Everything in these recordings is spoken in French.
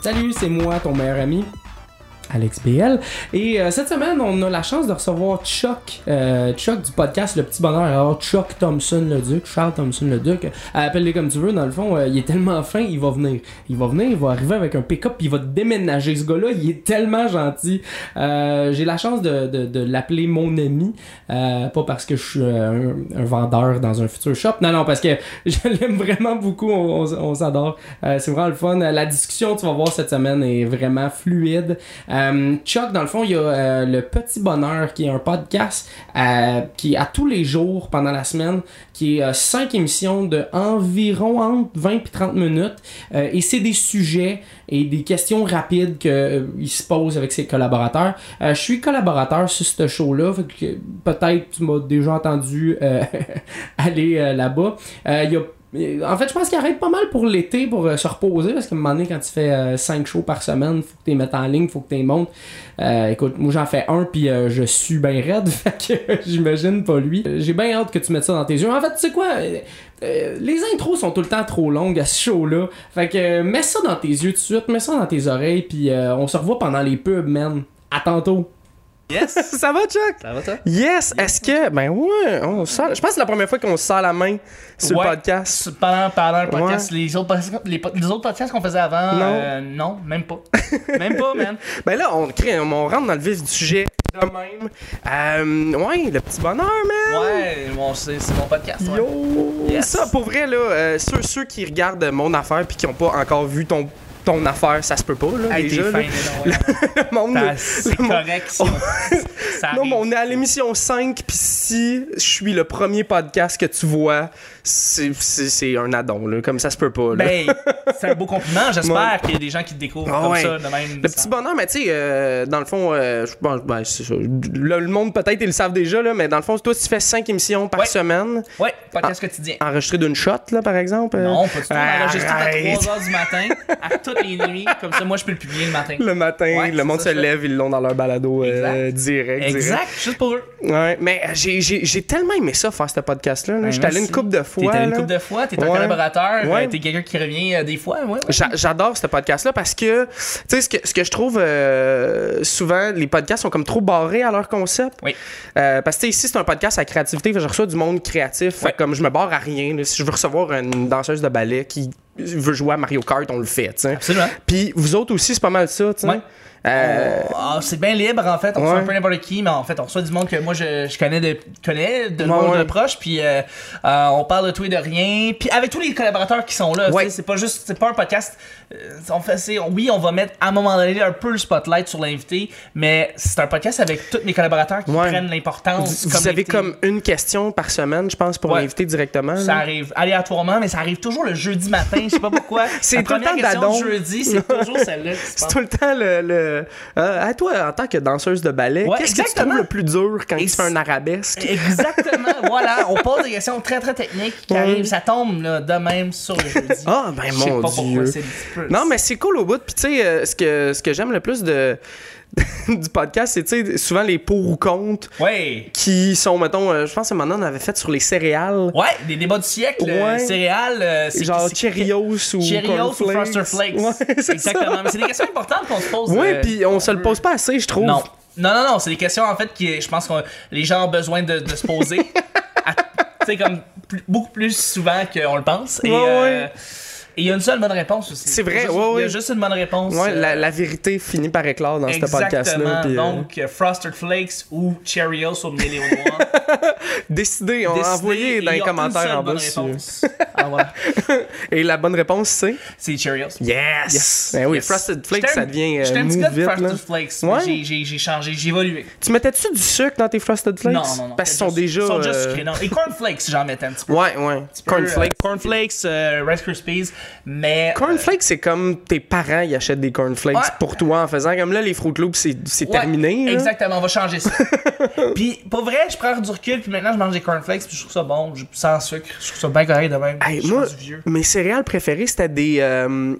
Salut, c'est moi, ton meilleur ami. Alex PL. Et euh, cette semaine, on a la chance de recevoir Chuck, euh, Chuck du podcast Le Petit Bonheur. Alors, Chuck Thompson le Duc, Charles Thompson le Duc, euh, appelle-le comme tu veux. Dans le fond, euh, il est tellement fin, il va venir. Il va venir, il va arriver avec un pick-up, puis il va te déménager. Ce gars-là, il est tellement gentil. Euh, J'ai la chance de, de- de l'appeler mon ami, euh, pas parce que je suis euh, un, un vendeur dans un futur shop. Non, non, parce que je l'aime vraiment beaucoup. On, on- on s'adore. Euh, c'est vraiment le fun. La discussion, tu vas voir cette semaine, est vraiment fluide. Euh, Chuck, dans le fond, il y a euh, le Petit Bonheur, qui est un podcast euh, qui est à tous les jours pendant la semaine, qui est 5 émissions de environ entre 20 et 30 minutes. Euh, et c'est des sujets et des questions rapides qu'il se pose avec ses collaborateurs. Euh, je suis collaborateur sur ce show-là, fait que peut-être tu m'as déjà entendu euh, aller euh, là-bas. Euh, il y a euh, en fait, je pense qu'il arrête pas mal pour l'été pour euh, se reposer parce qu'à un moment donné, quand tu fais 5 shows par semaine, faut que tu les mettes en ligne, faut que tu les montes. Euh, écoute, moi j'en fais un puis euh, je suis bien raide, fait que j'imagine pas lui. Euh, J'ai bien hâte que tu mettes ça dans tes yeux. En fait, tu sais quoi euh, euh, les intros sont tout le temps trop longues à ce show-là. Fait que euh, mets ça dans tes yeux tout de suite, mets ça dans tes oreilles, puis euh, on se revoit pendant les pubs, man. À tantôt. Yes! Ça va, Chuck? Ça va, toi? Yes! Est-ce que. Ben ouais, on se sert- Je pense que c'est la première fois qu'on se sert la main sur Ouais. le podcast. Sur- Pendant, pendant le podcast, les, autres, podcasts- les, pod- les autres podcasts qu'on faisait avant, Non. euh, non, même pas. même pas, man. Ben là, on, crée, on rentre dans le vif du sujet de même. Euh, ouais, le petit bonheur, man! Ouais, bon, c'est c'est mon podcast. ouais. Yo! Yes. Ça, pour vrai, là, euh, ceux, ceux qui regardent mon affaire puis qui n'ont pas encore vu ton, ton affaire, ça se peut pas, là, Hey, déjà. t'es fin, là. mais non, ouais, Le monde- T'as- C'est le monde- correct, ça. Ça Non, arrive. mais on est à l'émission 5, puis si je suis le premier podcast que tu vois, c'est- c'est c'est un addon, là, comme ça se peut pas. Là. Ben, c'est un beau compliment. J'espère Moi- qu'il y a des gens qui te découvrent Ah comme ouais. ça de même. Le petit bonheur, mais tu sais, euh, dans le fond, euh, je pense, ben, c'est ça. Le, le monde peut-être, ils le savent déjà, là, mais dans le fond, toi, tu fais 5 émissions par Ouais. semaine, Ouais, podcast quotidien. enregistrées d'une shot, là, par exemple. euh, Non, pas du tout. On enregistre tout à Arrête. 3h du matin, à toutes les nuits. Comme ça, moi, je peux le publier le matin. Le matin, Ouais, le c'est monde ça, se je fais. lève, ils l'ont dans leur balado euh, Exact. direct. direct. Exact, juste pour eux. Ouais, mais euh, j'ai j'ai- j'ai tellement aimé ça, faire ce podcast-là. là. Ben, J'étais allé une merci. couple de T'es fois. allé une là. couple de fois, t'es un Ouais. collaborateur, Ouais. euh, t'es quelqu'un qui revient euh, des fois, ouais. ouais. J'a- J'adore ce podcast-là parce que, tu sais, ce que, ce que je trouve euh, souvent, les podcasts sont comme trop barrés à leur concept. Oui. Euh, parce que, tu sais, ici, c'est un podcast à créativité, fait que je reçois du monde créatif. Fait que comme je me barre à rien. là. si je veux recevoir une danseuse de ballet qui veut jouer à Mario Kart, on le fait, tu sais. Absolument. Puis vous autres aussi, c'est pas mal ça, tu sais. Ouais. Euh, Ah, c'est bien libre en fait, on reçoit Ouais. un peu n'importe qui, mais en fait on reçoit du monde que moi je, je connais de connais, de Ouais, monde ouais. de proche, puis euh, euh, on parle de tout et de rien, puis avec tous les collaborateurs qui sont là, Ouais. tu sais, c'est pas juste, c'est pas un podcast, euh, on fait, c'est- oui on va mettre à un moment donné un peu le spotlight sur l'invité, mais c'est un podcast avec tous mes collaborateurs qui Ouais. prennent l'importance. vous vous avez invité. comme une question par semaine, je pense, pour Ouais. l'inviter directement. Ça là. arrive aléatoirement, mais ça arrive toujours le jeudi matin. Je sais pas pourquoi. C'est La tout le première temps question d'adon. du jeudi, c'est toujours celle-là. qui se C'est passe. tout le temps le. le- euh, à toi, en tant que danseuse de ballet, Ouais, qu'est-ce que tu exactement. trouves le plus dur quand Et tu fais un arabesque? Exactement. voilà, on pose des questions très très techniques qui Ouais. arrivent. Ça tombe là, de même sur le jeudi. Ah, ben, Je sais mon pas Dieu. pourquoi c'est un petit peu- Non, mais c'est cool au bout. Puis, tu sais, euh, ce que, ce que j'aime le plus de, du podcast, c'est, tu sais, souvent les pour ou contre Ouais. qui sont, mettons, euh, je pense que maintenant, on avait fait sur les céréales. Ouais, des débats du siècle, euh, Ouais. céréales, euh, c'est genre c'est- Cheerios ou Cheerios ou Cornflakes. Frosted Flakes. Ouais, c'est Exactement. ça. Mais c'est des questions importantes qu'on se pose. Ouais, euh, puis on se le pose pas assez, je trouve. Non. Non, non, non, c'est des questions en fait qui, je pense que les gens ont besoin de, de se poser. À- Tu sais, comme plus- beaucoup plus souvent qu'on le pense. Et Ouais, euh, ouais. et il y a une seule bonne réponse aussi. C'est vrai, Il y a juste- ouais, Il y a ouais. juste une bonne réponse. Ouais, la, euh, la vérité finit par éclore dans ce Exactement. podcast-là. puis, euh, Donc, euh, Frosted Flakes ou Cheerios au miel et au noir. décidez, on Décidez, envoyez dans les et il y a une commentaires seule en bas. bonne si- réponse. Ah ouais. Et la bonne réponse, c'est. C'est Cheerios. Yes! Ben oui, Frosted Flakes, J'étais un- ça devient euh, J'étais un petit mou gars de vite, Frosted là. Flakes. Ouais. mais j'ai- J'ai j'ai changé, j'ai évolué. Tu mettais-tu du sucre dans tes Frosted Flakes? Non, non, non. Parce qu'ils sont juste- déjà. Ils sont euh, juste sucrés. Non. Et cornflakes, j'en mettais un petit peu. Ouais, ouais. Cornflakes. Euh, cornflakes, euh, Rice Krispies, mais. euh, Cornflakes, c'est comme tes parents, ils achètent des cornflakes Ouais. pour toi en faisant comme là, les Fruit Loops, c'est c'est Ouais, terminé. là. Exactement, on va changer ça. puis, pour vrai, je prends du recul, puis maintenant je mange des cornflakes, puis je trouve ça bon, je- sans sucre, je trouve ça bien correct de même. Hey, je moi, suis vieux. mes céréales préférées, c'était des. euh, euh,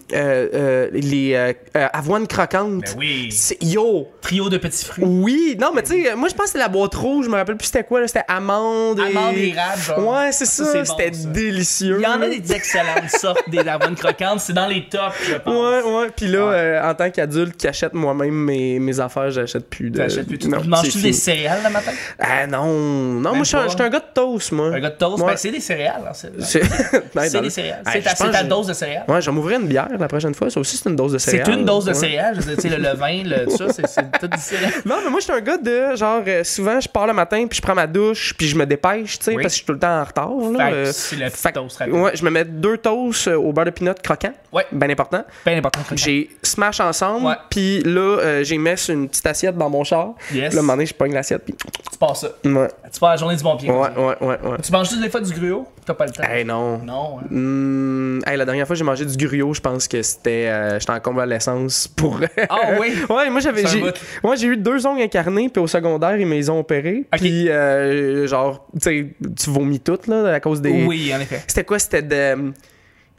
euh, les euh, euh, avoines croquantes. Ben oui. C'est- Yo! Trio de petits fruits. Oui! Non, mais tu sais, moi, je pense que c'était la boîte rouge, je me rappelle plus c'était quoi, là. C'était amandes et. Amandes et érable, genre. Ouais, c'est Ça, ça. c'est bon, c'était ça. délicieux. Il y en là. a des excellentes sortes des la bonne croquante, c'est dans les tops, je pense. Ouais, ouais. Puis là, euh, en tant qu'adulte qui achète moi-même mes, mes affaires, j'achète plus de. T'achètes plus tout. Non, Tu manges-tu c'est des fini. céréales le matin? Ah non. Non, moi, je suis pas. un- je suis un gars de toast, moi. Un gars de toast? Ouais. Ben, c'est des céréales. hein, c'est C'est Ben, c'est dans- des céréales. Ah, C'est ta, je pense c'est ta que- dose de céréales. Ouais, je vais m'ouvrir une bière la prochaine fois. Ça aussi, c'est une dose de C'est céréales. une dose de Ouais. céréales. Je veux dire, tu sais, le, le vin, le, ça, c'est- c'est tout du céréales. Non, mais moi, je suis un gars de genre, euh, souvent, je pars le matin, puis je prends ma douche, puis je me dépêche, tu sais, Oui. parce que je suis tout le temps en retard. Là, Fait que Euh, c'est le petit fait que- toast rapide. Ouais, je me mets deux toasts euh, au beurre de pinot croquant. Ouais. Ben important. Pas important. J'ai smash Ouais. ensemble, puis là, euh, j'ai mis sur une petite assiette dans mon char. Yes. Là, à un moment donné, je pogne l'assiette, puis. Tu passes ça. Ouais. Tu passes la journée du bon pied. Ouais, comme ça. ouais, ouais, ouais. Tu manges juste des fois du gruau? T'as pas le temps. Hey, non. Non. hein. Hmm, hey, la dernière fois que j'ai mangé du griot, je pense que c'était. euh, J'étais en convalescence pour. Ah oui? ouais, moi j'avais. C'est un J'ai bout. moi, j'ai eu deux ongles incarnés, puis au secondaire, ils me les ont opérés. Ok. Puis, euh, genre, tu sais, tu vomis tout, là, à cause des. Oui, en effet. C'était quoi? C'était de.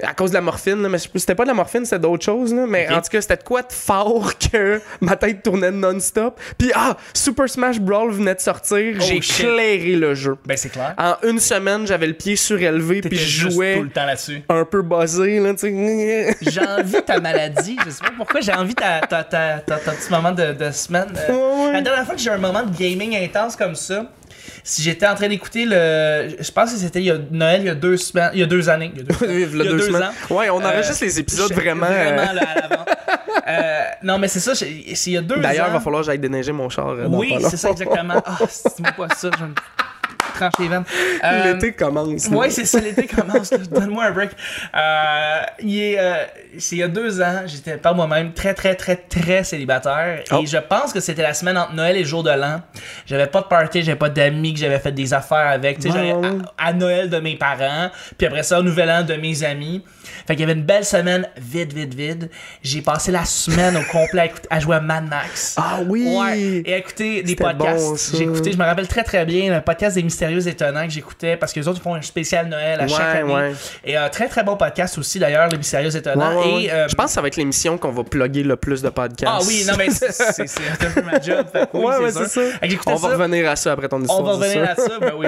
À cause de la morphine, là, mais c'était pas de la morphine, c'était d'autres choses, là, mais Ok. en tout cas, c'était de quoi de fort que ma tête tournait non-stop. Puis, ah, Super Smash Brawl venait de sortir, Oh, j'ai shit. clairé le jeu. Ben, c'est clair. En une semaine, j'avais le pied surélevé, Ah, puis T'étais je juste jouais tout le temps là-dessus. un peu buzzé, là, tu sais. J'envie ta maladie. Je sais pas pourquoi j'ai envie ta, ta, ta, ta- ton petit moment de, de semaine. Euh, Ouais, ouais. La dernière fois que j'ai eu un moment de gaming intense comme ça, si j'étais en train d'écouter le. Je pense que c'était il y a Noël il y a deux semaines. Il y a deux années. Il y a deux, Il y a il y a deux semaines. ans. Ouais, on Euh, enregistre les épisodes je- vraiment. euh, Vraiment là, à l'avant. Euh, non, mais c'est ça, j'ai- c'est il y a deux ans. D'ailleurs, il va falloir que j'aille déneiger mon char. euh, dans Oui, pas long. c'est ça exactement. Ah, c'est moi pas ça, je vais me tranche les veines. Euh, L'été commence. là. Ouais, c'est ça, l'été commence. là. Donne-moi un break. Euh, il, est, euh, c'est il y a deux ans, j'étais par moi-même très, très, très, très célibataire. Oh. Et je pense que c'était la semaine entre Noël et le jour de l'an. J'avais pas de party, j'avais pas d'amis que j'avais fait des affaires avec. Tu sais, Ouais, j'avais ouais, ouais. à, à Noël de mes parents, puis après ça, au nouvel an de mes amis. Fait qu'il y avait une belle semaine vide, vide, vide. J'ai passé la semaine au complet à, écouter- à jouer à Mad Max. Ah oui! Ouais, et à écouter des C'était podcasts. bon, ça. j'ai écouté, je me rappelle très très bien, le podcast des Mystérieux Étonnants que j'écoutais parce que les autres font un spécial Noël à Ouais, chaque année. ouais. Et un très très bon podcast aussi d'ailleurs, les Mystérieux Étonnants. Ouais, ouais, ouais. et, euh, Je pense que ça va être l'émission qu'on va plugger le plus de podcasts. Ah oui, non mais c'est c'est- c'est un peu ma job. fait que oui, ouais, ouais, sûr. c'est ça. Fait que j'écoutais On ça. va revenir à ça après ton histoire. On va c'est revenir sûr. à ça, ben oui.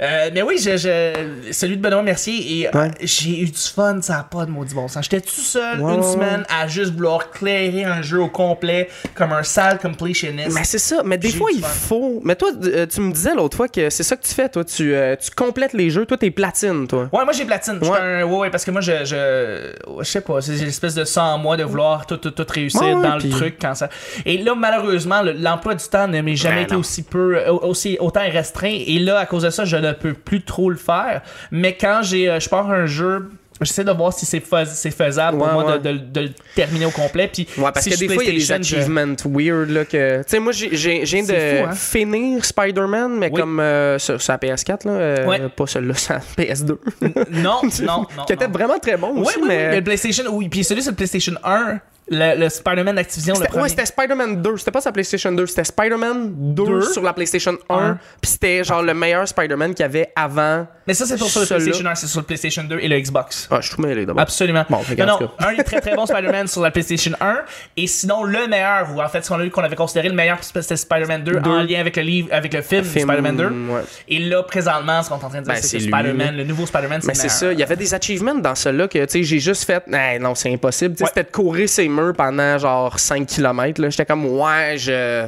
Euh, mais oui, je, je- celui de Benoît Mercier, et euh, Ouais. j'ai eu du fun, ça n'a pas de maudit bon sens. J'étais tout seul Ouais, une ouais, semaine à juste vouloir clairer un jeu au complet comme un sale completionist. Mais c'est ça, mais des J'ai fois eu du il fun. faut. Mais toi, euh, tu me disais l'autre fois que c'est ça que tu fais, toi. Tu, euh, tu complètes les jeux, toi t'es platine, toi. Ouais, moi j'ai platine. Je suis Ouais. un- ouais, ouais, parce que moi je, je, je sais pas, c'est- j'ai l'espèce de sang en moi de vouloir tout, tout, tout réussir Ouais, ouais, dans puis- le truc quand ça. Et là, malheureusement, le- l'emploi du temps ne m'est jamais Ben été non. aussi peu, euh, aussi autant restreint. Et là, à cause de ça, je ne peux plus trop le faire. Mais quand j'ai, euh, je pars un jeu. J'essaie de voir si c'est fais- c'est faisable pour Ouais, moi ouais. de, de- de le terminer au complet. Puis Ouais, parce si que je suis des fois, il y a des PlayStation, je- achievements weird, là, que... Tu sais, moi, j'ai- j'ai j'ai C'est de fou, hein? finir Spider-Man, mais Oui. comme euh, sur, sur la PS4, là, euh, Ouais. pas celle-là, sur la PS2. Non, non, non. qui était non. vraiment très bon Ouais, aussi, ouais, ouais, mais... mais le PlayStation, oui. Puis celui sur le PlayStation 1, le, le Spider-Man d'Activision, le C'était- ouais, premier. c'était Spider-Man 2. C'était pas sa PlayStation 2, c'était Spider-Man 2, Deux. sur la PlayStation 1. Un. Puis c'était genre le meilleur Spider-Man qu'il y avait avant. Mais ça, c'est pas sur le Celui-là. PlayStation 1, c'est sur le PlayStation 2 et le Xbox. Ah, je suis tout mêlé d'abord. Absolument. Bon, fait qu'en non, tout non, un des très très bons Spider-Man sur la PlayStation 1, et sinon le meilleur, ou en fait, ce qu'on a eu, qu'on avait considéré le meilleur, c'était Spider-Man 2, Deux. en lien avec le livre, avec le film, film, Spider-Man 2. ouais. Et là, présentement, ce qu'on est en train de Ben, dire, c'est que c'est lui, Spider-Man, le nouveau Spider-Man, c'est Mais le c'est meilleur. ça, il y avait des achievements dans celle-là que tu sais, j'ai juste fait Hey, non, c'est impossible. Tu sais, Ouais. C'était de courir ses murs pendant genre 5 km. J'étais comme ouais, je.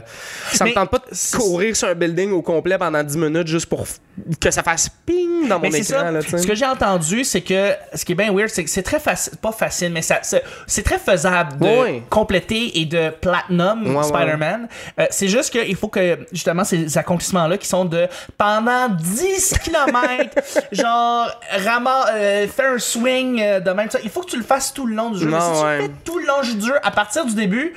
Ça Mais me tente pas de c'est- courir sur un building au complet pendant 10 minutes juste pour f- que ça fasse ping dans mon Mais c'est écran. ça. Là, tu sais. ce que j'ai entendu, c'est que ce qui est bien weird, c'est que c'est très facile, pas facile, mais ça, c'est, c'est très faisable de Ouais. compléter et de platinum Ouais, Spider-Man. Euh, c'est juste qu'il faut que justement ces accomplissements-là qui sont de pendant 10 km, genre rama, euh, fais un swing euh, de même. ça. Il faut que tu le fasses tout le long du jeu. Mais Non, si ouais. tu le fais tout le long du jeu à partir du début.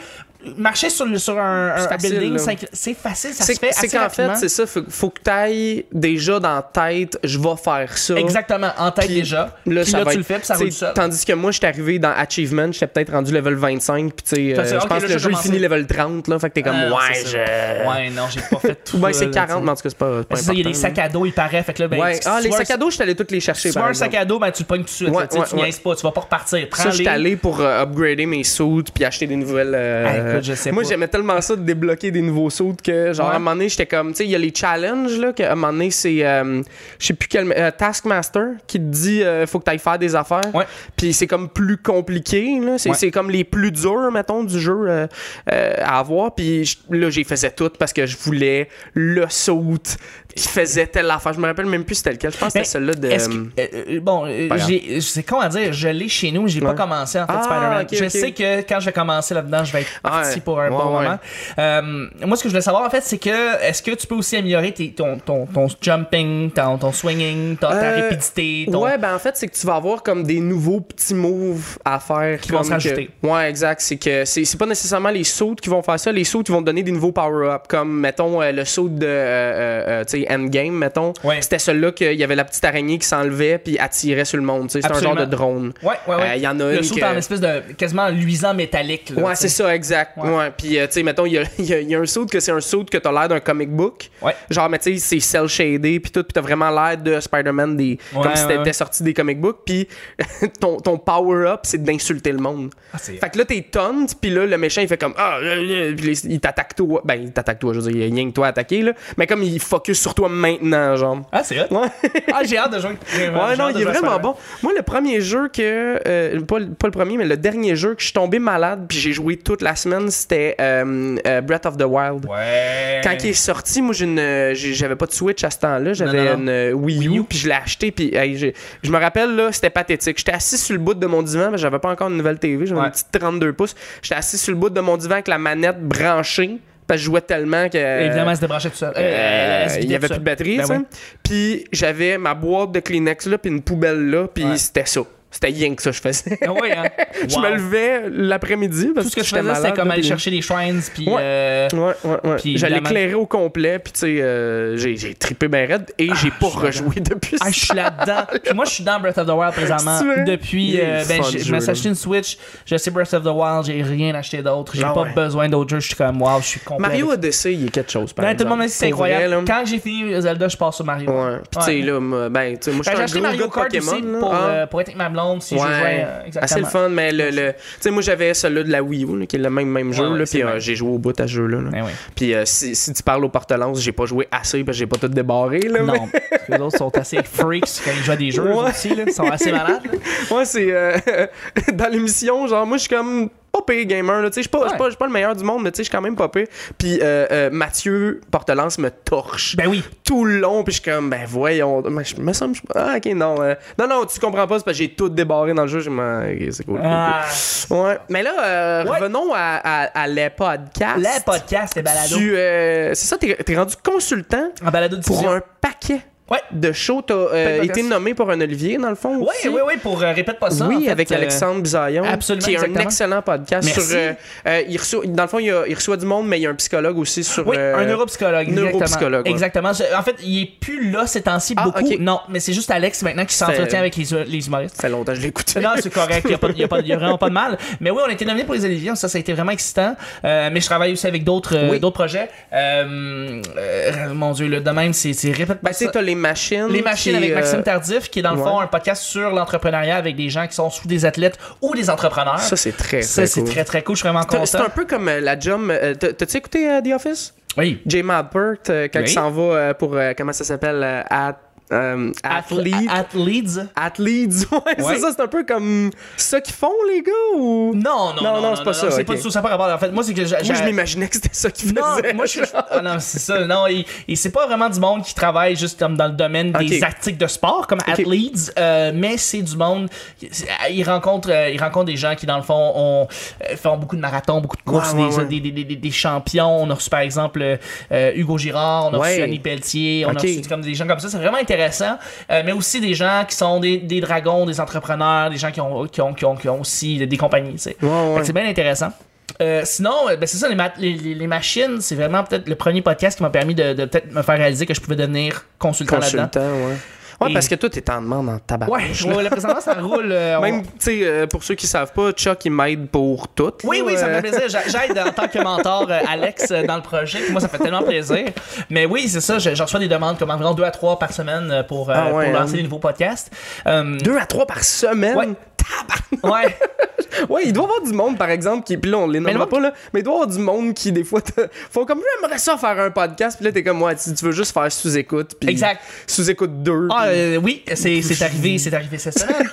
Marcher sur, le- sur un, un facile, building, là. cinq- c'est facile, ça C'est- se fait c'est assez qu'en fait, rapidement. c'est ça, faut, faut que t'ailles déjà dans la tête, je vais faire ça. Exactement, en tête Puis déjà. Là, Puis ça là, va tu le être- fais, puis ça tu sais, roule tout seul. Tandis que moi, je suis arrivé dans Achievement, j'étais peut-être rendu level 25, puis tu sais, Ça, euh, c'est- je ok, pense là, que le jeu j'ai il commencé. finit level 30, là, fait que t'es comme, Ah, non, ouais, c'est ça. je. Ouais, non, j'ai pas fait tout. Ouais, ça, c'est là, 40, tu mais sais. en tout cas, c'est pas. c'est pas C'est ça, il y a des important, sacs à dos hyper fait que là, ben, là. Ouais. si Ah, tu les vois un- sacs à dos, je suis allé tous les si chercher. tu vois par un sac exemple. à dos, ben tu le pognes tout de suite. Ouais, là, tu sais, ouais, tu ouais. niaises pas, tu vas pas repartir. Prends Ça, je suis les. allé pour euh, upgrader mes suits puis acheter des nouvelles. euh, Ah, Écoute, je sais moi, pas. j'aimais tellement ça de débloquer des nouveaux sauts que, genre, Ouais. à un moment donné, j'étais comme, tu sais, il y a les challenges, là, que, à un moment donné, c'est, euh, je sais plus quel, euh, Taskmaster qui te dit, euh, faut que t'ailles faire des affaires. Ouais. Puis c'est comme plus compliqué, là. C'est Ouais. c'est comme les plus durs, mettons, du jeu euh, euh, à avoir. Puis je- là, j'y faisais toutes parce que je voulais le saut qui faisait telle affaire. Je me rappelle même plus c'était lequel. Je pense que Mais c'était celui-là de. Est-ce que- euh, euh, bon, euh, Pas grave. j'ai- je sais comment dire, je l'ai chez nous, j'ai pas Ouais. commencé en fait Ah, Spider-Man. ok, je ok. sais que quand je vais commencer là-dedans, je vais être parti Ouais, pour un ouais, bon ouais. moment. Euh, moi, ce que je voulais savoir en fait, c'est que est-ce que tu peux aussi améliorer tes- ton, ton, ton jumping, ton, ton swinging, ta, ta Euh, rapidité, ton. Ouais, ben en fait, c'est que tu vas avoir comme des nouveaux petits moves à faire. Qui vont comme se que- rajouter. Ouais, exact. C'est que c'est c'est pas nécessairement les sauts qui vont faire ça. Les sauts, ils vont te donner des nouveaux power-ups. Comme, mettons, euh, le saut de euh, euh, euh, tu sais, Endgame, mettons. Ouais. C'était celui-là qu'il y avait la petite araignée qui s'enlevait puis attirait sur le monde. tu sais. C'est un genre Absolument. de drone. Ouais, ouais, ouais. Euh, y en a le une saut que- en espèce de quasiment luisant métallique. là, Ouais, tu sais. c'est ça, exact. Ouais. Ouais. Puis, euh, tu sais, mettons, il y a, il y a- il y a un saut que c'est un saut que t'as l'air d'un comic book. Ouais. Genre, mais tu sais, c'est cel shaded, puis tout, puis t'as vraiment l'air de Spider-Man, des... Ouais, comme si ouais, t'étais ouais. sorti des comic books. Puis, ton, ton power-up, c'est d'insulter le monde. Ah, c'est- Fait que là, t'es taunt, puis là, le méchant, il fait comme Ah, euh, euh, puis les- il t'attaque toi. Ben, il t'attaque toi, je veux dire, il y a rien que toi à attaquer, là. Mais comme il focus sur toi maintenant, genre. Ah, c'est hot. Ouais. Ah, j'ai hâte de jouer. J'ai vraiment- Ouais, j'ai non, hâte de il est jouer à vraiment Spider-Man. bon. Moi, le premier jeu que. euh, pas, le- pas le premier, mais le dernier jeu que je suis tombé malade puis j'ai joué toute la semaine, c'était euh, euh, Breath of the Wild. Ouais. Quand il est sorti, moi, j'ai une, euh, j'ai- j'avais pas de Switch à ce temps-là. J'avais Non, non, non. une euh, Wii Wii U, U. puis je l'ai acheté. Puis hey, j'ai- je me rappelle, là, c'était pathétique. J'étais assis sur le bout de mon divan, mais j'avais pas encore une nouvelle TV. J'avais Ouais. une petite 32 pouces. J'étais assis sur le bout de mon divan avec la manette branchée, parce que je jouais tellement que. Évidemment, elle se débranchait tout seul. Euh, Euh, elle se il vidait n'y avait plus tout seul. de batterie, Ben tu sais. oui. Puis j'avais ma boîte de Kleenex là, puis une poubelle là, puis Ouais. c'était ça. C'était rien que ça je faisais. Ah ouais, hein? je me Wow. levais l'après-midi parce Tout ce que je j'étais faisais, c'était malade, comme là, aller puis- chercher les shrines, puis. Ouais. euh, Ouais, ouais, ouais. Puis J'allais évidemment- éclairer au complet, puis tu sais, euh, j'ai, j'ai trippé ben raide et j'ai pas rejoué depuis Ah, ça. je suis là-dedans. Puis moi, je suis dans Breath of the Wild présentement. C'est vrai? Depuis, Il est euh, ben, fun, j'ai- ce je me suis jeu-là. acheté une Switch. Je sais Breath of the Wild, j'ai rien acheté d'autre. J'ai Ah pas ouais. besoin d'autres jeux. Je suis comme, wow, je suis complet. Mario avec- Odyssey, il y a quelque chose, par Non, Ben, tout le exemple. monde m'a dit que c'est Pour vrai, incroyable. là. Quand j'ai fini Zelda, je passe sur Mario. Ouais. Puis tu sais, là, moi, ben, tu sais, moi, je suis Ben, j'ai un acheté gros Mario gars de Kart Pokémon. aussi là. pour, Ah. euh, pour être avec ma blonde si je jouais. euh, Ouais, assez le exactement. fun, mais le, le- tu sais, moi j'avais celui de la Wii U, là, qui est le même, même jeu, Ouais, ouais, là, c'est puis le euh, même. j'ai joué au bout à ce jeu-là. là. Ben oui. Puis euh, si, si tu parles au porte-lance, j'ai pas joué assez parce que j'ai pas tout débarré. Là, mais- Non, parce que les autres sont assez freaks quand ils jouent à des jeux eux Ouais. aussi. Là. Ils sont assez malades. là. Moi, c'est. euh, dans l'émission, genre, moi, je suis comme. Pas payé gamer, là. Tu sais, je suis pas, je suis pas, je suis pas le meilleur du monde, mais tu sais, je suis quand même pas payé. Puis euh, euh, Mathieu Portelance me torche. Ben oui. Tout le long, puis je suis comme, ben voyons. Mais je me semble. je- Ah, ok, non. euh, non, non, tu comprends pas, c'est parce que j'ai tout débarré dans le jeu. J'ai dit, Ah, ok, c'est cool. cool, Ah. cool. Ouais. Mais là, euh, Ouais. revenons à, à, à les podcasts. Les podcasts, les balados. Tu, euh, c'est ça, t'es t'es rendu consultant En balado de pour diffusion. un paquet Ouais. de shows. T'as euh, Peut-être été podcast. nommé pour un Olivier, dans le fond. Oui, aussi. oui, oui, pour euh, répète pas ça. Oui, en fait, avec euh, Alexandre Bisaillon, absolument, qui est exactement. un excellent podcast. Merci. Sur, euh, euh, il reçoit- dans le fond, il, a- il reçoit du monde, mais il y a un psychologue aussi sur. Oui, euh, un neuropsychologue. exactement. neuropsychologue, ouais. Exactement. Je- En fait, il est plus là ces temps-ci Ah, beaucoup. ok. Non, mais c'est juste Alex maintenant qui s'entretient avec les, les humoristes. Ça fait longtemps que je l'écoutais. Non, c'est correct, il n'y a, pas- y a pas- y a vraiment pas de mal. Mais oui, on a été nominés pour les Olivier, ça, ça a été vraiment excitant. Euh, mais je travaille aussi avec d'autres euh, Oui. d'autres projets. Euh, euh, mon Dieu, le domaine, c'est c'est répète Ben, pas tu ça. sais, t'as les machines. Les machines qui, avec euh, Maxime Tardif, qui est dans le ouais. fond un podcast sur l'entrepreneuriat avec des gens qui sont sous des athlètes ou des entrepreneurs. Ça, c'est très, Ça, très c'est cool. très, très cool. Je suis vraiment T'as- C'est content. un peu comme euh, la Jum. euh, t'as- T'as-tu écouté euh, The Office? Oui. Jay Madpert, euh, quand Oui. il s'en va euh, pour. euh, comment ça s'appelle? euh, at- euh, athlete. Athletes. Athletes, ouais, Ouais. c'est ça, c'est un peu comme ça qu'ils font, les gars, ou. Non, non, Non, non, non, c'est pas ça, C'est ok. pas du tout, ça n'a pas rapport. En fait, moi, c'est que j'a- Moi, je j'a- m'imaginais que c'était ça qu'ils Non, faisaient. moi, je ah, non, c'est ça. Non, il, il- c'est pas vraiment du monde qui travaille juste comme dans le domaine des Ok. articles de sport, comme athletes, euh, mais c'est du monde. Ils rencontrent, euh, ils rencontrent des gens qui, dans le fond, ont, euh, font beaucoup de marathons, beaucoup de courses, Ouais, ouais, des, ouais. Des, des- des- des- des champions. On a reçu, par exemple, euh, euh, Hugo Girard, on a Ouais. reçu Annie Pelletier, on Ok. a reçu comme des gens comme ça. C'est vraiment intéressant, euh, mais aussi des gens qui sont des, des dragons, des entrepreneurs, des gens qui ont, qui ont, qui ont, qui ont aussi des compagnies, tu sais. Ouais, ouais. Fait que c'est bien intéressant. Euh, sinon, euh, ben, c'est ça, les, ma- les- les- les machines, c'est vraiment peut-être le premier podcast qui m'a permis de, de peut-être me faire réaliser que je pouvais devenir consultant, là-dedans. Consultant, ouais. Ouais, Et- parce que toi, t'es en demande en tabac. Ouais, ouais, là, présentement, ça roule. euh, on- Même, tu sais, euh, pour ceux qui savent pas, Chuck, il m'aide pour tout. Oui, là, oui, ça me euh, fait plaisir. J'a- J'aide en tant que mentor euh, Alex euh, dans le projet. Puis Moi, ça me fait tellement plaisir. Mais oui, c'est ça, je, je reçois des demandes comme environ deux à trois par semaine euh, pour, euh, Ah ouais, pour lancer hein. les nouveaux podcasts. Euh, Deux à trois par semaine. Ouais. Tabarnak! Ouais. Ouais, il doit y avoir du monde, par exemple, qui. Puis là, on les le nommera monde pas, là. Mais il doit y avoir du monde qui, des fois, te- font comme j'aimerais ça faire un podcast. Puis là, t'es comme, ouais, tu, tu veux juste faire sous-écoute. Puis Exact. Sous-écoute 2. Ah euh, oui, c'est c'est arrivé, c'est arrivé cette semaine.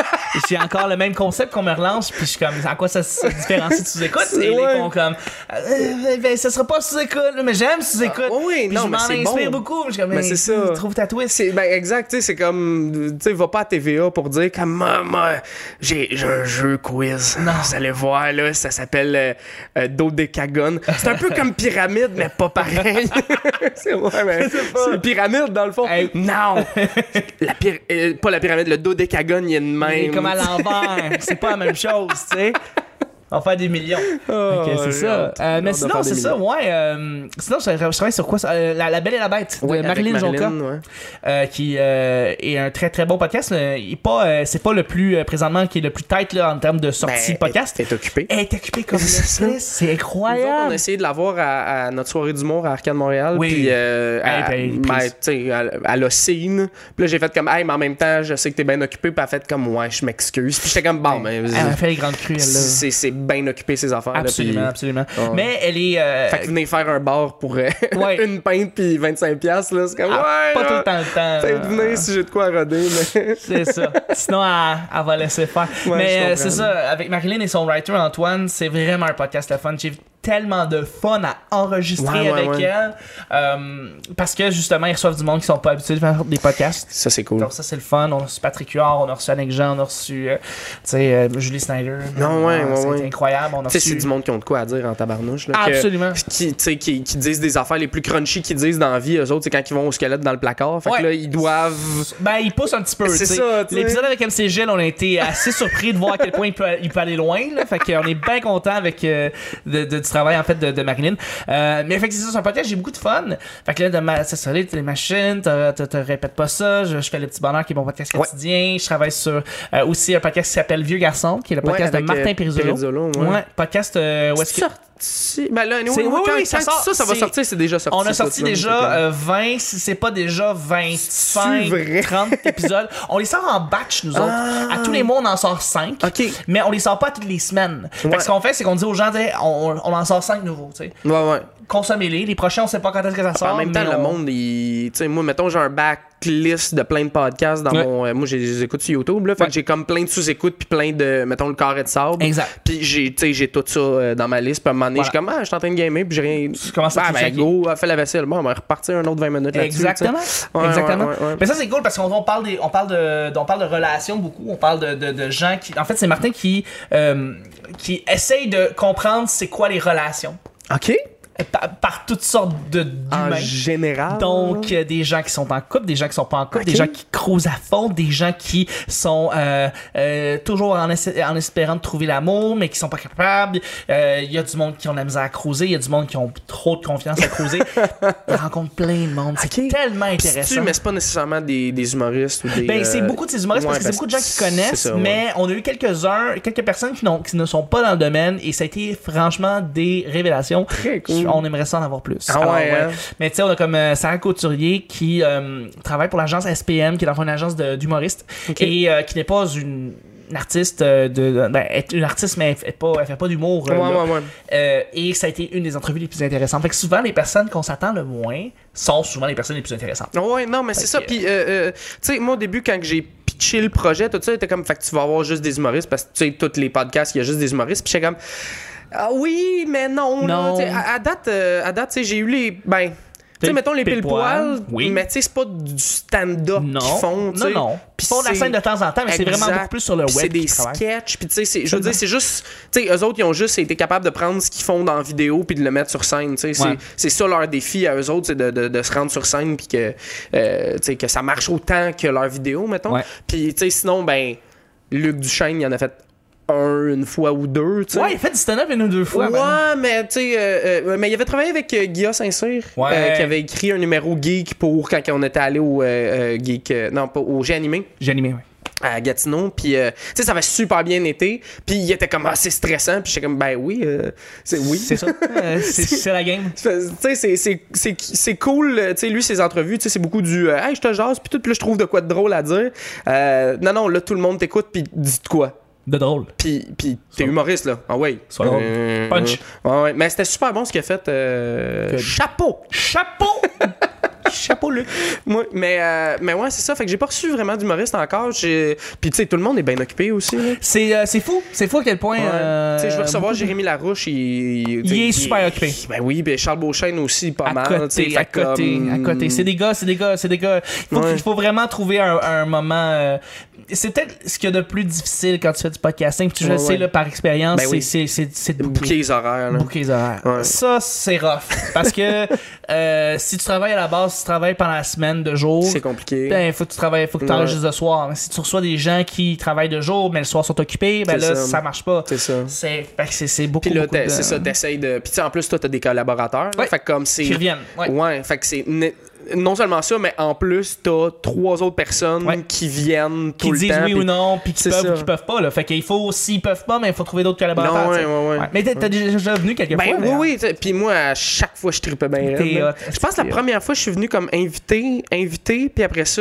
J'ai encore le même concept qu'on me relance, puis je suis comme, en quoi ça se différencie de sous-écoute? C'est- Et les ouais. cons comme, euh, ben ça sera pas sous-écoute, mais j'aime sous-écoute. Ah, oui, Puis non, je mais m'en c'est inspire bon. beaucoup. Je suis comme, Mais Ben, c'est ça. tu Trouve ta twist. C'est, ben exact, tu sais, c'est comme. Tu sais, va pas à TVA pour dire comme. Maman, j'ai, j'ai un jeu quiz. Non. Vous allez voir, là, ça s'appelle euh, euh, Dodecagone. C'est un peu comme pyramide, mais pas pareil. c'est, ouais, mais c'est pyramide, dans le fond. Hey. Non! la pyra- euh, pas la pyramide, le Dodecagone, il est de Il est même. comme à l'envers. c'est pas la même chose, tu sais. On va faire des millions. Oh, Ok, c'est j'ai ça. hâte. Euh, J'ai mais hâte de faire sinon, des c'est ça, millions. ouais. euh, sinon, je, je travaille sur quoi ça? Euh, la, La Belle et la Bête de Ouais, avec Marilyn Jonca. Marilyn, ouais. euh, qui euh, est un très très bon podcast. Euh, il est pas, euh, c'est pas le plus euh, présentement qui est le plus tight là, en termes de sortie Ben, de podcast. est- est occupé. Elle est occupée comme C'est ça. Netflix, c'est Nous autres, on incroyable. a essayé de la voir à, à notre soirée d'humour à Arcade Montréal. Oui. Puis, euh, à, ben, elle est ben, prise. tu sais, à, à l'Océane. Puis là, j'ai fait comme, hey, mais en même temps, je sais que t'es bien occupé. Puis elle a fait comme, ouais, je m'excuse. Puis j'étais comme, bon, mais. Ben, Elle a fait les grandes crues, elle là. c'est c'est bien occupé, ces affaires-là. Absolument, puis- absolument. Ouais. Mais elle est euh, Fait que venez faire un bar pour euh, Ouais. une pinte puis 25$, piastres, là. C'est comme, ah, ouais. pas là, tout le temps le temps. Peut-être là. venez si j'ai de quoi à roder. Mais... C'est ça. Sinon, elle, elle va laisser faire. Ouais, je Mais euh, comprends. c'est ça, avec Marilyn et son writer Antoine, c'est vraiment un podcast le fun. J'ai eu tellement de fun à enregistrer Ouais, ouais, avec ouais. elle. Euh, parce que justement, ils reçoivent du monde qui sont pas habitués de faire des podcasts. Ça, c'est cool. Donc ça c'est le fun, on a reçu Patrick Huard, on a reçu Annick Jean, on a reçu euh, tu sais, euh, Julie Snyder. Non, ouais, Ah, ouais, ça a été ouais. incroyable, on a Tu sais, c'est reçu du monde qui ont de quoi à dire en tabarnouche. Là, que- Absolument. qui, tu sais, qui, qui disent des affaires les plus crunchy qu'ils disent dans la vie, eux autres, c'est quand ils vont au squelette dans le placard. Fait Ouais. que là, ils doivent. Ben, il pousse un petit peu. C'est tu sais. ça, tu sais. L'épisode avec MC Gilles, on a été assez surpris de voir à quel point il peut, il peut aller loin. Là. Fait qu'on est bien content avec euh, de- de- du travail en fait de, de Marilyn. Euh, mais fait que c'est ça, c'est un podcast, j'ai beaucoup de fun. Fait que là, de ma, c'est solide, les machines, te, te, te répète pas ça. Je, je fais le petit bonheur qui est mon podcast Ouais. quotidien. Je travaille sur euh, aussi un podcast qui s'appelle Vieux Garçon, qui est le podcast Ouais, avec, de Martin euh, Perizzolo. Perizzolo, ouais. podcast euh, où est-ce que- sorti. Ben là, anyway, C'est- oui, quand, oui, quand ça ça, sort, ça, va c'est- sortir, c'est déjà sorti. On a ça, sorti tu vois, déjà fait que- euh, 20, si c'est pas déjà 25, C'est vrai. 30 épisodes. On les sort en batch, nous autres. Ah. À tous les mois, on en sort 5. euh, Ok. Mais on les sort pas toutes les semaines. Fait que Ouais. ce qu'on fait, c'est qu'on dit aux gens, tu sais, on, on en sort 5 nouveaux, tu sais. Ouais, ouais. Consommez-les. Les prochains, on sait pas quand est-ce que ça sort. Ah, en même temps, mais le on- monde, il... tu sais, moi, mettons, j'ai un backlist de plein de podcasts dans Ouais. mon. euh, moi, j'ai des écoutes sur YouTube, là. Fait Ouais. que j'ai comme plein de sous-écoutes, puis plein de. Mettons, le carré de sable. Exact. Puis j'ai, tu sais, j'ai tout ça euh, dans ma liste. Puis à un moment donné, Voilà. je suis comme, ah, je suis en train de gamer, puis j'ai rien. Tu commences à Ah, te ben, checker. go, fais la vaisselle. Bon, on va repartir un autre 20 minutes là-dessus. Exactement. tu sais. Ouais, Exactement. ouais, ouais, ouais. Mais ça, c'est cool parce qu'on on parle, des, on parle, de, on parle de relations beaucoup. On parle de, de, de gens qui. En fait, c'est Martin qui, euh, qui essaye de comprendre c'est quoi les relations OK. euh, par, par toutes sortes de- En d'humains. général. Ben, Donc, euh, des gens qui sont en couple, des gens qui sont pas en couple, Ok. des gens qui crousent à fond, des gens qui sont euh, euh, toujours en, essa- en espérant de trouver l'amour, mais qui sont pas capables. Euh, Il y a du monde qui ont de la misère à cruiser, il y a du monde qui ont trop de confiance à cruiser. On rencontre plein de monde. C'est Ok. tellement Pis c'est-tu, intéressant. mais c'est pas nécessairement des, des humoristes ou des. Ben, c'est euh, beaucoup de ces humoristes parce que ouais, c'est beaucoup de ben, gens qui c'est- connaissent, c'est ça, ouais. mais on a eu quelques-uns, quelques personnes qui, n'ont- qui ne sont pas dans le domaine et ça a été franchement des révélations. Très cool. On aimerait ça en avoir plus. Ah ouais, hein? Mais tu sais, on a comme euh, Sarah Couturier qui euh, travaille pour l'agence SPM, qui est dans le fond une agence de- d'humoristes et euh, qui n'est pas une, une artiste euh, de, de- ben, elle est une artiste mais elle fait pas elle fait pas d'humour euh, Ouais, là. ouais, ouais. Euh, et ça a été une des entrevues les plus intéressantes fait que souvent les personnes qu'on s'attend le moins sont souvent les personnes les plus intéressantes Ah Ouais, non, mais c'est ça. que- Puis, euh, euh, tu sais, moi, au début, quand que j'ai pitché le projet, tout ça, était comme, fait que tu vas avoir juste des humoristes parce que, tu sais, tous les podcasts, il y a juste des humoristes. Puis, j'étais comme, ah oui, mais non. là. Non. Tu sais, à, à date, euh, à date, tu sais, j'ai eu les. Ben. Tu Les sais, mettons les pile pile-poil, poil, oui. mais tu sais, c'est pas du stand-up Non. qu'ils font. tu sais. Non, non. Puis Ils font de la c'est- scène de temps en temps, mais c'est vraiment Exact. beaucoup plus sur le Puis web C'est des qu'ils travaillent. sketchs, puis tu sais, c'est- je veux dire, c'est juste. Tu sais, eux autres, ils ont juste été capables de prendre ce qu'ils font dans la vidéo puis de le mettre sur scène. tu sais. Ouais. C'est c'est ça leur défi à eux autres, c'est de, de, de se rendre sur scène puis que, euh, tu sais, que ça marche autant que leur vidéo, mettons. Ouais. Puis tu sais, sinon, ben, Luc Duchesne, il en a fait un, une fois ou deux, tu sais. ouais il fait du stand-up une ou deux fois ben. Ouais, maintenant. mais tu sais, euh, euh, mais il avait travaillé avec euh, Guilla Saint-Cyr, Ouais. euh, qui avait écrit un numéro geek pour quand on était allé au euh, euh, geek, euh, non pas au G animé j'ai animé ouais. à Gatineau puis euh, tu sais ça avait super bien été puis il était comme ah c'est stressant puis j'étais comme ben oui euh, c'est oui c'est ça Euh, c'est c'est la game tu sais c'est- c'est- c'est c'est cool euh, tu sais lui ses entrevues tu sais c'est beaucoup du euh, hey je te jase puis tout puis là je trouve de quoi de drôle à dire Euh, non non là tout le monde t'écoute puis dis de quoi de drôle. Puis, puis t'es humoriste, là. Ah ouais. Sois drôle. Euh, Punch. ouais, ouais. Mais c'était super bon ce qu'il a fait. euh, Que- Chapeau! Chapeau! Chapeau, Luc. Moi, mais, euh, mais ouais, c'est ça. Fait que j'ai pas reçu vraiment d'humoriste encore. J'ai- Puis tu sais, tout le monde est bien occupé aussi. là. C'est euh, c'est fou. C'est fou à quel point. Ouais. euh, Tu sais, je vais recevoir Jérémy Larouche. Il, tu sais, Il est super occupé. Ben oui, ben Charles Beauchesne aussi, pas à mal. tu côté, sais, à fait côté, comme- à côté. C'est des gars, c'est des gars, c'est des gars. Il faut, Ouais. qu'il faut vraiment trouver un, un moment. euh, C'est peut-être ce qu'il y a de plus difficile quand tu fais du podcasting. puis tu le Ouais, sais ouais. là, par expérience, Ben oui. c'est- c'est c'est- c'est de Bouquer bouquer. les horaires. là. Bouquer les horaires. Ouais. Ça, c'est rough. Parce que euh, si tu travailles à la base, si tu travailles pendant la semaine de jour, C'est compliqué. ben, faut que tu travailles, faut que tu Ouais. enregistres le soir. Mais si tu reçois des gens qui travaillent de jour, mais le soir sont occupés, ben C'est là, ça. ça. marche pas. C'est ça. C'est fait que c'est- c'est beaucoup, Puis là, beaucoup t'es- de- c'est ça, t'essayes de. Puis tu sais, en plus, toi, t'as des collaborateurs. là. Ouais. Fait que comme c'est. qui reviennent. Ouais. Ouais. fait que c'est. ne- Non seulement ça, mais en plus, t'as trois autres personnes Ouais. qui viennent tout qui le disent temps. oui ou puis- non, puis qui C'est peuvent ça. ou qui peuvent pas. Là. Fait qu'il faut, s'ils peuvent pas, mais il faut trouver d'autres collaborateurs. Non, ouais, t'sais. ouais, ouais. Mais t'es- t'as déjà venu Ben quelques fois. hein. oui, d'ailleurs. oui. t'sais, Puis moi, à chaque fois, je tripais bien. raide, T'es là. hot. Je pense que la T'es hot. première fois, je suis venu comme invité, invité, puis après ça,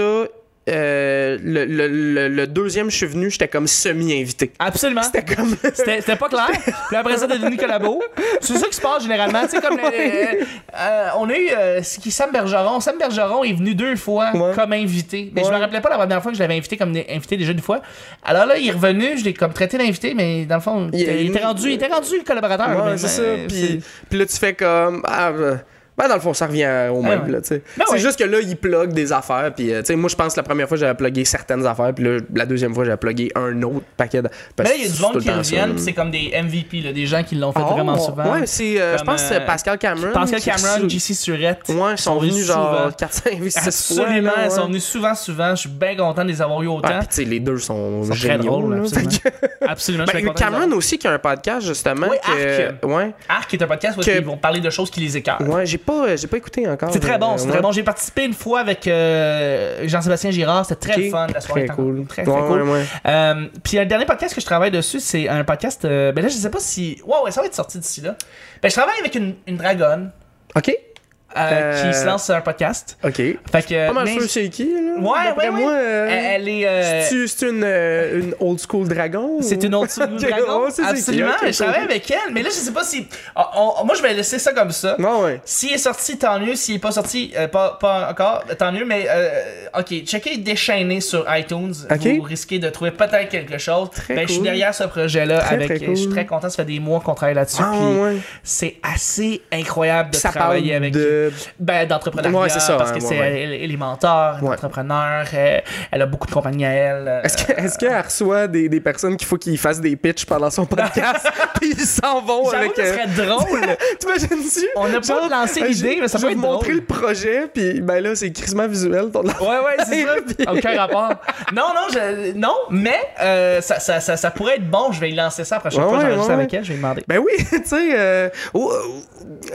euh, le, le- le- le deuxième, je suis venu, j'étais comme semi-invité. Absolument. C'était comme. C'était c'était pas clair. Puis après ça, t'es devenu collabo. C'est ça qui se passe généralement. Tu sais, comme. le- le- euh, on a eu euh, ce qui Sam Bergeron. Sam Bergeron est venu deux fois Ouais. comme invité. Mais je Ouais. me rappelais pas la première fois que je l'avais invité comme né- invité déjà une fois. Alors là, il est revenu, je l'ai comme traité d'invité, mais dans le fond, il, Il est- était rendu, il était rendu le collaborateur. Ouais, mais- c'est ça. mais- Ah, ben c'est- Puis, puis là, tu fais comme. Ah, euh, ben, dans le fond, ça revient au même. ouais. là, tu sais. Ben c'est ouais. juste que là, il plug des affaires. Puis, euh, tu sais, moi, je pense que la première fois, j'avais plugué certaines affaires. Puis là, la deuxième fois, j'avais plugué un autre paquet. De... parce Mais là, il y a que du c'est monde tout le qui temps ça, reviennent, là. pis c'est comme des MVP, là, des gens qui l'ont fait Oh, vraiment souvent. Ouais, c'est. euh, je Comme, pense que euh, c'est Pascal Cameron. Pascal qui- Cameron, JC Surette. Ouais, ils sont venus souvent. genre 400 investisseurs. Absolument, ils sont venus souvent, souvent. Je suis bien content de les avoir eu Ah, autant. puis tu sais, les deux sont, C'est très géniaux. drôle, là. absolument. Fait que- absolument, je suis Ben, bien content de les Cameron avoir. aussi qui a un podcast justement. Oui, que- Arc. Ouais, Arc est un podcast où Que- ils vont parler de choses qui les écœurent. ouais, j'ai pas, euh, j'ai pas écouté encore. C'est très bon, c'est euh, très ouais. bon. J'ai participé une fois avec euh, Jean-Sébastien Girard, c'était très Ok. le fun la Très soirée. était en- cool. Très, très Ouais, cool. ouais, ouais. Euh, puis un dernier podcast que je travaille dessus, c'est un podcast. euh, ben là, je sais pas si. Wow, ouais, ça va être sorti d'ici là. Ben, je travaille avec une, une dragonne Ok. euh, Euh, qui se lance sur un podcast. Ok. Fait que. Pas mal mais- sûr c'est qui, là. Ouais, D'après ouais, ouais. moi, Elle, euh, elle est. euh, c'est-tu- c'est une, euh, une old school dragon. ou- C'est une autre Ok, dragon. ouais, c'est- c'est qui, Absolument, ok, mais je travaille ok. avec elle. Mais là, je sais pas si. Ah, on- moi, je vais laisser ça comme ça. Non, ouais. S'il est sorti, tant mieux. S'il est pas sorti, euh, pas, pas encore, tant mieux. Mais euh, ok, checkez déchaîné sur iTunes. Ok. Vous risquez de trouver peut-être quelque chose. Très ben, je suis cool. derrière ce projet-là. Très, Avec, euh, très cool. Je suis très content. Ça fait des mois qu'on travaille là-dessus. Ah, puis ouais. C'est assez incroyable de Ça parle travailler avec de. ben, d'entrepreneuriat, Ouais, c'est ça, parce hein, que ouais, c'est ouais. elle, elle est mentor, elle est Ouais. entrepreneur, euh, elle a beaucoup de compagnies à elle. euh, Est-ce que- est-ce qu'elle reçoit des, des personnes qu'il faut qu'ils fassent des pitchs pendant son podcast, puis ils s'en vont J'avoue avec. que ce euh, serait drôle. T'imagines-tu? On n'a pas Genre, lancé euh, l'idée, je- mais ça peut Je vais être vous montrer drôle. le projet, puis ben là, c'est crissement visuel. Ton... Ouais, ouais, c'est Puis- ça. Aucun rapport. Non, non, je- non, mais euh, ça, ça, ça, ça pourrait être bon. Je vais y lancer ça la prochaine Ouais, fois. ouais, J'enregistre ouais, avec elle, je vais lui demander. Ben oui, tu sais, euh, ou-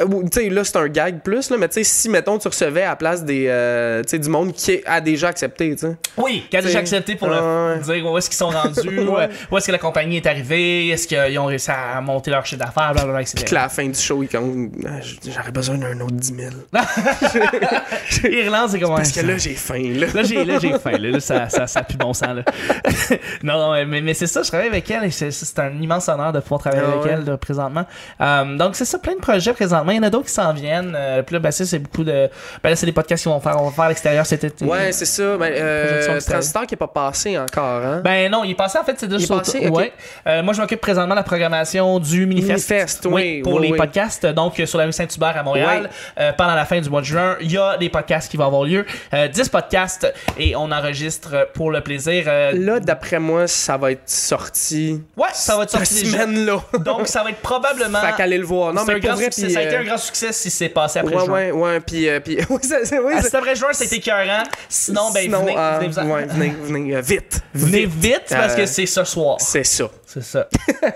ou- ou- tu sais, là c'est un gag plus, là, mais tu sais, si mettons tu recevais à la place des, euh, tu sais, du monde qui est- a déjà accepté, tu sais. Oui, quand j'ai T'sais, accepté pour ouais, le ouais. dire où est-ce qu'ils sont rendus, où, où est-ce que la compagnie est arrivée, est-ce qu'ils ont réussi à monter leur chiffre d'affaires, blablabla, etc. Que la fin du show, ils comme, Ah, j- j'aurais besoin d'un autre 10 000. Irlande, c'est comment Parce ça? que là j'ai faim, là. Là, j'ai, là, j'ai faim. Là, Là, ça, ça, ça pue de bon sang. Là. non, non, mais- mais, mais c'est ça, je travaille avec elle et c'est, c'est un immense honneur de pouvoir travailler Ah avec ouais. elle là, présentement. Euh, donc, c'est ça, plein de projets présentement. Il y en a d'autres qui s'en viennent. Euh, puis là, ben, ça, c'est beaucoup de. Ben, là, c'est des podcasts qu'ils vont faire. On va faire à l'extérieur cet été. Ouais, c'est ça. Ben, Projection euh, extérieure. Transistor qui est pas passé encore, hein. Ben non, il est passé en fait, c'est deux Il est sur- passé, ok. ouais. Euh, moi, je m'occupe présentement de la programmation du Minifest. Minifest, oui, pour oui, les oui. podcasts, donc euh, sur la rue Saint-Hubert à Montréal. Euh, pendant la fin du mois de juin, il y a des podcasts qui vont avoir lieu. Euh, 10 podcasts et on enregistre euh, pour le plaisir. euh, Là, d'après moi, ça va être sorti. Ouais, ça va être cette sorti déjà. semaine-là. Donc, ça va être probablement. Fait qu'allez le voir. Non, c'est mais un pour grand vrai, succès. puis, Ça a été euh, un grand succès si c'est passé après Ouais, juin. ouais, ouais, puis, euh, puis, oui, c'est, c'est- oui, Ah, c'est- Si c'est après juin, c'était écœurant. Sinon, ben, Sinon, venez, euh, venez, vous en- ouais, venez, venez, euh, vite, Venez vite parce que Euh, c'est ce soir. C'est ça. C'est ça.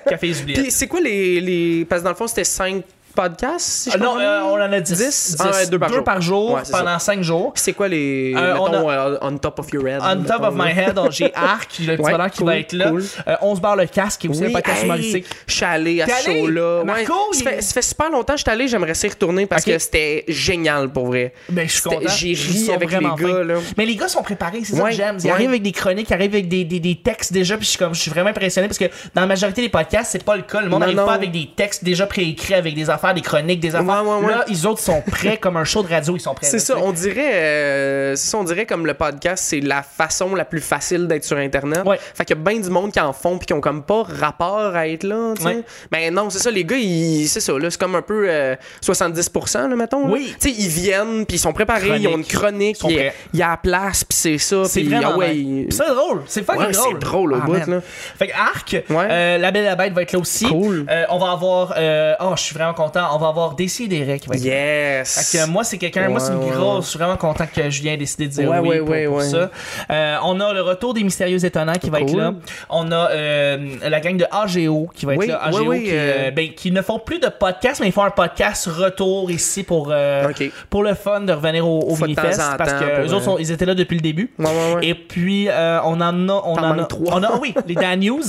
Café Zuliette. Puis c'est quoi les, les- Parce que dans le fond, c'était cinq podcasts si je Ah, non, comprends euh, bien? on en a 10. Dix? Ah, deux par jour. Ouais, c'est pendant 5 jours. C'est quoi les. Euh, on mettons, euh, on top of your head. On top mettons, of my là. head, on- j'ai Arc, j'ai le petit Ouais, bonheur qui cool, va être là. cool. Euh, on se barre le casque, qui est aussi Oui, un podcast hey, humoristique. Je suis allé à T'es ce allé? show-là. Ouais, Marco, il- ça, fait, ça fait super longtemps que je suis allé, j'aimerais s'y retourner parce Ok. que c'était génial pour vrai. Ben, je suis C'était- content. J'ai Ils ri sont avec les vraiment gars, fins. là. Mais les gars sont préparés, c'est ça Ouais, que j'aime. Ils ouais. arrivent avec des chroniques, ils arrivent avec des, des, des textes déjà, puis je suis comme, je suis vraiment impressionné parce que dans la majorité des podcasts, c'est pas le cas. Le Non, monde n'arrive non. pas avec des textes déjà préécrits, avec des affaires, des chroniques, des affaires. Ouais, ouais, ouais. Là, ils autres sont prêts comme un show de radio, ils sont prêts. C'est là, ça, tu sais. on dirait, euh, c'est ça, on dirait comme le podcast, c'est la façon la plus facile d'être sur Internet. Ouais. Fait qu'il y a bien du monde qui en font puis qui ont comme pas rapport à être là, tu sais. Ouais. Mais non, c'est ça, les gars, ils- c'est ça, là, c'est comme un peu euh, 70%, là, mettons. là. Oui. Tu sais, ils viennent puis ils sont préparés, ils ont une chronique, Ils sont il y a- prêts. il y a la place puis c'est ça. C'est puis, vraiment ah ouais, nice. ils- Puis C'est drôle, c'est fucking Ouais, drôle. Ah, c'est drôle au bout, man. là. Fait que Arc, Ouais. euh, la Belle et la Bête va être là aussi. Cool. Euh, on va avoir, euh, oh, je suis vraiment content, on va avoir Décideret qui va être là. Yes. Fait que euh, moi, c'est quelqu'un, moi, c'est une Ouais, ouais, grosse. ouais. Je suis vraiment content que Julien ait décidé de dire Ouais, oui ouais, pour, ouais, pour ouais. ça. Euh, on a le retour des Mystérieux Étonnants qui va être Cool. là. On a euh, la gang de AGO qui va être Oui, là. oui, AGO oui, qui, euh, euh, ben, qui ne font plus de podcast, mais ils font un podcast retour ici pour, euh, Ok. pour le fun de revenir au, au Faut de Minifest. temps en Parce temps que pour, euh, eux autres, sont- ils étaient là depuis le début. Ouais, ouais, ouais. Et puis, euh, on en a. On T'en en a, manques trois. on a- oui, les Dan News.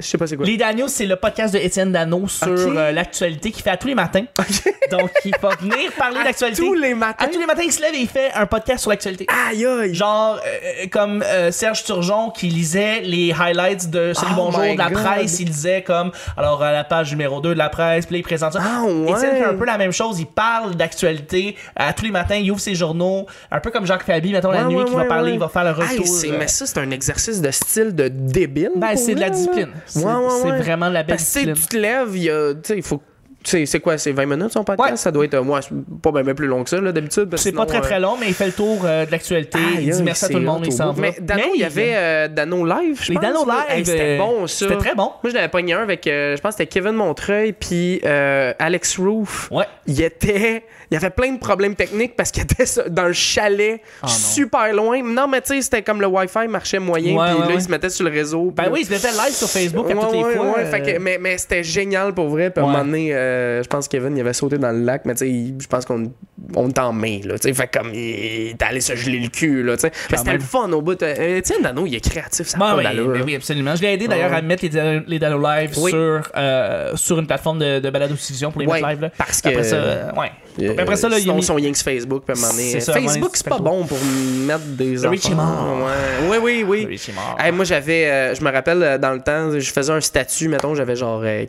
Je sais pas c'est quoi. Les Daniels, c'est le podcast de Étienne Dano sur Ok. euh, l'actualité qu'il fait à tous les matins. Donc, il va venir parler À d'actualité. tous les matins? À tous les matins, il se lève et il fait un podcast sur l'actualité. Aïe aïe. Genre, euh, comme euh, Serge Turgeon qui lisait les highlights de Salut Oh Bonjour my de la God. presse, il disait comme, alors à la page numéro 2 de la presse, puis là, il présente ça. Ah, ouais. Étienne fait un peu la même chose, il parle d'actualité à tous les matins, il ouvre ses journaux, un peu comme Jacques Fabi, mettons la Ouais, nuit, ouais, qui va ouais, parler, ouais. il va faire le retour. Aïe, c'est- euh, mais ça, c'est un exercice de style de débile. ben, pour c'est de la vrai, là. discipline. C'est Ouais, ouais, c'est ouais. Ben, vraiment de la belle Parce que tu discipline. sais, tu te lèves, il y a- tu sais, il faut. tu sais, C'est quoi, c'est 20 minutes son podcast? Ouais. Ça doit être, euh, moi, c'est pas même plus long que ça, là, d'habitude. C'est pas très très long, mais il fait le tour euh, de l'actualité. il dit merci à tout le monde, il s'en va. Mais Dano, il y avait euh, Dano Live, je Les pense. Dano là. Live, Hey, C'était euh, bon, ça. c'était très bon. Moi, je l'avais pogné un avec, euh, je pense que c'était Kevin Montreuil, puis euh, Alex Roof. Ouais. Il était. Il y avait plein de problèmes techniques parce qu'il était sur- dans le chalet, Ah, super loin. Non, mais tu sais, c'était comme le Wi-Fi marchait moyen, Ouais, puis ouais, là, ouais. il se mettait sur le réseau. Ben puis- oui, il se mettait live sur Facebook à Ouais, toutes les ouais, fois. ouais, euh, fait que- mais mais c'était génial pour vrai. Puis à Ouais. un moment donné, euh, je pense que Kevin, il avait sauté dans le lac, mais tu sais, il- je pense qu'on on est en main, là. Tu sais, fait comme il est allé se geler le cul, là. tu sais. Mais c'était même. le fun au bout. de- Euh, Étienne Dano, il est créatif, ça a Ben pas oui, d'allure. ben oui, absolument. Je l'ai aidé d'ailleurs à mettre les, Dan- les Dano Live Oui. sur, euh, sur une plateforme de, de balado-diffusion pour les Ouais, mettre live. Là. parce Après que- ça, euh, ouais. Euh, Puis après ça, là, il a sinon, mis... son lien sur Facebook, puis à un moment donné, C'est ça, à un moment donné, Facebook, c'est pas c'est bon pour mettre des Le reach affaires. est mort. Ouais. Oui, oui, Le oui. reach est mort. Hey, moi, j'avais, euh, je me rappelle, euh, dans le temps, je faisais un statut, mettons, j'avais genre euh,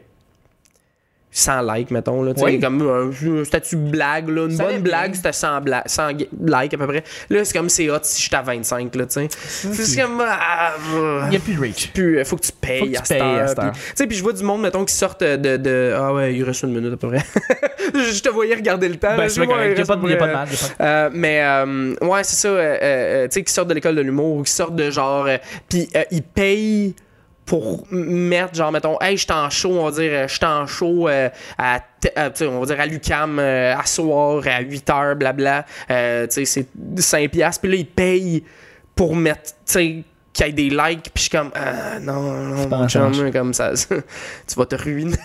100 likes, mettons, là, tu sais, Oui. comme euh, un, un statut blague, là, une Ça allait bonne blague, bien. c'était 100, bla- 100 ga- likes à peu près. Là, c'est comme c'est hot si j'étais à 25, là, tu sais. C'est comme... ah, euh, Il n'y a plus de reach. plus, euh, faut que tu payes Faut que tu à cette payes à heure, cette puis- heure. Tu sais, puis je vois du monde, mettons, qui sortent euh, de, de- Ah ouais, il reste une minute à peu près. je je te voyais regarder le temps. Ben, là, c'est je vois, correct, il y a reste pas de- à peu y a près, pas de mal, y a pas euh, mais, euh, ouais, c'est ça, euh, euh, tu sais, qui sortent de l'école de l'humour ou qui sortent de genre. euh, puis euh, ils payent pour m- mettre genre mettons hey je suis en show on va dire euh, je suis en show euh, à t- euh, tu sais, on va dire à Lucam euh, à soir à 8h blabla Euh, tu sais c'est 5 piastres. puis là ils payent pour mettre tu sais qu'il y ait des likes puis je suis comme ah, non non pas mon ça chum comme ça tu vas te ruiner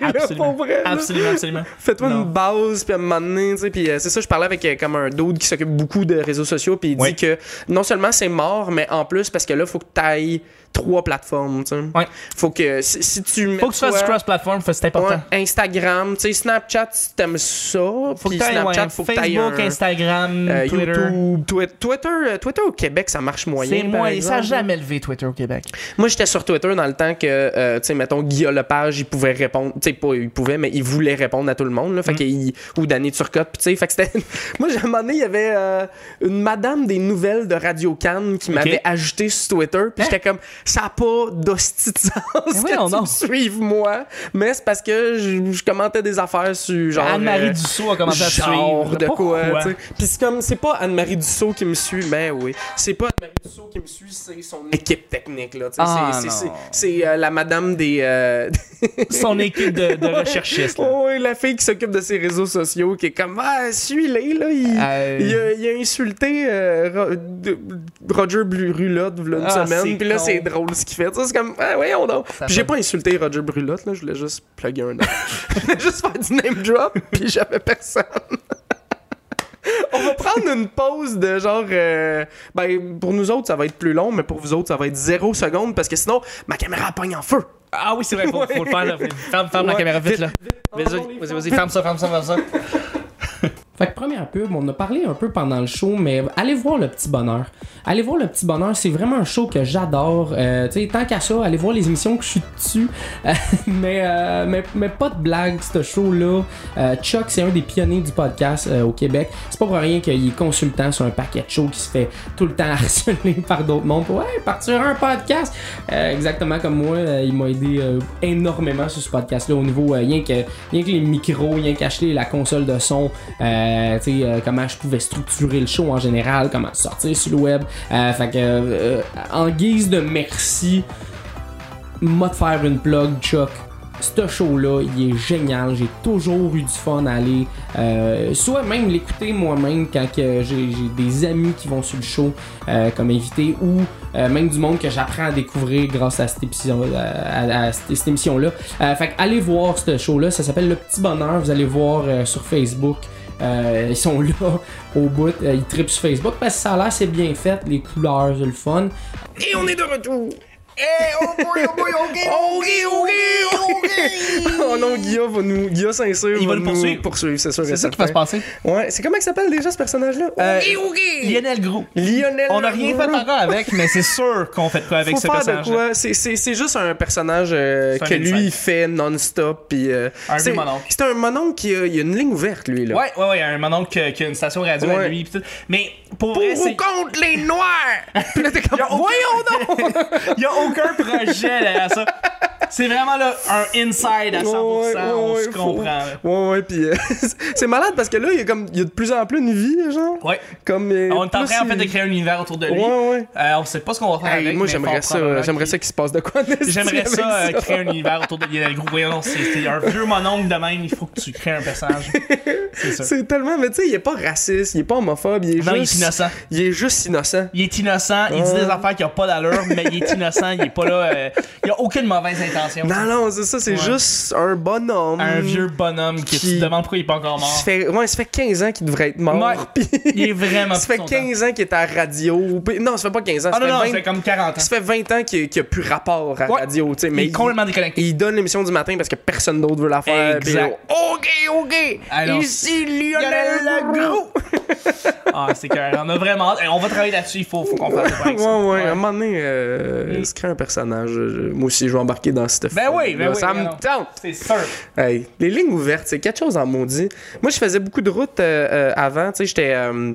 là, Absolument. pour vrai, là. absolument, absolument. Fais-toi Non. une base, puis à un moment donné, tu sais, puis euh, c'est ça, je parlais avec euh, comme un dude qui s'occupe beaucoup de réseaux sociaux, puis il Ouais. dit que non seulement c'est mort, mais en plus, parce que là, faut que tu ailles trois plateformes, tu sais. Ouais. Faut que, si, si tu mets Faut que tu fasses toi, du cross-platform, faut- c'est important. ouais, Instagram, tu sais, Snapchat, si t'aimes ça, Faut que puis t'ailles, Snapchat, ouais, faut que t'ailles Facebook, un- Instagram, euh, Twitter. YouTube, Twi- Twitter, euh, Twitter au Québec, ça marche moyen. C'est par moi, ça n'a exemple. jamais levé Twitter au Québec. Moi, j'étais sur Twitter dans le temps que, euh, tu sais, mettons, Guillaume Lepage, il pouvait répondre, tu sais, pas il pouvait, mais il voulait répondre à tout le monde, là, fait Mm. qu'il- ou Danny Turcotte, puis tu sais, fait que c'était... Moi, à un moment donné, il y avait euh, une madame des nouvelles de Radio Cannes qui m'avait ajouté sur Twitter, puis j'étais comme, ça n'a pas d'hostie de sens que Hein? voyons tu donc. me suives, moi, mais c'est parce que je, je commentais des affaires sur, genre... Anne-Marie euh, Dussault a commencé à te genre suivre. de quoi, Pourquoi? tu sais. Puis c'est comme, c'est pas Anne-Marie Dussault qui me suit, mais oui. C'est pas Anne-Marie Dussault qui me suit, c'est son équipe technique, là. tu sais. Ah, c'est, c'est- non. c'est- c'est, euh, la madame des. euh, son équipe de, de recherchistes. là. Oh, ouais, la fille qui s'occupe de ses réseaux sociaux, qui est comme, ah, suis-les, là. Il, Euh. il a, il a insulté euh, Ro- de- Roger Blurula de- v'là une Ah, c'est semaine. Puis là, con. c'est drôle ce qu'il fait. Tu sais, C'est comme, ah, voyons donc. Ça Puis j'ai fait- pas insulté Roger Brulotte, là, je voulais juste plugger un nom. je voulais juste faire du name drop, puis j'avais personne. On va prendre une pause de genre. euh, ben, pour nous autres, ça va être plus long, mais pour vous autres, ça va être zéro seconde parce que sinon, ma caméra pogne en feu. Ah oui, c'est vrai, faut, faut le faire. Là. Ferme, ferme la Ouais. caméra vite, là. Vas-y, les vas-y, vas-y, ferme ça, ferme ça, ferme ça. Fait que première pub, on a parlé un peu pendant le show, mais allez voir le petit bonheur. Allez voir le petit bonheur, c'est vraiment un show que j'adore. Euh, tu sais, tant qu'à ça, allez voir les émissions que je suis dessus. Euh, mais, euh, mais, mais pas de blague, ce show-là. Euh, Chuck, c'est un des pionniers du podcast euh, au Québec. C'est pas pour rien qu'il est consultant sur un paquet de shows qui se fait tout le temps harceler par d'autres mondes. Ouais, partir un podcast. Euh, exactement comme moi, euh, il m'a aidé euh, énormément sur ce podcast-là au niveau euh, rien, que, rien que les micros, rien qu'acheter la console de son, euh, tu sais, euh, comment je pouvais structurer le show en général, comment sortir sur le web. Euh, fait que euh, en guise de merci, m'a de faire une plug, Chuck. Ce show-là, il est génial. J'ai toujours eu du fun à aller, euh, soit même l'écouter moi-même quand que j'ai j'ai des amis qui vont sur le show euh, comme invités ou euh, même du monde que j'apprends à découvrir grâce à cette émission, à, à- à cette, cette émission-là. Euh, fait que allez voir ce show-là. Ça s'appelle Le Petit Bonheur. Vous allez voir euh, sur Facebook. Euh, ils sont là au bout. Euh, ils tripent sur Facebook parce que ça a l'air c'est bien fait. Les couleurs, c'est le fun. Et on est de retour. Eh, oh boy, oh boy, ok, Oh, oui, oh, oui, oh, oui. ok. Oh non, Guilla va nous. Guilla Saint-Cyr. Il va le poursuivre. poursuivre c'est sûr. C'est et ça qui certain. va se passer. Ouais, c'est comment il s'appelle déjà ce personnage-là Euh, Lionel Gros. Lionel. On n'a rien fait Roux. encore avec, mais c'est sûr qu'on fait de quoi avec Faut ce faire de personnage. quoi. C'est- C'est c'est juste un personnage euh, C'est un que lui inside. il fait non-stop. puis, euh, Un c'est- vieux mononcle. C'est un mononcle qui a, il a une ligne ouverte, lui. Là. Ouais, ouais, ouais, un mononcle qui a- qui a une station radio à Ouais. lui. pis tout. Mais Pour pour, vrai, ou c'est- contre les Noirs Puis là, t'es comme, Voyons donc il n'y a aucun projet derrière ça. C'est vraiment là, un inside à 100%, on se faut- comprend. là. Ouais, ouais, puis euh, c'est malade parce que là, il y, a comme, il y a de plus en plus une vie, genre. Ouais. Comme, euh, On est en plus train en fait il- de créer un univers autour de lui. Ouais, ouais. Euh, on sait pas ce qu'on va faire Hey, avec. moi, mais j'aimerais fort ça, euh, probablement j'aimerais qu'il- ça qu'il se passe de quoi. J'aimerais avec ça, euh, créer un univers autour de Lionel Gros. Voyons, c'est c'est un vieux mononcle de même. Il faut que tu crées un personnage. C'est ça. C'est tellement, mais tu sais, il est pas raciste, il est pas homophobe, il est Non, il est juste. Ah. innocent. Il est juste innocent. Il est innocent, il dit des affaires qui n'ont pas d'allure, mais il est innocent, il est pas là, euh, il a aucune mauvaise intention. Non, non, c'est ça, c'est Ouais. juste un bonhomme. Un vieux bonhomme qui, Qui- tu te demande pourquoi il est pas encore Ça mort. fait, ouais, ça fait 15 ans qu'il devrait être mort. Ouais. puis- Il est vraiment Ça fait plus 15 ans qu'il est à la radio. puis- Non, ça fait pas 15 ans. Ah ça, non, fait non, 20 ça fait comme 40 ans. ça fait 20 ans qu'il n'y a plus rapport à la Ouais. radio. tu sais, Il Mais est complètement déconnecté. il donne l'émission du matin parce que personne d'autre veut la faire. puis Exact. là, OK, OK. Alors, Ici Lionel Lionel Legros. Ah, c'est carré. On a vraiment hâte. Eh, On va travailler là-dessus, il faut, faut qu'on fasse Ouais, avec ça. ouais, à un moment donné, euh, il se crée un personnage. Je- Moi aussi, je vais embarquer dans cette Ben oui, ben là, oui, Ça ben me non. tente. C'est sûr. Hey, les lignes ouvertes, c'est quelque chose en maudit. Moi, je faisais beaucoup de routes euh, euh, avant. Tu sais, j'étais. euh,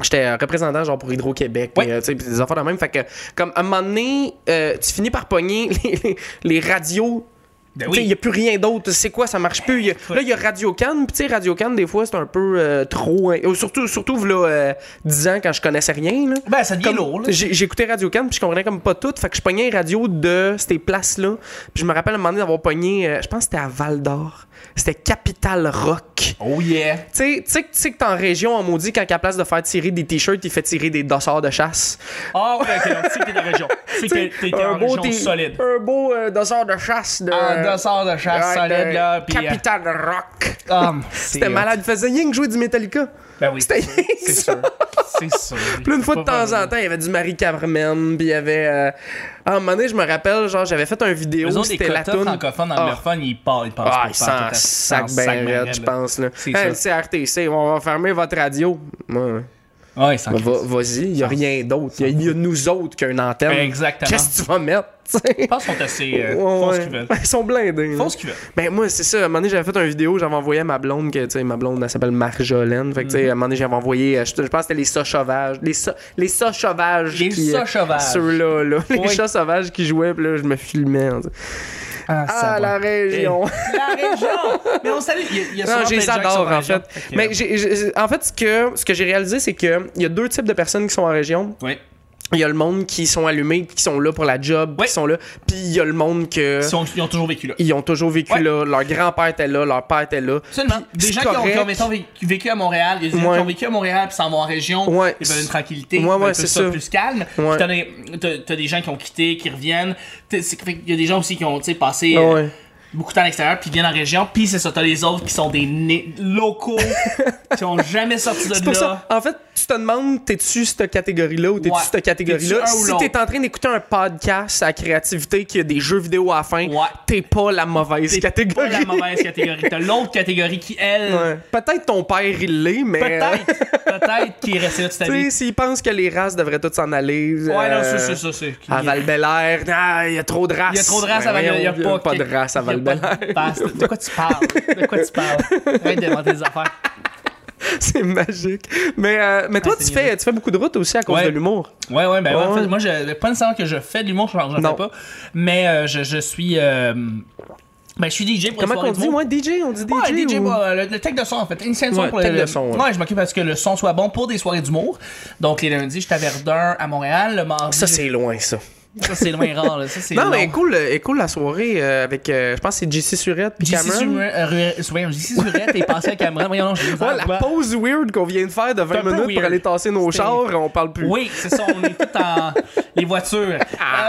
J'étais euh, représentant genre pour Hydro-Québec, Ouais. puis, euh, tu sais, puis des affaires de même. Fait que, comme à un moment donné, euh, tu finis par pogner les, les- les radios. Ben Tu sais, Il n'y oui. a plus rien d'autre. C'est quoi, ça marche plus. Il y a- Ouais. Là, il y a Radio Cannes. Puis, tu sais, Radio Cannes, des fois, c'est un peu euh, trop. hein. Euh, surtout, surtout v'là, euh, 10 ans, quand je connaissais rien. Là. Ben, ça devient Comme- lourd, là. j'ai- J'écoutais Radio Cannes puis je comprenais comme pas tout. Fait que je pognais les radios de ces places-là. Puis je me rappelle un moment donné d'avoir pogné, euh, je pense que c'était à Val d'Or. C'était Capital Rock. Oh yeah. Tu sais- tu sais que- tu sais que t'es en région en maudit quand à la place de faire tirer des t-shirts, il fait tirer des dossards de chasse. Ah ouais, ok, on sait que t'es de région. C'est Tu sais, que t'es- t'es en beau région t- solide. Un beau euh, dossard de chasse de. En dessert de chasse Ouais, de solide, là, euh, euh, pis... Capital Rock. C'était C'était malade, il faisait rien que jouer du Metallica. Ben oui, euh, C'était c'est sûr. C'est sûr. C'est sûr. Puis là, une fois de Pas temps en vraiment. temps, il y avait du Marie Carmen, puis il y avait. euh, À un moment donné, je me rappelle, genre, j'avais fait un vidéo, Eux autres, les c'était la quotas toune. francophones, Ah. anglophones, ils parlent, ils pensent Ah, pas ils faire s'en tout à- sac s'en ben bien raide, je raide, pense. Là. C'est Hein, ça. le CRTC, on va fermer votre radio. Ouais. là. Ah, Ouais, ils s'en Va- Vas-y, il n'y a rien d'autre. Il y, a- il y a nous autres qu'une antenne. Exactement. Qu'est-ce que tu vas mettre? tu sais? Je pense qu'on t'a assez. euh, Ouais, Font ce ouais. qu'ils veulent. Ils sont blindés. Font là. ce qu'ils veulent. Ben moi, c'est ça. À un moment donné, j'avais fait une vidéo, j'avais envoyé à ma blonde, que, tu sais, ma blonde, elle s'appelle Marjolaine. Fait que, tu Mhm. sais, à un moment donné, j'avais envoyé, euh, je, je pense que c'était les chats sauvages. Les, so- les chats sauvages. Les qui, euh, chats sauvages. Ceux-là, là. Les Oui. chats sauvages qui jouaient, puis là, je me filmais. hein, tu sais. Ah, Ah, la région! La région! Mais on salue, il y a, il y a Non, sûrement j'ai plein de gens qui sont j'adore la en région. fait. Mais j'ai- j'ai- en fait, ce que, ce que j'ai réalisé, c'est que il y a deux types de personnes qui sont en région. euh, Ouais. Il y a le monde qui sont allumés, qui sont là pour la job, Ouais. qui sont là. Puis il y a le monde que. Ils, sont- ils ont toujours vécu là. Ils ont toujours vécu Ouais. là. Leur grand-père était là, leur père était là. Seulement, Puis des c'est gens qui ont, qui ont, correct. mettons, vécu- vécu à Montréal, il y a des gens Ouais. qui ont vécu à Montréal puis s'en vont en région, Ouais. ils veulent une tranquillité, Ouais, ils veulent ouais, que c'est ce soit ça. plus calme. Puis Ouais. t'en as- T'as t'as des gens qui ont quitté, qui reviennent. T'sais, c'est- fait qu'il y a des gens aussi qui ont tu sais, passé euh, Ah Ouais. beaucoup de temps à l'extérieur puis viennent en région, puis c'est ça, t'as les autres qui sont des né- locaux qui ont jamais sorti de C'est là. pour ça. En fait, tu te demandes, t'es-tu cette catégorie-là ou t'es-tu Ouais. cette catégorie-là? T'es-tu un ou Si l'autre? t'es en train d'écouter un podcast à la créativité qui a des jeux vidéo à la fin, Ouais. t'es pas la mauvaise C'est catégorie. Pas la mauvaise catégorie. T'as l'autre catégorie qui, elle, Ouais. Peut-être ton père, il l'est, mais. peut-être, peut-être qu'il est resté là toute sa Tu vie. sais, s'il pense que les races devraient toutes s'en aller. Ouais, non, euh, c'est ça, ça, c'est. À val il y a trop de races. Il y a trop de races Ben à Val-Belair. Il y a voyons, pas, de races à il y a val pas de race. De quoi tu parles? De quoi tu parles? Arrête d'inventer des affaires. C'est magique. Mais, euh, mais toi, Ah, c'est tu, fais, tu fais beaucoup de routes aussi à cause Ouais. de l'humour. Ouais, ouais, ben Ouais, ouais, en fait, ouais. moi, je, pas nécessairement que je fais de l'humour, je j'en Non. fais pas. Mais euh, je, je suis. euh, ben, je suis DJ pour les Comment soirées qu'on de dit, vous. ouais, DJ, on dit DJ. Ouais, DJ, ou- bah, le, le tech de son en fait. Une scène Ouais, son pour tech le, de son, ouais. Ouais, je m'occupe à ce que le son soit bon pour des soirées d'humour. Donc les lundis, j'étais à Verdun, à Montréal, le mardi. Ça, c'est loin, ça. ça, c'est loin rare, là. Ça, c'est Non, long. mais cool, euh, cool la soirée euh, avec, euh, je pense, que c'est JC Surette puis JC Cameron. Surette- euh, Ru- voyons, JC Surette et Pascal Cameron. Voyons, non, j'ai Ouais, la pause weird qu'on vient de faire de C'est 20 un peu minutes pour weird. aller tasser nos C'était- chars, on parle plus. Oui, c'est ça, on est tout en. les voitures.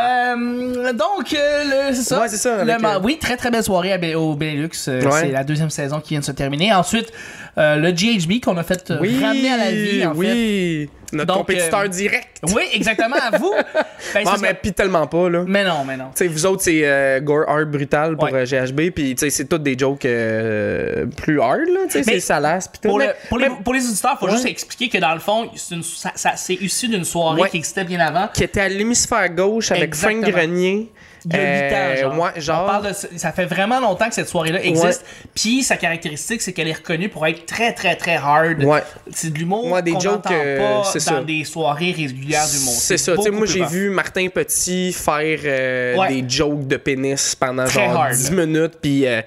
Euh, donc, euh, le- c'est ça. Ah. Ouais, c'est ça, avec, Le ma- euh, Oui, très très belle soirée à Be- au Benelux. Euh, Ouais. C'est la deuxième saison qui vient de se terminer. Ensuite, euh, le GHB qu'on a fait euh, ramener à la vie, en fait. oui. Notre Donc, compétiteur euh, direct. Oui, exactement, à vous. Ben, Ah, c'est mais ça. puis tellement pas, là. mais non, mais non. Tu sais, vous autres, c'est euh, gore hard brutal pour Ouais. euh, GHB, puis tu sais, c'est toutes des jokes euh, plus hard, là. Tu sais, Mais c'est salace, puis tout. Pour, mais- le- pour les, mais- pour les auditeurs, faut Ouais. juste expliquer que dans le fond, c'est une- ça- ça- c'est issu d'une soirée Ouais. qui existait bien avant. Qui était à l'hémisphère gauche avec Frank Exactement. Grenier. Il y a 8 Euh, ans, genre. ouais, genre. On parle de ça- ça fait vraiment longtemps que cette soirée-là existe. Puis sa caractéristique, c'est qu'elle est reconnue pour être très, très, très hard. Ouais. C'est de l'humour Ouais, des qu'on jokes, n'entend euh, pas c'est dans ça. des soirées régulières d'humour. C'est ça. Tu sais, beaucoup moi, plus j'ai rare. vu Martin Petit faire euh, Ouais. des jokes de pénis pendant Très genre hard, 10 là. minutes, puis euh,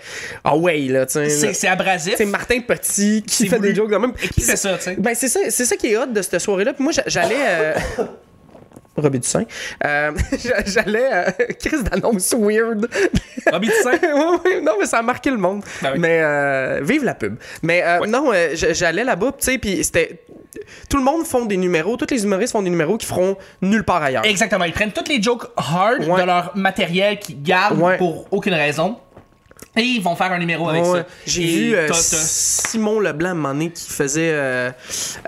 ah ouais, là, tu sais. C'est là. c'est abrasif. C'est Martin Petit qui C'est fait voulu. des jokes de même. Et qui fait ça, tu sais? Ben, c'est ça, c'est ça qui est hot de cette soirée-là. Puis moi, j'a- j'allais. euh, Robbie Toussaint. Euh, j'a- j'allais. euh, Crise d'annonce weird. Robbie Toussaint. Ouais, ouais, non, mais ça a marqué le monde. Ben oui. Mais euh, vive la pub. Mais euh, Ouais. non, euh, j- j'allais là-bas, tu sais, puis c'était. Tout le monde font des numéros, tous les humoristes font des numéros qui feront nulle part ailleurs. Exactement. Ils prennent toutes les jokes hard Ouais. de leur matériel qu'ils gardent Ouais. pour aucune raison. Et ils vont faire un numéro avec Ouais. ça. J'ai Et vu euh, t'as- t'as- Simon Leblanc à un moment donné qui faisait euh,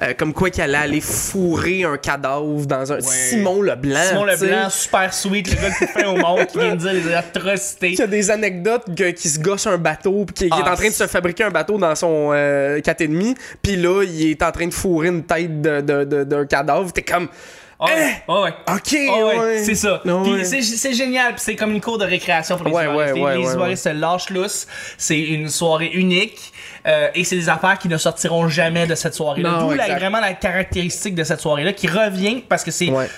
euh, comme quoi qu'il allait aller fourrer un cadavre dans un. Simon Leblanc. Simon tu sais. Leblanc, super sweet, le gars le plus fin au monde qui vient de dire les atrocités. Il y a des anecdotes que- qui se gosse un bateau puis qui, qui est Ah, en train de se fabriquer un bateau dans son euh, 4,5 puis là il est en train de fourrer une tête de- de- de- d'un cadavre t'es comme Ah ouais. Hein? Ah ouais. ok Ah ouais, ouais. c'est ça. Ah Puis ouais. c'est- C'est génial, puis c'est comme une cour de récréation pour les Ouais, soirées. ouais, ouais, les ouais, soirées ouais. se lâchent lousse, c'est une soirée unique, euh, et c'est des affaires qui ne sortiront jamais de cette soirée-là. Non, D'où la- exact. vraiment la caractéristique de cette soirée-là, qui revient, parce que c'est... Ouais.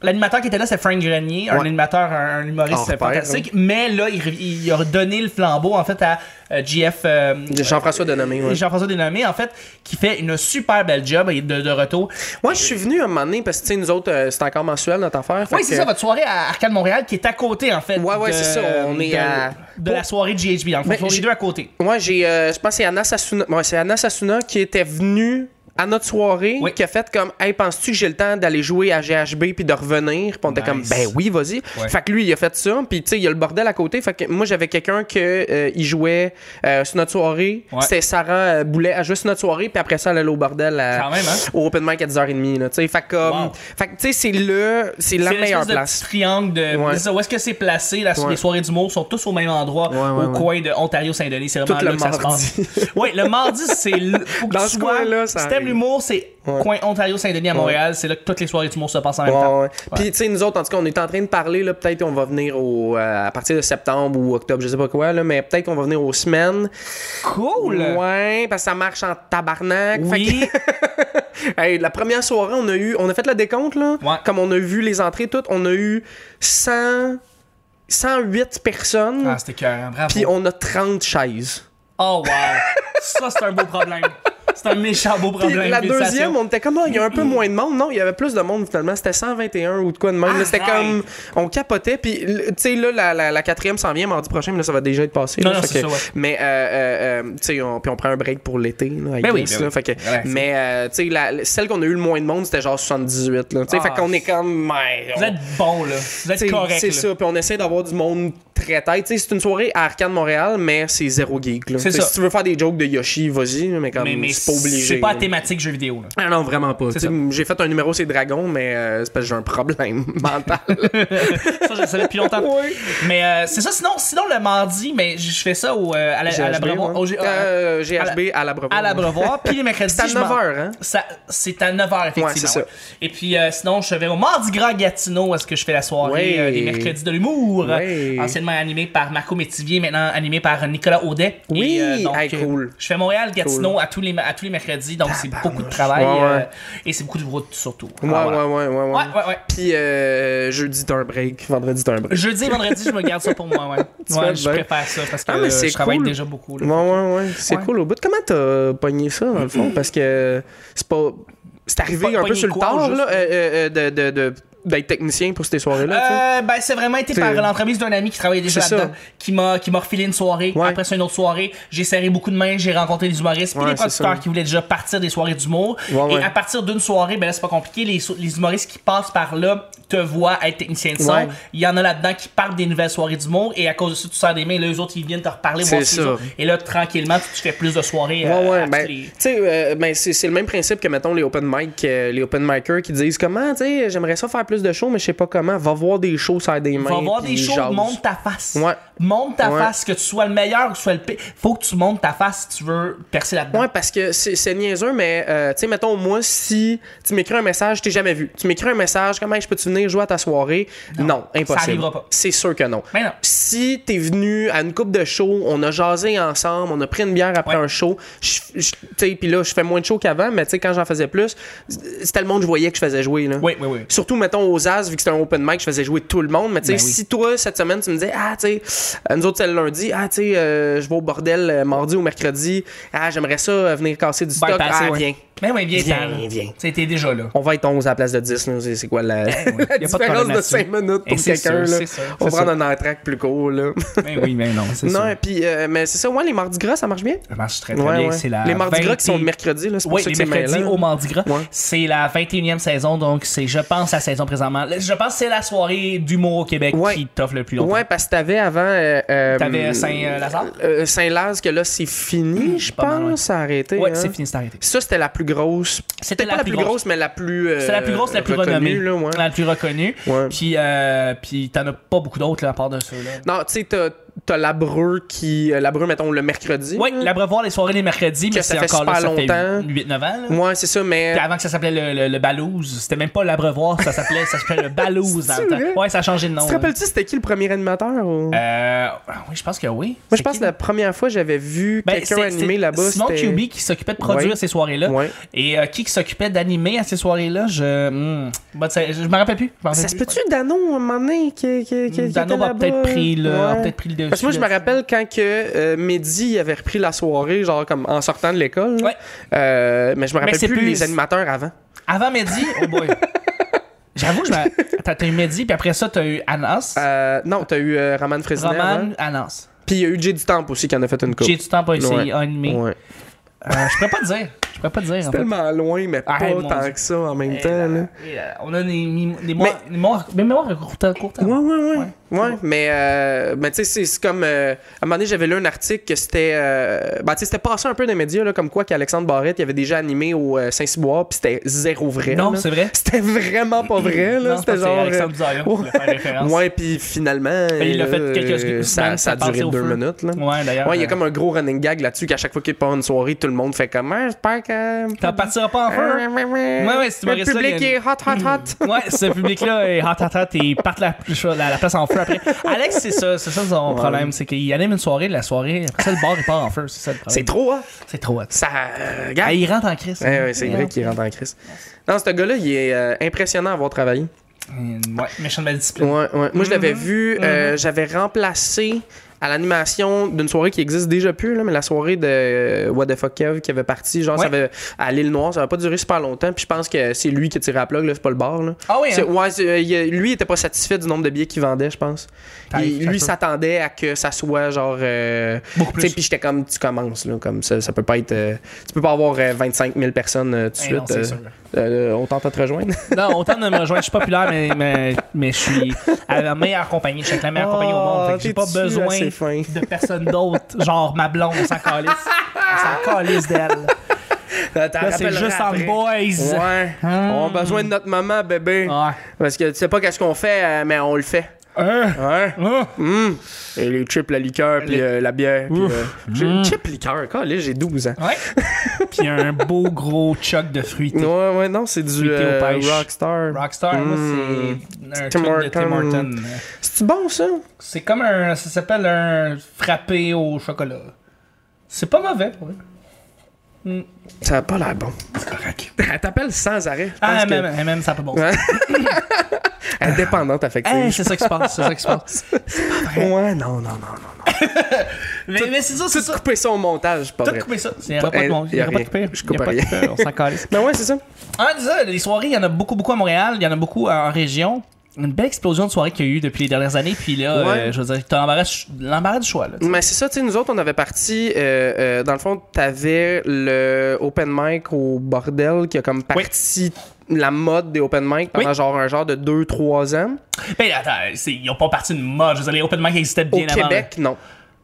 L'animateur qui était là, c'est Frank Grenier, un Ouais. Ah, animateur, un, un humoriste Hors pair, fantastique, mais là, il, re- il a donné le flambeau, en fait, à euh, GF... euh, Jean-François Denomé ouais. euh, Jean-François Dénommé, en fait, qui fait une super belle job et de, de retour. moi je suis venu un moment donné parce que tu sais nous autres euh, c'est encore mensuel notre affaire fait Oui, c'est que- ça, votre soirée à Arcade Montréal qui est à côté, en fait. Ouais, ouais, de- c'est ça, on est de, à- De la soirée de GHB, en fait. Ben, on est j'ai- deux à côté. Moi, j'ai, euh, je pense que c'est Anna Sassouna. ouais, c'est Anna Sassouna qui était venue à notre soirée, Oui. qui a fait comme, hey, penses-tu que j'ai le temps d'aller jouer à GHB puis de revenir? Puis on était comme, Nice. ben oui, vas-y. Ouais. Fait que lui, il a fait ça. Puis tu sais, il y a le bordel à côté. Fait que moi, j'avais quelqu'un que euh, il jouait euh, sur notre soirée. Ouais. C'était Sarah euh, Boulet. Elle jouait sur notre soirée. Puis après ça, elle allait au bordel à- Quand même, hein? au open mic à 10h30. Là, tu sais. fait que, comme, Wow. fait que, tu sais, c'est le, c'est la C'est une meilleure espèce de place. petit triangle de. Ouais. c'est ça, Où est-ce que c'est placé? la- Ouais. Les soirées d'humour sont tous au même endroit, ouais, au ouais. coin de Ontario-Saint-Denis. C'est vraiment Tout là le que ça se passe. Oui, le mardi, c'est. le- faut que Dans tu ce sois- coin-là, ça Si t'aimes arrive. l'humour, c'est coin Ontario-Saint-Denis à Montréal. C'est là que toutes les soirées d'humour se passent en même Ouais, temps. ouais. Puis, tu sais, nous autres, en tout cas, on est en train de parler, là, peut-être on va venir au, euh, à partir de septembre ou octobre, je sais pas quoi, là, mais peut-être qu'on va venir aux semaines. Cool! Ouais, parce que ça marche en tabarnak. Fait Oui, que- Hey, la première soirée, on a eu, on a fait le décompte, là. Ouais. Comme on a vu les entrées toutes, on a eu 100, 108 personnes, ah, c'était cœur, bravo. puis on a 30 chaises. Oh wow! Ça, c'est un beau problème. C'est un méchant beau Puis problème. la félicitations. deuxième, on était comme, Ah, il y a un peu moins de monde. Non, il y avait plus de monde finalement. C'était 121 ou de quoi de même. Là, C'était Arrête! comme, on capotait. Puis, l- tu sais, là, la, la, la quatrième s'en vient mardi prochain, mais là, ça va déjà être passé. Non, là. non, Fait c'est que- ça, ouais. Mais, euh, euh, euh, tu sais, on, puis on prend un break pour l'été. là, I Ben oui, guess, ben là. Fait que- Relax. Mais, euh, tu sais, la- celle qu'on a eu le moins de monde, c'était genre 78. Là, Tu sais, Ah. fait qu'on est comme, Ouais, on- Vous êtes bon, là. Vous T'sais, êtes correct. C'est là. ça, puis on essaie d'avoir du monde très tête. T'sais, C'est une soirée à Arcade Montréal, mais c'est zéro geek. là. C'est T'sais, ça. Si tu veux faire des jokes de Yoshi, vas-y, mais comme Mais, mais c'est pas obligé. C'est pas à là. thématique jeux vidéo, là. Ah non, vraiment pas. C'est T'sais, ça. J'ai fait un numéro, c'est Dragon, mais euh, c'est parce que j'ai un problème mental. Ça, je le savais depuis longtemps. Oui. Mais euh, c'est ça, sinon, sinon le mardi, mais je je fais ça au, euh, à la, à la GHB, Brevo- ouais. au G- Euh, à la- GHB à la Brevo. à la Brevoir, puis les mercredis. C'est à je m'en- 9h, hein? Ça- C'est à 9h, effectivement. Ouais, c'est ça. ouais. Et puis, euh, sinon, je vais au Mardi Gras Gatineau, où est-ce que je fais la Ouais. soirée euh, des mercredis de l'humour. Ouais. Anciennement animé par Marco Métivier, maintenant animé par Nicolas Audet. Oui, Et, euh, hey, cool. Je fais Montréal Gatineau à, tous les, ma- à tous les mercredis, donc c'est beaucoup de travail. Ouais, ouais. euh, et c'est beaucoup de route, surtout. Ouais, Alors, voilà. ouais, ouais, ouais, ouais. Ah, Ouais, ouais, ouais. Puis euh, jeudi, t'as un break. Vendredi, t'as un break. Jeudi et vendredi, je me garde ça pour moi, ouais. Tu Ouais, vas je bien. préfère ça parce que Ah, mais euh, c'est je travaille cool. déjà beaucoup. là. Ouais, ouais, ouais. C'est Ouais. cool au bout. Comment t'as pogné ça, dans le fond? Parce que c'est pas. C'est arrivé Pas- un peu pogné sur le quoi, tard, juste? là, euh, euh, de- de- de- d'être technicien pour ces soirées-là, Euh, ben, c'est vraiment été T'sais. par l'entremise d'un ami qui travaillait déjà C'est là-dedans, ça. qui m'a, qui m'a refilé une soirée. Ouais. Après ça, une autre soirée. J'ai serré beaucoup de mains, j'ai rencontré des humoristes, puis Ouais, des c'est ça. producteurs qui voulaient déjà partir des soirées d'humour. Ouais, Et ouais. à partir d'une soirée, ben là, c'est pas compliqué. Les, so- les humoristes qui passent par là te voient être technicien de son. Ouais. Il y en a là-dedans qui partent des nouvelles soirées d'humour, et à cause de ça, tu sers des mains. Là, eux autres, ils viennent te reparler, C'est voir ce qu'ils ça. ont. Et là, tranquillement, tu, tu fais plus de soirées. tu sais. Ouais, euh, à ouais. tous Ben, les- tu sais, euh, ben, c'est c'est le même principe que, mettons, les open mic, euh, les open micers qui disent comment, tu sais, j'aimerais ça faire plus de shows, mais je sais pas comment. Va voir des shows, ça des mains. Va voir des puis shows, jase. monte ta face. Ouais. Monte ta Ouais. face, que tu sois le meilleur ou que tu sois le pire. Faut que tu montes ta face si tu veux percer là-dedans. Ouais, parce que c'est c'est niaiseux, mais euh, tu sais, mettons, moi, si tu m'écris un message, je t'ai jamais vu. Tu m'écris un message, comment je peux-tu venir jouer à ta soirée? Non, impossible. arrivera pas. C'est sûr que non. Mais non. Si t'es venu à une coupe de show, on a jasé ensemble, on a pris une bière après Ouais. un show, je- je- tu sais, puis là, je fais moins de shows qu'avant, mais tu sais, quand j'en faisais plus, c'était le monde que je voyais que je faisais jouer, là. Oui, oui, oui. Surtout, mettons, aux As, vu que c'était un open mic, je faisais jouer tout le monde. Mais tu sais, Ben oui. si toi, cette semaine, tu me disais, ah, tu sais, euh, nous autres, c'est le lundi, ah, tu sais, euh, je vais au bordel euh, mardi ou mercredi, ah, j'aimerais ça euh, venir casser du stock, Bypasser, ah, ouais. viens. Mais oui, viens, Viens, t'en. viens. T'sais, T'es déjà là. On va être 11 à la place de 10, là. c'est c'est quoi la, la Ben Y a pas de problème différence de, là-dessus. 5 minutes Et pour c'est quelqu'un, sûr, là. c'est sûr, On va c'est prendre un entraque plus court, là. Mais Ben oui, mais non, c'est non, et puis, euh, mais c'est ça, ouais, les mardis gras, ça marche bien? Ça marche très, très Ouais, bien. ouais. C'est la Les mardis gras 20 qui sont le mercredi, là, c'est pour Oui, ça les que c'est mercredis mêlant. au Mardi Gras. Ouais. C'est la 21e saison, donc c'est, je pense, la saison présentement. Je pense que c'est la soirée d'humour au Québec Ouais. qui t'offre le plus longtemps. Ouais, parce que t'avais avant. euh, euh, T'avais Saint-Lazare? Hmm, euh, Saint-Laz, que là, c'est fini, je Pas mal, ouais. pense, ça a arrêté. Ouais, hein. c'est fini, c'est arrêté. Ça, c'était la plus grosse. C'était pas la plus grosse, mais la plus. euh, C'est la plus grosse, la plus reconnue, renommée. là, ouais. La plus reconnue. Ouais. Puis, euh, puis t'en as pas beaucoup d'autres là, à part de ceux-là. Non, tu sais, t'as, t'as la Breu qui. euh, La Breu, mettons, le mercredi. Oui, l'abreuvoir les soirées les mercredis, mais ça c'est fait encore là, ça super fait longtemps. 8-9 ans. là. Ouais, c'est ça, mais. Puis avant que ça s'appelait le, le, le Balouse, c'était même pas l'abreuvoir, ça s'appelait ça s'appelait le Balouse dans le C'est vrai? temps. Ouais, ça a changé de nom. Tu te là. rappelles-tu, c'était qui le premier animateur ou- Euh, ah oui, je pense que oui. Moi, je pense que la première fois, j'avais vu quelqu'un animer là-bas. Ben, Simon c'était- QB qui s'occupait de produire Ouais. ces soirées-là. Ouais. Et euh, qui qui s'occupait d'animer à ces soirées-là, je. hmm, bah, ça- je me rappelle plus. je m'en rappelle Ça se plus. peut-tu, Dano, à un moment donné, qui, qui, qui, qui Dano était a là-bas? peut-être pris, le- a Ouais. peut-être pris le dessus. Parce que moi, je me là-dessus. rappelle quand que euh, Mehdi avait repris la soirée, genre comme en sortant de l'école. Ouais. Euh, mais je me Mais rappelle c'est plus, plus- les animateurs avant. Avant Mehdi, oh boy. J'avoue, je me- t'as t'as eu Mehdi, puis après ça, t'as eu Anas. Euh, non, t'as eu euh, Roman Fresnel. avant. Roman, Anas. Puis il y a eu Jay du Temple aussi qui en a fait une coupe. J'ai du temps pour essayer Ouais. animé. Ouais. Euh, je pourrais pas te dire. Je pourrais pas te dire. en fait. Tellement loin, mais pas Arrête, mon tant Dieu. Eh ben. que ça en même Et temps. là, Là. et là, Euh, on a des, mim- des mémoires, des mémoires, des mémoires à court, à court terme. Ouais, ouais, ouais. Ouais, Ouais, c'est mais, euh, mais tu sais, c'est- c'est comme. euh, à un moment donné, j'avais lu un article que c'était. euh, ben, tu sais, c'était passé un peu dans les médias, là, comme quoi qu'Alexandre Barrette, il avait déjà animé au euh, Saint-Cyboire, puis c'était zéro vrai. Non, là. c'est vrai. C'était vraiment pas vrai, là. Non, C'était c'est genre. Alexandre euh, Bizarre, qui voulait faire référence. Ouais, puis finalement. Et il a euh, fait quelques semaines, Ça, ça a passait duré au deux feu. minutes, là. Ouais, d'ailleurs. Ouais, il y a euh, comme un gros running gag là-dessus qu'à chaque fois qu'il part une soirée, tout le monde fait comme Ah, j'espère que. T'en partiras pas en feu. hein? Ouais, ouais, c'est Le humoriste-là, public il y a Hmm. est hot, hot, hot. Ouais, ce public-là est hot, hot, hot et parte la, la, la place en feu après. Alex, c'est ça, c'est ça son problème, c'est qu'il anime une soirée, la soirée, après ça, le bar, il part en feu, c'est ça le problème. C'est trop, hein? C'est trop hot. Ça. euh, regarde. Ah, il rentre en crise. Ouais, ouais, c'est vrai qu'il rentre en crise. Non, ce gars-là, il est euh, impressionnant à avoir travaillé. Ouais, méchant de ma discipline. Mhm. Ouais, ouais. Moi, je l'avais vu, euh, j'avais remplacé à l'animation d'une soirée qui existe déjà plus, là, mais la soirée de euh, What the Fuck Kev qui avait parti, genre, Ouais. ça avait, à l'île Noire, ça avait pas duré super longtemps, puis je pense que c'est lui qui a tiré à plug, là, c'est pas le bar. Là. Ah oui, hein? C'est- ouais, c'est- euh, il a- lui, il était pas satisfait du nombre de billets qu'il vendait, je pense. Ah, Il- ça peut. lui, s'attendait à que ça soit genre. euh, Beaucoup tu sais, plus. Puis j'étais comme, tu commences, là, comme ça, ça peut pas être. euh, tu peux pas avoir euh, 25 000 personnes euh, tout de Eh suite. non, c'est euh, sûr. euh, on tente de te rejoindre. Non, autant de me rejoindre, je suis populaire, mais, mais, mais je suis à la meilleure compagnie. Je suis avec la meilleure compagnie au monde. Fait que j'ai pas Oh, t'es-tu besoin assez fin? de personne d'autre. Genre ma blonde, on s'en calisse. Ah! On s'en calisse d'elle. Là, c'est juste en boys. Ouais. On a besoin de notre maman, bébé. Ouais. Parce que tu sais pas qu'est-ce qu'on fait, euh, mais on le fait. Euh, Hein? Mm. Et les chips, la liqueur, puis euh, la bière. puis, euh, j'ai- Chips, liqueur, quoi, là, j'ai 12 ans. Ouais. Puis un beau gros choc de fruité. Ouais, ouais, non, c'est du Fruité aux euh, pêches. Rockstar. Rockstar, Mm. moi, c'est un Tim truc de Tim Hortons. Hortons. C'est-tu bon, ça? C'est comme un. Ça s'appelle un frappé au chocolat. C'est pas mauvais, pour vrai. Ça a pas l'air bon. C'est correct. Elle t'appelle sans arrêt. Je pense Ah, que- MM, MM, ça a pas bon. Ouais. Indépendante, affective. Eh, c'est ça qui se passe, c'est ça qui se passe. ouais, non, non, non. non. Mais, mais c'est ça, c'est ça. Couper ça au montage, pas Tout vrai. couper ça. Il n'y aura pas de monde. Eh, y Il n'y a aura pas de rien. pire. Je Il y aura coupe pas de rien. pire, On s'en calisse. Mais ouais, c'est ça. Ah, c'est ça, les soirées, il y en a beaucoup, beaucoup à Montréal. Il y en a beaucoup en région. Une belle explosion de soirées qu'il y a eu depuis les dernières années. Puis là, Ouais. euh, je veux dire, t'as l'embarras- l'embarras du choix. Là, Mais c'est ça, tu sais, nous autres, on avait parti. euh, euh, dans le fond, t'avais le open mic au bordel qui a comme parti la mode des open mic pendant Oui. genre un genre de 2-3 ans. Mais Ben, attends, c'est- ils n'ont pas parti de mode. Je veux dire, les open mic existaient Mm. Au bien avant. Québec, non.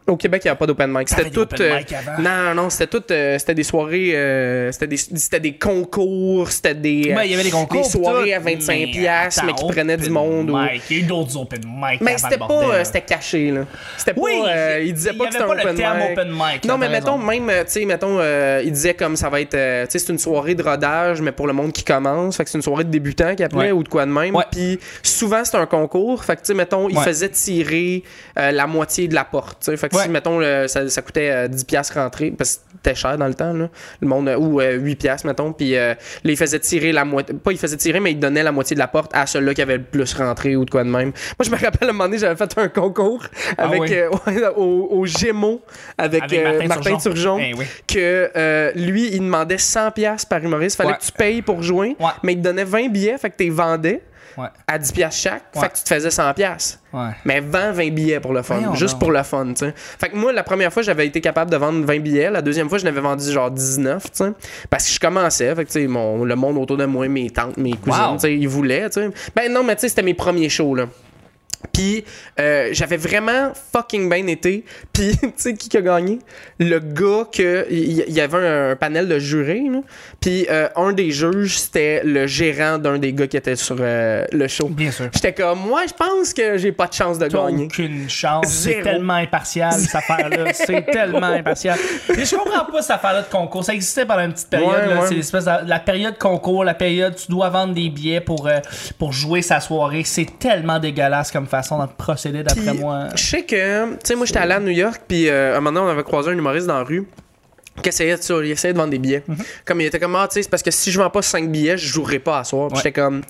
Au Québec, il n'y a pas d'open mic. C'était avait des tout. open euh, mic avant. non, non, c'était tout. euh, c'était des soirées. euh, c'était des, c'était des concours. C'était des. euh, Ben, il y avait des concours. Des soirées tout, à 25$, attends, mais qui prenaient du open monde. ou- mic, Il y a eu d'autres open mic. Mais avant c'était le pas. bordel. euh, c'était caché, là. C'était Oui, pas. euh, il- il disait il pas y que c'était avait un pas le open terme mic. open mic, Non, là, mais t'as mettons, raison. même, euh, tu sais, mettons, euh, il disait comme ça va être. euh, tu sais, c'est une soirée de rodage, mais pour le monde qui commence. Fait que c'est une soirée de débutants qui appelait Ouais. ou de quoi de même. Ouais. Puis souvent, c'était un concours. Fait que, tu sais, mettons, il Ouais. faisait tirer euh, la moitié de la porte. tu sais. Fait que Ouais. si, mettons, le- ça, ça coûtait euh, 10$ piastres rentrer, parce que c'était cher dans le temps, là. Le monde, euh, ou euh, 8$, piastres, mettons. Puis euh, là, il faisait tirer la moitié. Pas il faisait tirer, mais il donnait la moitié de la porte à celui-là qui avait le plus rentré ou de quoi de même. Moi, je me rappelle, à un moment donné, j'avais fait un concours avec, Ah oui. euh, ouais, au, au Gémeaux avec, Avec euh, Martin, Martin Turgeon. Turgeon. Eh oui. Que euh, lui, il demandait 100$ piastres par humoriste. Fallait Ouais. que tu payes pour jouer, Ouais. mais il te donnait 20 billets, fait que tu les vendais Ouais, à 10 pièces chaque, Ouais. fait que tu te faisais 100 pièces. ouais. Mais vends 20 billets pour le fun, Voyons juste donc. pour le fun, tu sais. Fait que moi la première fois, j'avais été capable de vendre 20 billets, la deuxième fois, je n'avais vendu genre 19, tu sais, parce que je commençais, fait que tu sais mon le monde autour de moi, mes tantes, mes cousines, Wow. tu sais, ils voulaient, tu sais. Ben non, mais tu sais, c'était mes premiers shows là. Puis euh, j'avais vraiment fucking bien été. Puis tu sais qui qui a gagné Le gars que il y, il y avait un, un panel de jurés. là. Puis euh, un des juges c'était le gérant d'un des gars qui était sur euh, le show. Bien sûr. J'étais comme moi, je pense que j'ai pas de chance de T'as gagner. aucune chance. C'est Zéro. tellement impartial, cette affaire-là. C'est tellement impartial. Mais je comprends pas cette affaire-là de concours. Ça existait pendant une petite période. Ouais, là. ouais. C'est l'espèce de la période concours, la période tu dois vendre des billets pour, euh, pour jouer sa soirée. C'est tellement dégueulasse comme façon de procéder, d'après Puis, moi. euh, Je sais que, tu sais, moi, j'étais allé à New York, puis euh, à un moment donné, on avait croisé un humoriste dans la rue qui essayait de, ça, il essayait de vendre des billets. Mhm. Comme il était comme, ah, tu sais, c'est parce que si je vends pas 5 billets, je jouerai pas à soir. Puis Ouais. j'étais comme,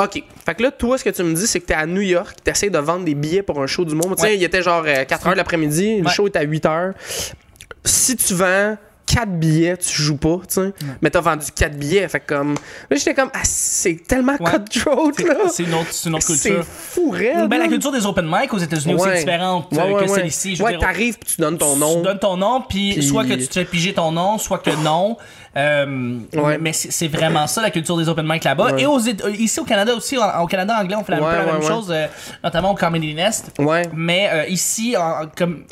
OK. Fait que là, toi, ce que tu me dis, c'est que t'es à New York, t'essayes de vendre des billets pour un show du monde. Tu sais, Ouais. il était genre 4 heures l'après-midi, le Ouais. show est à 8 heures. Si tu vends 4 billets, tu joues pas, tu sais. Mais t'as vendu 4 billets, fait que comme. Là, j'étais comme, ah, c'est tellement Ouais. cutthroat, là. C'est une, autre- c'est une autre C'est culture. fou, raide, Ben, là. la culture des open mic aux États-Unis aussi est différente euh, que celle ici. Je veux Ouais, dire, t'arrives puis tu donnes ton tu nom. donnes ton nom, puis Puis- soit que tu te fais piger ton nom, soit que non. Euh, Ouais. Mais c'est c'est vraiment ça la culture des open mic là-bas. Ouais. Et aux, Éta- euh, ici au Canada aussi, en- au Canada anglais, on fait la, un peu Ouais, la ouais, même ouais. chose, euh, notamment au Comedy Nest. Ouais. Mais euh, ici, en, comme,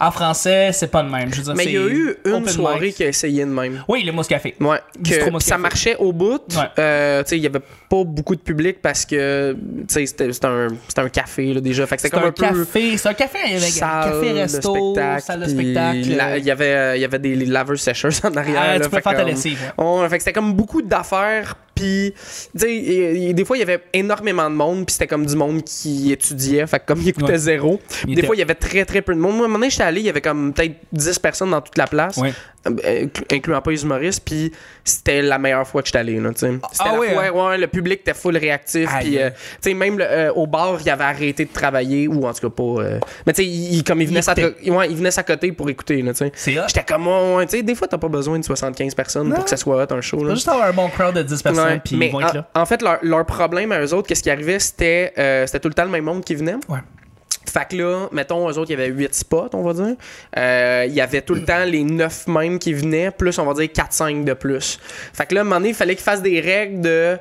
en français, c'est pas le même. Je veux dire, Mais il y a c'est eu une open soirée mic. qui a essayé de même. Oui, le mousse café. Ouais, Bistro que Moscafé. ça marchait au bout. Ouais. Euh, tu sais, il y avait pas beaucoup de public parce que tu sais, c'était c'était un c'était un café là, déjà, fait que C'est c'était comme un, un, peu café, c'est un café avec salle café resto, de spectacle. salle de puis spectacle. la- Il y avait euh, il y avait des laveurs sécheuses en arrière. Ah, là, tu peux fait faire ta comme- lessive. hein. ouais. On- fait que c'était comme beaucoup d'affaires, puis tu sais, et- et des fois il y avait énormément de monde, puis c'était comme du monde qui étudiait, fait que comme il écoutait Ouais. zéro. Il des était- fois il y avait très très peu de monde. Moi, à un moment donné, j'étais allé, il y avait comme peut-être 10 personnes dans toute la place. Ouais. euh, incluant pas les humoristes, puis c'était la meilleure fois que j'étais allé. là, tu sais. C'était Ah la oui, fois, hein? ouais, le public était full réactif, Aïe. puis euh, tu sais, même le- euh, au bar, il avait arrêté de travailler, ou en tout cas pas. euh, mais tu sais, il, il- comme il venait Il s'ac- écoutait. ouais, il venait s'accoter pour écouter. là, tu sais. C'est hot. J'étais comme, ouais, ouais, tu sais, des fois, t'as pas besoin de 75 personnes Non. pour que ça soit hot un show. Faut là. juste avoir un bon crowd de 10 Ouais, personnes, puis mais ils vont être en, là. en fait, leur, leur problème à eux autres, qu'est-ce qui arrivait, c'était euh, c'était tout le temps le même monde qui venait. Ouais. Fait que là, mettons, eux autres, il y avait 8 spots, on va dire. Euh, Il y avait tout le temps les 9 mêmes qui venaient, plus, on va dire, 4-5 de plus. Fait que là, à un moment donné, il fallait qu'ils fassent des règles de.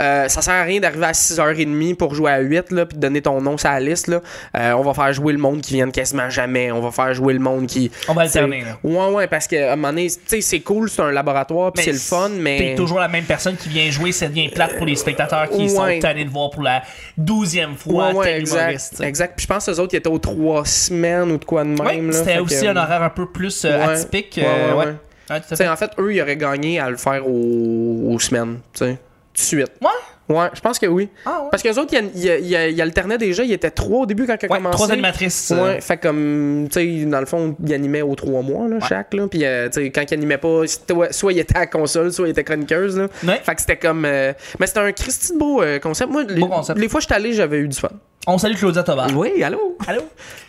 euh, ça sert à rien d'arriver à 6h30 pour jouer à 8 là, puis de donner ton nom sur la liste. Là. Euh, on va faire jouer le monde qui vient quasiment jamais. On va faire jouer le monde qui. On va c'est- alterner, là. Ouais, ouais, parce qu'à un moment donné, tu sais, c'est cool, c'est un laboratoire, puis c'est le fun, mais. T'es toujours la même personne qui vient jouer, ça devient plate pour les spectateurs qui Ouais. sont tannés de voir pour la douzième fois Ouais, ouais, tel humoriste, exact. tu sais. Exact. Puis je pense que les autres, ils étaient aux trois semaines ou de quoi de même. Ouais, là. Fait c'était que, aussi un horaire un peu plus euh, ouais. atypique. Ouais, euh, ouais, ouais. ouais. Ouais, tout à tu sais, fait. en fait, eux, ils auraient gagné à le faire aux, aux semaines, tu sais, tout de suite. Ouais? Ouais, je pense que oui. Ah ouais. Parce que les autres, ils, ils- ils- ils alternaient déjà. Ils étaient trois au début quand ils a Ouais, commencé. trois animatrices. euh, Ouais, fait comme, tu sais, dans le fond, ils animaient aux trois mois, là, chaque, là. Puis, euh, tu sais, quand ils animaient pas, c'était- soit ils étaient à la console, soit ils étaient chroniqueuses, là. Ouais. Fait que c'était comme. euh, Mais c'était un Christy de beau euh, concept. Moi, les, Beau concept. les fois que j'étais allé, j'avais eu du fun. On salue Claudia Tobar. Oui, allô? Allô?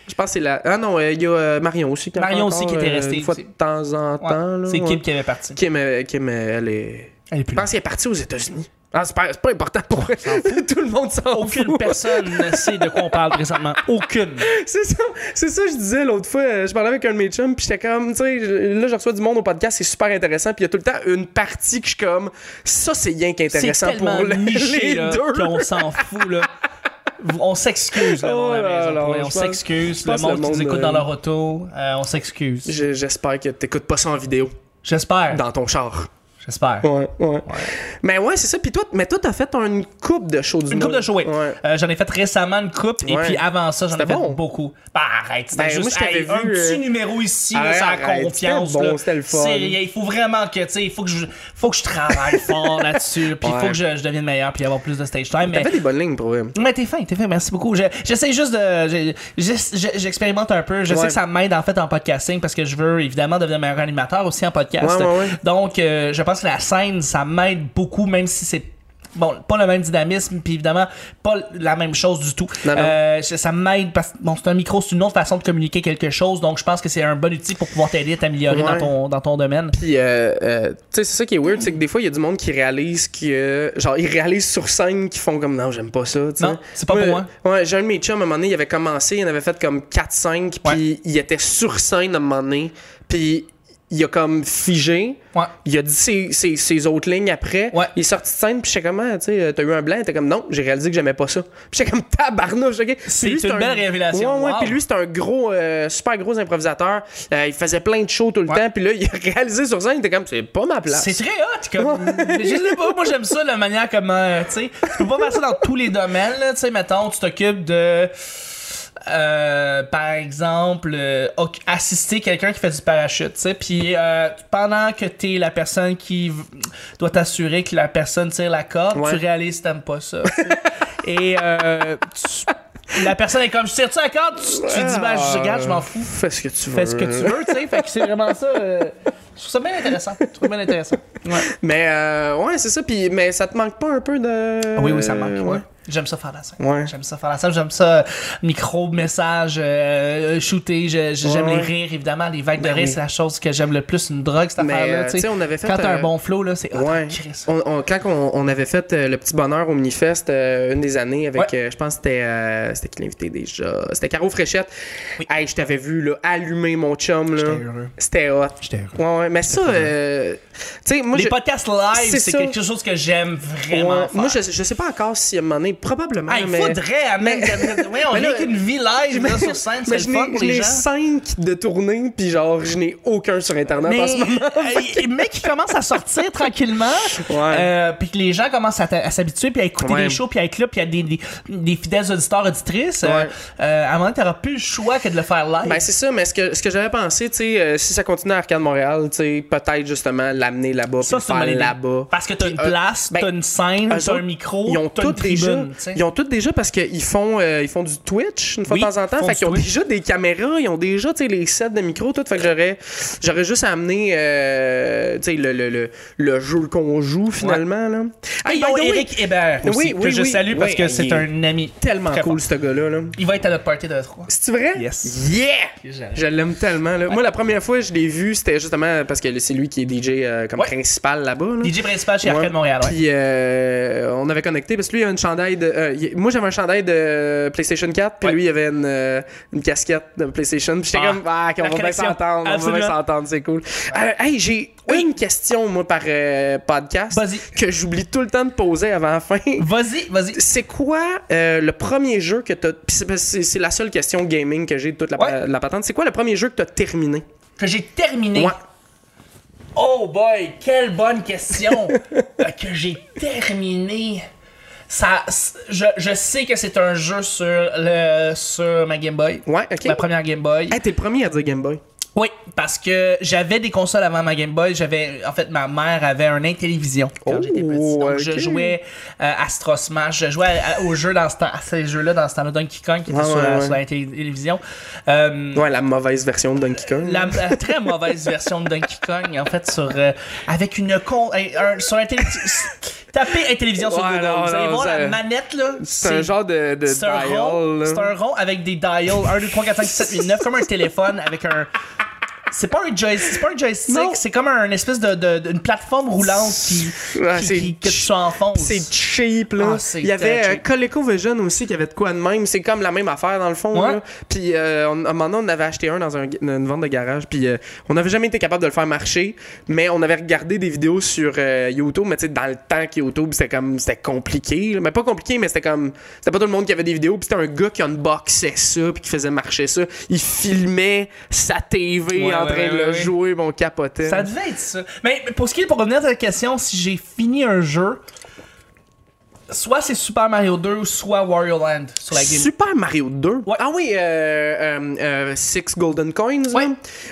Je pense que c'est la. Ah non, euh, il y a euh, Marion aussi qui a Marion fait aussi encore, qui était euh, restée Une fois aussi. de temps en temps. Ouais, là, C'est ouais. Kim qui avait parti. Kim, euh, Kim, euh, elle est. Elle est plus Je là. pense qu'elle est partie aux États-Unis. Ah, c'est pas, c'est pas important pour elle. Tout le monde s'en Aucune fout. personne ne sait de quoi on parle présentement. Aucune. C'est ça, c'est ça, que je disais l'autre fois. euh, Je parlais avec un de mes chums, puis j'étais comme, tu sais, je- là, je reçois du monde au podcast, c'est super intéressant, puis il y a tout le temps une partie que je suis comme, ça, c'est rien C'est qu'intéressant pour tellement le- niché, les là, deux. qu'on s'en fout, là. On s'excuse, là, Oh dans la là maison, là, pour vrai. je on pense- s'excuse. je Le pense que monde le qui nous monde, écoute euh, dans leur auto, euh, on s'excuse. Je- J'espère que t'écoutes pas ça en vidéo, J'espère, dans ton char. j'espère. Ouais, ouais. Mais ouais, c'est ça. Puis toi, mais toi, t'as fait une coupe de show du Une coupe de show, oui. Ouais. Euh, j'en ai fait récemment une coupe, et Ouais. puis avant ça, j'en ai C'était fait bon. beaucoup. Bah, arrête, c'était Ben, moi, juste je t'avais hey, un vu, petit euh, numéro ici, là, arrête, sans arrête, confiance. c'était bon, là. c'était le fun. C'est rien, il faut vraiment que, tu sais, il faut que je, faut que je travaille fort là-dessus, puis il faut Ouais. que je, je devienne meilleur, puis avoir plus de stage time. mais- T'avais des bonnes lignes pour eux. Ouais, t'es fin, t'es fin, merci beaucoup. Je- J'essaie juste de. je- je- je- J'expérimente un peu. Je sais Ouais. que ça m'aide en fait en podcasting parce que je veux évidemment devenir meilleur animateur aussi en podcast. Ouais, ouais, ouais. Donc, euh, je pense que la scène, ça m'aide beaucoup, même si c'est. Bon, pas le même dynamisme, puis évidemment, pas la même chose du tout. Non, non. Euh, je- ça m'aide parce que bon, c'est un micro, c'est une autre façon de communiquer quelque chose, donc je pense que c'est un bon outil pour pouvoir t'aider à t'améliorer Ouais. dans, ton, dans ton domaine. Puis, euh, euh, tu sais, c'est ça qui est weird, c'est que des fois, il y a du monde qui réalise que. Genre, ils réalisent sur scène qu'ils font comme non, j'aime pas ça. tu sais. Non, c'est pas pour moi. Ouais, j'ai un de mes chums, à un moment donné, il avait commencé, il en avait fait comme 4-5, puis il était sur scène à un moment donné, puis il a comme figé. Ouais. Il a dit ses, ses- ses autres lignes après. Ouais. Il est sorti de scène, puis j'étais comme, Ah, tu sais, t'as eu un blanc, t'es comme, non, j'ai réalisé que j'aimais pas ça. Puis j'étais comme, tabarnouche, ok. Puis C'est lui, une un- belle révélation. Ouais, ouais, Wow. puis lui, c'était un gros, euh, super gros improvisateur. Euh, il faisait plein de shows tout le Ouais. temps, puis là, il a réalisé sur scène, il était comme, c'est pas ma place. C'est très hot, comme. je sais pas, moi j'aime ça, la manière comme. euh, tu sais, tu peux pas faire ça dans tous les domaines, là. Tu sais, mettons, tu t'occupes de. euh, par exemple, euh, oc- assister quelqu'un qui fait du parachute, tu sais, puis euh, pendant que t'es la personne qui v- doit t'assurer que la personne tire la corde, Ouais. tu réalises que t'aimes pas ça. tu sais. Et euh, tu- la personne est comme, je tire-tu la corde? Tu, tu dis, ben, je regarde, je m'en fous. Fais ce que tu veux. Fais ce que tu veux, tu sais. Fait que c'est vraiment ça. euh, je trouve ça bien intéressant. Je trouve bien intéressant. Ouais. Mais euh, ouais, c'est ça, puis mais ça te manque pas un peu de. Oui, oui, ça me Euh, manque. ouais. J'aime ça faire la scène. Ouais. J'aime ça faire la scène. J'aime ça euh, micro, message, euh, shooter. je- je- J'aime Ouais, les ouais. rires, évidemment. Les vagues de Ben rire, oui. c'est la chose que j'aime le plus. Une drogue, cette Mais, affaire-là. euh, tu tu sais. sais, on avait fait, Quand t'as euh, un bon flow, là, c'est. Ah, Ouais. Chris. On- on- quand on, on avait fait euh, le petit bonheur au Minifest euh, une des années avec, Ouais. euh, je pense que c'était euh, c'était qui l'invité déjà, c'était Caro Fréchette. Hey, je t'avais vu là, allumer mon chum là. J'étais heureux. C'était hot. J'étais heureux. Ouais, ouais, mais ça, euh, tu sais, moi, Les je, podcasts live, C'est c'est ça. quelque chose que j'aime vraiment. ouais, faire. moi, je, je sais pas encore si à un moment donné, probablement, Ah, il mais... faudrait amener. Oui, on Mais là- vit qu'une vie live là, sur scène, Mais c'est je le fun n'ai pour je les n'ai gens. cinq de tournée, puis genre, je n'ai aucun sur Internet en ce moment. euh, les mecs qui commencent à sortir tranquillement, Ouais. euh, puis que les gens commencent à, t'a- à s'habituer, puis à écouter Ouais. les shows, puis à être là, puis à des, des, des fidèles auditeurs, auditrices, euh, Ouais. euh, à un moment, donné, t'auras plus le choix que de le faire live. Ben, c'est ça, mais ce que, ce que j'avais pensé, tu sais, euh, si ça continue à Arcade Montréal, tu sais, peut-être justement l'amener là-bas, puis ça, le c'est une bonne faire idée. là-bas. Parce que t'as une euh, place, ben, t'as une scène, eux t'as un autres, micro, Ils ont t'as une toutes déjà, tribune. tu sais. Ils ont toutes déjà parce qu'ils font, euh, ils font du Twitch une fois Oui, de temps en temps. font Fait du qu'ils ont Twitch. déjà des caméras, ils ont déjà tu sais, les sets de micro, tout. Fait que j'aurais, j'aurais juste à amener euh, tu sais, le, le, le, le jeu qu'on joue finalement. Là. Hey, Ils by ont the way, Eric Hébert aussi, Oui, que oui, je oui. salue parce Oui, que il c'est est un ami tellement très cool fort. ce gars-là. Là. Il va être à notre party de 3. C'est vrai? Yes. Yeah! Je l'aime tellement. Là. Moi, la première fois je l'ai vu, c'était justement parce que c'est lui qui est DJ euh, comme Ouais. principal là-bas. Là. DJ principal chez Ouais. Arcade Montréal, ouais. Puis euh, on avait connecté parce que lui il a une chandail de. euh, il- moi j'avais un chandail de euh, PlayStation 4, puis Ouais. lui il avait une, euh, une casquette de PlayStation. Puis j'étais Ah, comme, ah, qu'on la va bien connexion. s'entendre, on va bien Absolument. s'entendre, c'est cool. Euh, hey, j'ai une question, moi, par euh, podcast Vas-y. que j'oublie tout le temps de poser avant la fin. Vas-y, vas-y. C'est quoi euh, le premier jeu que t'as. Puis c'est- c'est c'est la seule question gaming que j'ai de toute la, Ouais. la patente. C'est quoi le premier jeu que t'as terminé? Que j'ai terminé. Ouais. Oh boy, quelle bonne question! Euh, que j'ai terminé. Ça, c- je, je sais que c'est un jeu sur le sur ma Game Boy. Ouais, ok. Ma première Game Boy. Hey, t'es le premier à dire Game Boy. Oui, parce que j'avais des consoles avant ma Game Boy. J'avais, en fait, ma mère avait un Intellivision quand Oh, j'étais petit. Donc, je ok. jouais euh, à Astro Smash, je jouais à- à- aux jeux dans ce temps, à ces jeux-là dans ce temps-là, Donkey Kong qui était Ouais, sur, ouais, la- ouais. sur la télévision. Euh, Ouais, la mauvaise version de Donkey Kong. la, la très mauvaise version de Donkey Kong, en fait, sur euh, avec une con, un- un- sur un télé- tapez une télévision sur Ouais, Google, non, vous allez non, voir ça- la manette là. C'est un genre de, de c'est un dial, rond, là. c'est un rond avec des dials 1 2 3 4 5 6 7 8 9 comme un téléphone avec un c'est pas un joystick, c'est pas un joystick, Non. c'est comme un espèce de, de- d'une plateforme roulante qui, Ouais, qui- c'est qui- que tu ch- enfonces. C'est cheap, là. Ah, c'est Il y avait très euh, cheap. ColecoVision aussi qui avait de quoi de même. C'est comme la même affaire, dans le fond. Ouais. là. Puis, euh, on- à un moment donné, on avait acheté un dans un- une vente de garage. Puis, euh, on n'avait jamais été capable de le faire marcher. Mais on avait regardé des vidéos sur euh, YouTube. Mais, tu sais, dans le temps que YouTube, c'était comme. C'était compliqué. là. Mais pas compliqué, mais c'était comme. C'était pas tout le monde qui avait des vidéos. Puis, c'était un gars qui unboxait ça. Puis, qui faisait marcher ça. Il filmait sa TV Ouais, en ouais, train de ouais, le ouais. jouer. Mon capotait. Ça devait être ça. Mais pour ce qui est pour revenir à ta question, si j'ai fini un jeu, soit c'est Super Mario 2 ou soit Wario Land sur la Game Super Mario 2. Ouais. Ah oui, euh, euh, euh, Six Golden Coins. là. Ouais.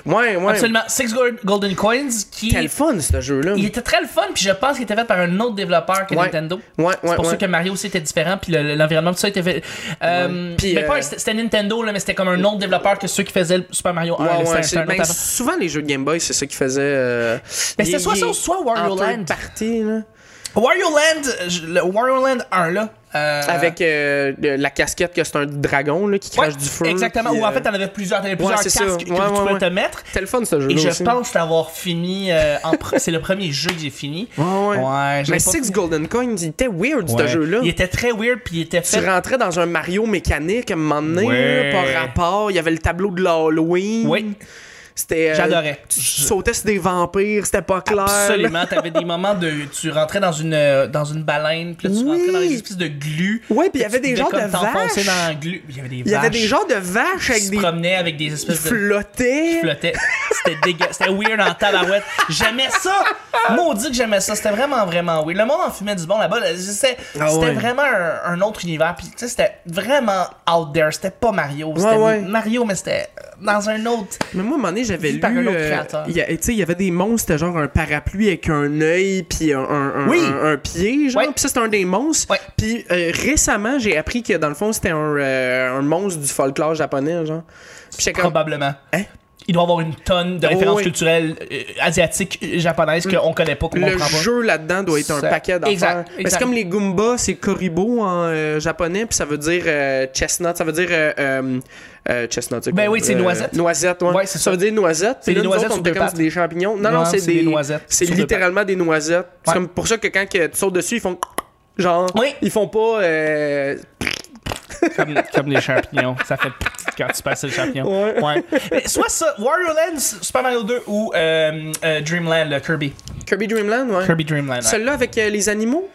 ouais, ouais. Absolument. Six Gold- Golden Coins qui. Quel fun ce jeu-là. Il était très le fun, puis je pense qu'il était fait par un autre développeur que Ouais. Nintendo. Ouais, ouais, c'est pour ouais. ça que Mario aussi était différent, puis le- le- l'environnement, tout ça était fait. Euh, Ouais. Puis, mais pas euh, un- c'était c'était Nintendo, là, mais c'était comme un autre développeur que ceux qui faisaient le Super Mario 1. Ouais, là, ouais, c'était- c'est- c'était un ben, autre avant. souvent les jeux de Game Boy, c'est ça qui faisait. euh, Mais Ben, c'était il- soit il- ça ou soit Wario en third Land. Euh. party, là. Wario Land, je- le Wario Land 1, là. euh, Avec euh, le- la casquette que c'est un dragon là, qui ouais, crache du feu. Exactement, puis, ou en euh, fait, t'en avais plusieurs, t'avais plusieurs c'est casques ça. que Ouais, tu ouais, pouvais ouais. te mettre. c'était le fun ce jeu-là. Et je aussi. pense l'avoir fini euh, en pre- C'est le premier jeu que j'ai fini. Ouais, ouais. Ouais, j'ai Mais pas Six fini. Golden Coins, il était weird Ouais. ce jeu-là. Il était très weird, puis il était Tu fait. rentrais dans un Mario mécanique à un moment donné, Ouais. là, par rapport. Il y avait le tableau de l'Halloween. Oui. C'était. euh, J'adorais. Tu sautais sur des vampires, c'était pas clair. Absolument, t'avais des moments de. Tu rentrais dans une, euh, dans une baleine, puis là, tu Oui. rentrais dans des espèces de glu. Ouais, puis il y avait des Tu pouvais genres de comme t'enfoncer vaches. dans le glu. Il y avait des Il y avait des vaches genres de vaches qui avec se des promenaient avec des espèces de. flottés. flottaient. C'était dégueu. C'était weird en tabarouette. J'aimais ça! Maudit que j'aimais ça. C'était vraiment, vraiment weird. Le monde en fumait du bon là-bas. là. C'était Ah c'était ouais. vraiment un, un autre univers. Puis, tu sais, c'était vraiment out there. C'était pas Mario. C'était Ouais, ouais. Mario, mais c'était dans un autre. Mais moi, à un moment donné, j'avais Vu lu. par un autre euh, créateur. il y a- tu sais, il y avait des monstres, c'était genre un parapluie avec un œil, puis un, un, un- Oui. un- un pied, genre. Ouais. Puis ça, c'était un des monstres. Ouais. Puis euh, récemment, j'ai appris que dans le fond, c'était un, euh, un monstre du folklore japonais, genre. Puis j'étais comme. Probablement. Hein? Il doit avoir une tonne de Oh, références oui. culturelles euh, asiatiques, euh, japonaises qu'on connaît pas, qu'on Le comprend pas. jeu là-dedans doit être un Ça- paquet d'affaires. Exact, Mais exact. C'est comme les Goombas, c'est Koribo en euh, japonais, puis ça veut dire euh, chestnut, ça veut dire euh, euh, euh, chestnut. c'est Ben quoi? oui, c'est Euh, noisette. Noisette, ouais. Ouais, c'est ça. ça. veut dire noisette. C'est Puis là, des nous autres, noisettes on sur était deux comme pattes. c'est des champignons. Non, non, Non, c'est c'est des des, noisettes C'est sur deux littéralement des noisettes. C'est Ouais. comme pour ça que quand que tu sautes dessus, ils font genre, Oui. ils font pas. euh, comme, comme les champignons. Ça fait quand tu passes le champignon. Ouais. Mais soit ça, Wario Land, Super Mario 2 ou euh, euh, Dreamland, le Kirby. Kirby Dreamland, ouais. Kirby Dreamland. ouais. Celui-là avec euh, les animaux.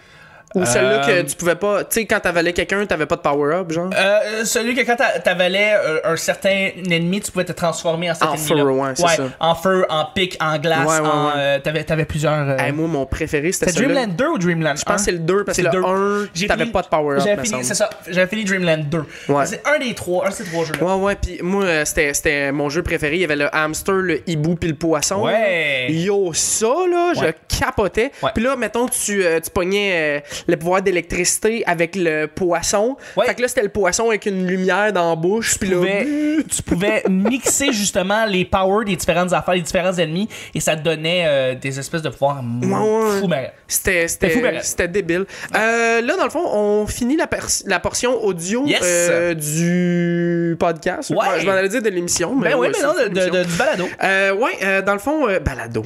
Ou celui-là que tu pouvais pas. Tu sais, quand t'avalais quelqu'un, t'avais pas de power-up, genre. Euh, celui que quand t'a- t'avalais euh, un certain ennemi, tu pouvais te transformer en cet En ennemi. feu, ouais, c'est ça. En feu, en pic, en glace, Ouais, ouais, en, ouais. euh, t'avais, t'avais plusieurs. euh, Hey, moi, mon préféré, c'était c'est celui-là. Dreamland 2 ou Dreamland 1 Je pense que c'est le 2 parce que C'est le le deux. 1, t'avais pas de power-up. J'avais me fini, semble. c'est ça. J'avais fini Dreamland 2. Ouais. C'est un des trois, un de ces trois jeux-là. Ouais, ouais, puis moi, euh, c'était, c'était mon jeu préféré. Il y avait le hamster, le hibou, puis le poisson. Ouais. Yo, ça, là, Ouais. je capotais. Ouais. Puis là, mettons, tu, euh, tu pognais euh, le pouvoir d'électricité avec le poisson. Ouais. Fait que là, c'était le poisson avec une lumière dans la bouche. Puis tu là, pouvais, tu pouvais mixer justement les powers des différentes affaires, des différents ennemis, et ça te donnait euh, des espèces de pouvoirs ouais. fou marrant. C'était fou, c'était pareil. c'était débile. Euh, là dans le fond, on finit la, pers- la portion audio Yes. euh, du podcast. Ouais. Je m'en allais dire de l'émission, mais Ben oui, ouais, mais c'est non, une de, de- émission. de- du balado. Euh, ouais, euh, dans le fond, euh, balado.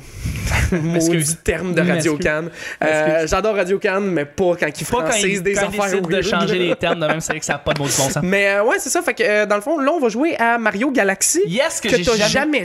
Maudit Excuse. terme de Radio Cannes. Euh, J'adore Radio Cannes, mais pas quand ils Pas quand francisent ils, des quand ils affaires. décident de weird. changer les termes de même, c'est vrai que ça n'a pas de bon sens. hein. Mais euh, ouais, c'est ça. Fait que euh, dans le fond, là, on va jouer à Mario Galaxy. Yes, que, Que j'ai t'as jamais,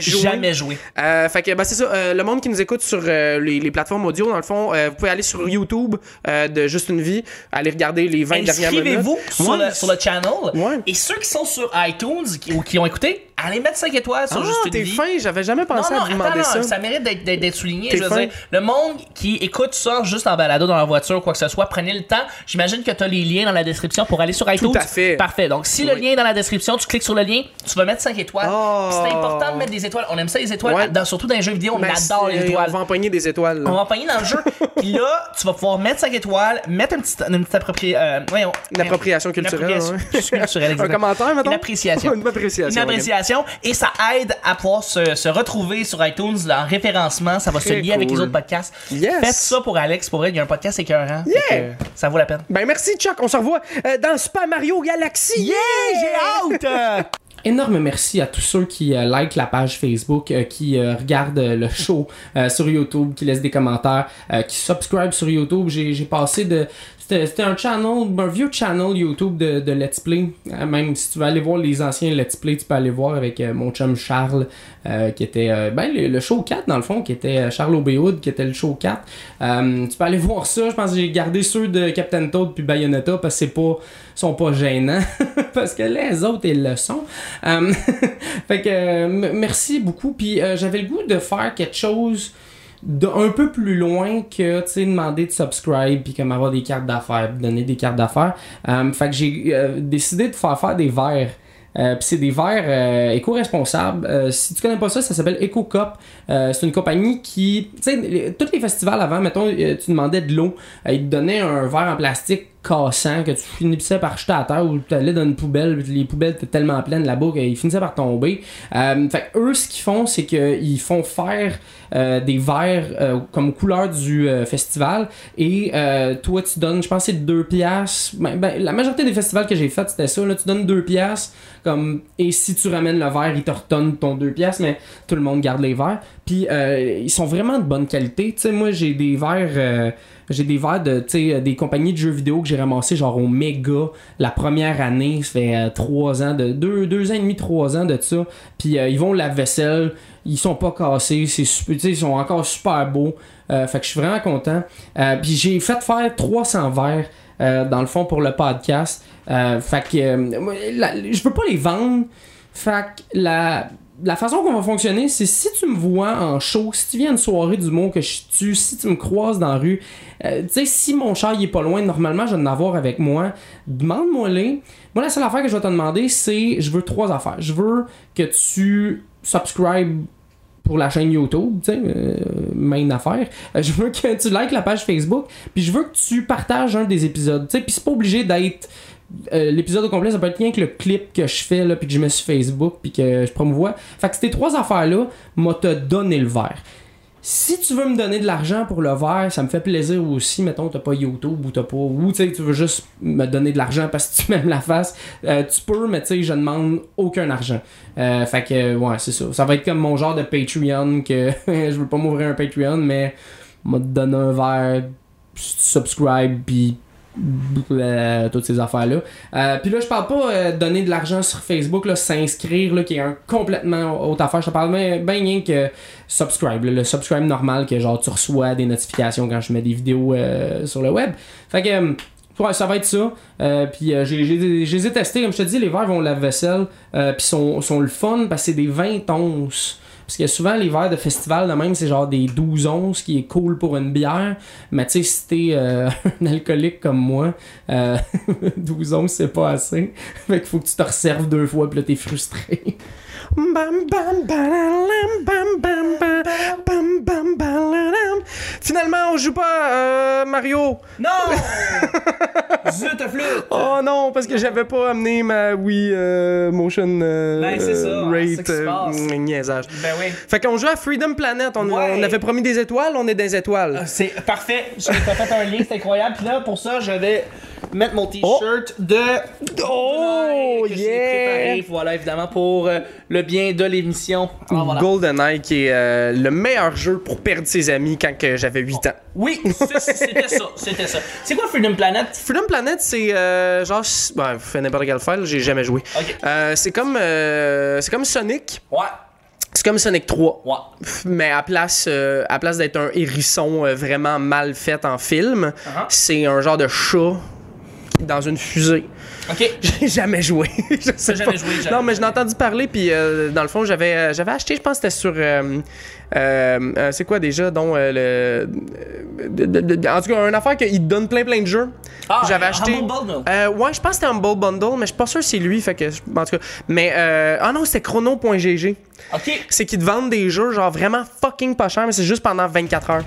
jamais joué. jamais joué. Euh, fait que ben, c'est ça. euh, le monde qui nous écoute sur euh, les, les plateformes audio, dans le fond, euh, vous pouvez aller sur YouTube euh, de Juste une vie, aller regarder les 20 dernières minutes. Inscrivez-vous sur, Ouais. le, sur le channel. Ouais. Et ceux qui sont sur iTunes qui- ou qui ont écouté, allez mettre 5 étoiles sur Ah, juste une t'es vie. fin, j'avais jamais Non, pensé non, à vous attends, demander non, ça. ça. mérite d'être- d'être d'être souligné. T'es Je veux fin. dire, le monde qui écoute ça juste en balado dans leur voiture ou quoi que ce soit, prenez le temps. J'imagine que tu as les liens dans la description pour aller sur iTunes. à fait. Parfait. Donc, si le Oui. lien est dans la description, tu cliques sur le lien, tu vas mettre 5 étoiles. Oh. Puis C'est important de mettre des étoiles. On aime ça, les étoiles. Ouais. Dans- surtout dans les jeux vidéo, on Ben, adore les c'est- étoiles. On va empoigner des étoiles. là. On va pogner dans le jeu. Puis là, tu vas pouvoir mettre 5 étoiles, mettre un petit, une petite appropri- euh, voyons, Une appropriation une culturelle, appropriation culturelle, Un exactement. commentaire, maintenant? Une appréciation. Une appréciation. Une appréciation. Et ça aide à pouvoir se, se retrouver sur iTunes en référencement. Ça va se Très lier avec les cool. autres podcasts. Yes. Faites ça pour Alex. Pour vrai, il y a un podcast écœurant. Fait que, euh, Ça vaut la peine. Ben merci Chuck, on se revoit euh, dans Super Mario Galaxy. Yeah, j'ai hâte! Énorme merci à tous ceux qui euh, likent la page Facebook, euh, qui euh, regardent euh, le show euh, sur YouTube, qui laissent des commentaires, euh, qui subscribent sur YouTube. J'ai j'ai passé de... C'était c'était un channel, un vieux channel YouTube de, de Let's Play. Euh, Même si tu veux aller voir les anciens Let's Play, tu peux aller voir avec euh, mon chum Charles, euh, qui était euh, ben, le, le show 4 dans le fond, qui était euh, Charles Obéhoud, qui était le show 4. Euh, tu peux aller voir ça. Je pense que j'ai gardé ceux de euh, Captain Toad puis Bayonetta parce que c'est pas sont pas gênants parce que les autres ils le sont. Euh, fait que euh, m- merci beaucoup. Puis euh, j'avais le goût de faire quelque chose de un peu plus loin que tu sais demander de subscribe puis comme avoir des cartes d'affaires, puis donner des cartes d'affaires. Euh, fait que j'ai euh, décidé de faire faire des verres. Euh, puis c'est des verres euh, éco-responsables. Euh, si tu connais pas ça, ça s'appelle EcoCop. Euh, c'est une compagnie qui, tu sais, les- tous les festivals avant, mettons, euh, tu demandais de l'eau, euh, ils te donnaient un verre en plastique cassant que tu finissais par jeter à terre ou tu allais dans une poubelle, les poubelles étaient tellement pleines là-bas qu'ils finissaient par tomber. Euh, fait que eux, ce qu'ils font, c'est qu'ils font faire euh, des verres euh, comme couleur du euh, festival et euh, toi, tu donnes, je pense, que c'est 2 piastres. Ben, ben, la majorité des festivals que j'ai fait, c'était ça. Là, tu donnes 2 piastres comme, et si tu ramènes le verre, ils te retonnent ton 2 piastres, mais tout le monde garde les verres. Puis euh, ils sont vraiment de bonne qualité. Tu sais, moi, j'ai des verres. euh, j'ai des verres de, tu sais, euh, des compagnies de jeux vidéo que j'ai ramassé genre au méga la première année. Ça fait euh, trois ans, de deux, deux ans et demi, trois ans de ça. Puis euh, ils vont la vaisselle, ils sont pas cassés, c'est super- tu sais, ils sont encore super beaux. Euh, fait que je suis vraiment content. Euh, puis j'ai fait faire 300 verres euh, dans le fond pour le podcast. Euh, fait que euh, moi, la- je veux pas les vendre. Fait que la, la façon qu'on va fonctionner, c'est si tu me vois en show, si tu viens à une soirée du mot que je tue, si tu me croises dans la rue, euh, tu sais, si mon char il est pas loin, normalement je vais en avoir avec moi, demande-moi les. Moi, la seule affaire que je vais te demander, c'est je veux trois affaires. Je veux que tu subscribes pour la chaîne YouTube, tu sais, euh, main affaire. Euh, je veux que tu likes la page Facebook, puis je veux que tu partages un des épisodes, tu sais, puis c'est pas obligé d'être euh, l'épisode au complet, ça peut être rien que le clip que je fais là, puis que je mets sur Facebook, puis que je promouvois. Fait que ces trois affaires là, m'a te donné le verre. Si tu veux me donner de l'argent pour le verre, ça me fait plaisir aussi. Mettons, t'as pas YouTube ou t'as pas. Ou tu sais, tu veux juste me donner de l'argent parce que tu m'aimes la face. euh, tu peux, mais tu sais, je demande aucun argent. Euh, fait que, euh, ouais, c'est ça. Ça va être comme mon genre de Patreon que je veux pas m'ouvrir un Patreon, mais m'a donné un verre, subscribe, puis euh, toutes ces affaires là. puis là je parle pas euh, donner de l'argent sur Facebook là, s'inscrire là qui est un complètement autre affaire. Je te parle bien ben rien que subscribe, là, le subscribe normal que genre tu reçois des notifications quand je mets des vidéos euh, sur le web. Fait que euh, ouais, ça va être ça. Euh, puis euh, j'ai- j'ai- je les ai testés, comme je te dis, les verres vont lave-vaisselle. Euh, puis sont, sont le fun parce que c'est des 20 onces. Parce que souvent, les verres de festival, de même, c'est genre des 12 onces qui est cool pour une bière. Mais tu sais, si t'es euh, un alcoolique comme moi, euh, 12 onces, c'est pas assez. Fait qu'il faut que tu te resserves deux fois, puis là, t'es frustré. Bam, bam, balalam, bam, bam, ba- bam, bam, balalam. Finalement, on joue pas euh, Mario. Non! Zut, flûte! Oh non, parce que j'avais pas amené ma Wii euh, Motion euh, Ben, c'est ça, euh, c'est ça Rate qui se passe. euh, niaisage. Ben oui. Fait qu'on joue à Freedom Planet. On, Ouais. Ah, on avait promis des étoiles, on est des étoiles. C'est parfait. J'ai t'as fait un lien, c'est incroyable. Puis là, pour ça, je vais mettre mon t-shirt de. Oh, que j'ai yeah! préparé, Voilà, évidemment, pour euh, le bien de l'émission. Alors, voilà. GoldenEye qui est euh, le meilleur jeu pour perdre ses amis quand que j'avais 8 ans. Oui, c'est- c'était ça. C'était ça. C'est quoi Freedom Planet? Freedom Planet, c'est euh, genre. c- Ben, vous faites n'importe quelle file, j'ai jamais joué. Ok. Euh, c'est comme, euh, c'est comme Sonic. Ouais. C'est comme Sonic 3. Ouais. Mais à place, euh, à place d'être un hérisson euh, vraiment mal fait en film, Uh-huh. c'est un genre de chat dans une fusée. Ok. J'ai jamais joué. je sais jamais pas. joué, jamais non, mais je joué. l'ai entendu parler, puis euh, dans le fond, j'avais euh, j'avais acheté, je pense que c'était sur. euh, euh, euh, c'est quoi déjà, dont euh, le. euh, de- de- de- en tout cas, une affaire qu'il te donne plein plein de jeux. Ah, j'avais euh, acheté. Humble Bundle. Euh, ouais, je pense que c'était Humble Bundle, mais je suis pas sûr que c'est lui, fait que. je- En tout cas. Mais. euh, ah non, c'était chrono.gg. Ok. C'est qu'ils te vendent des jeux, genre vraiment fucking pas cher, mais c'est juste pendant 24 heures.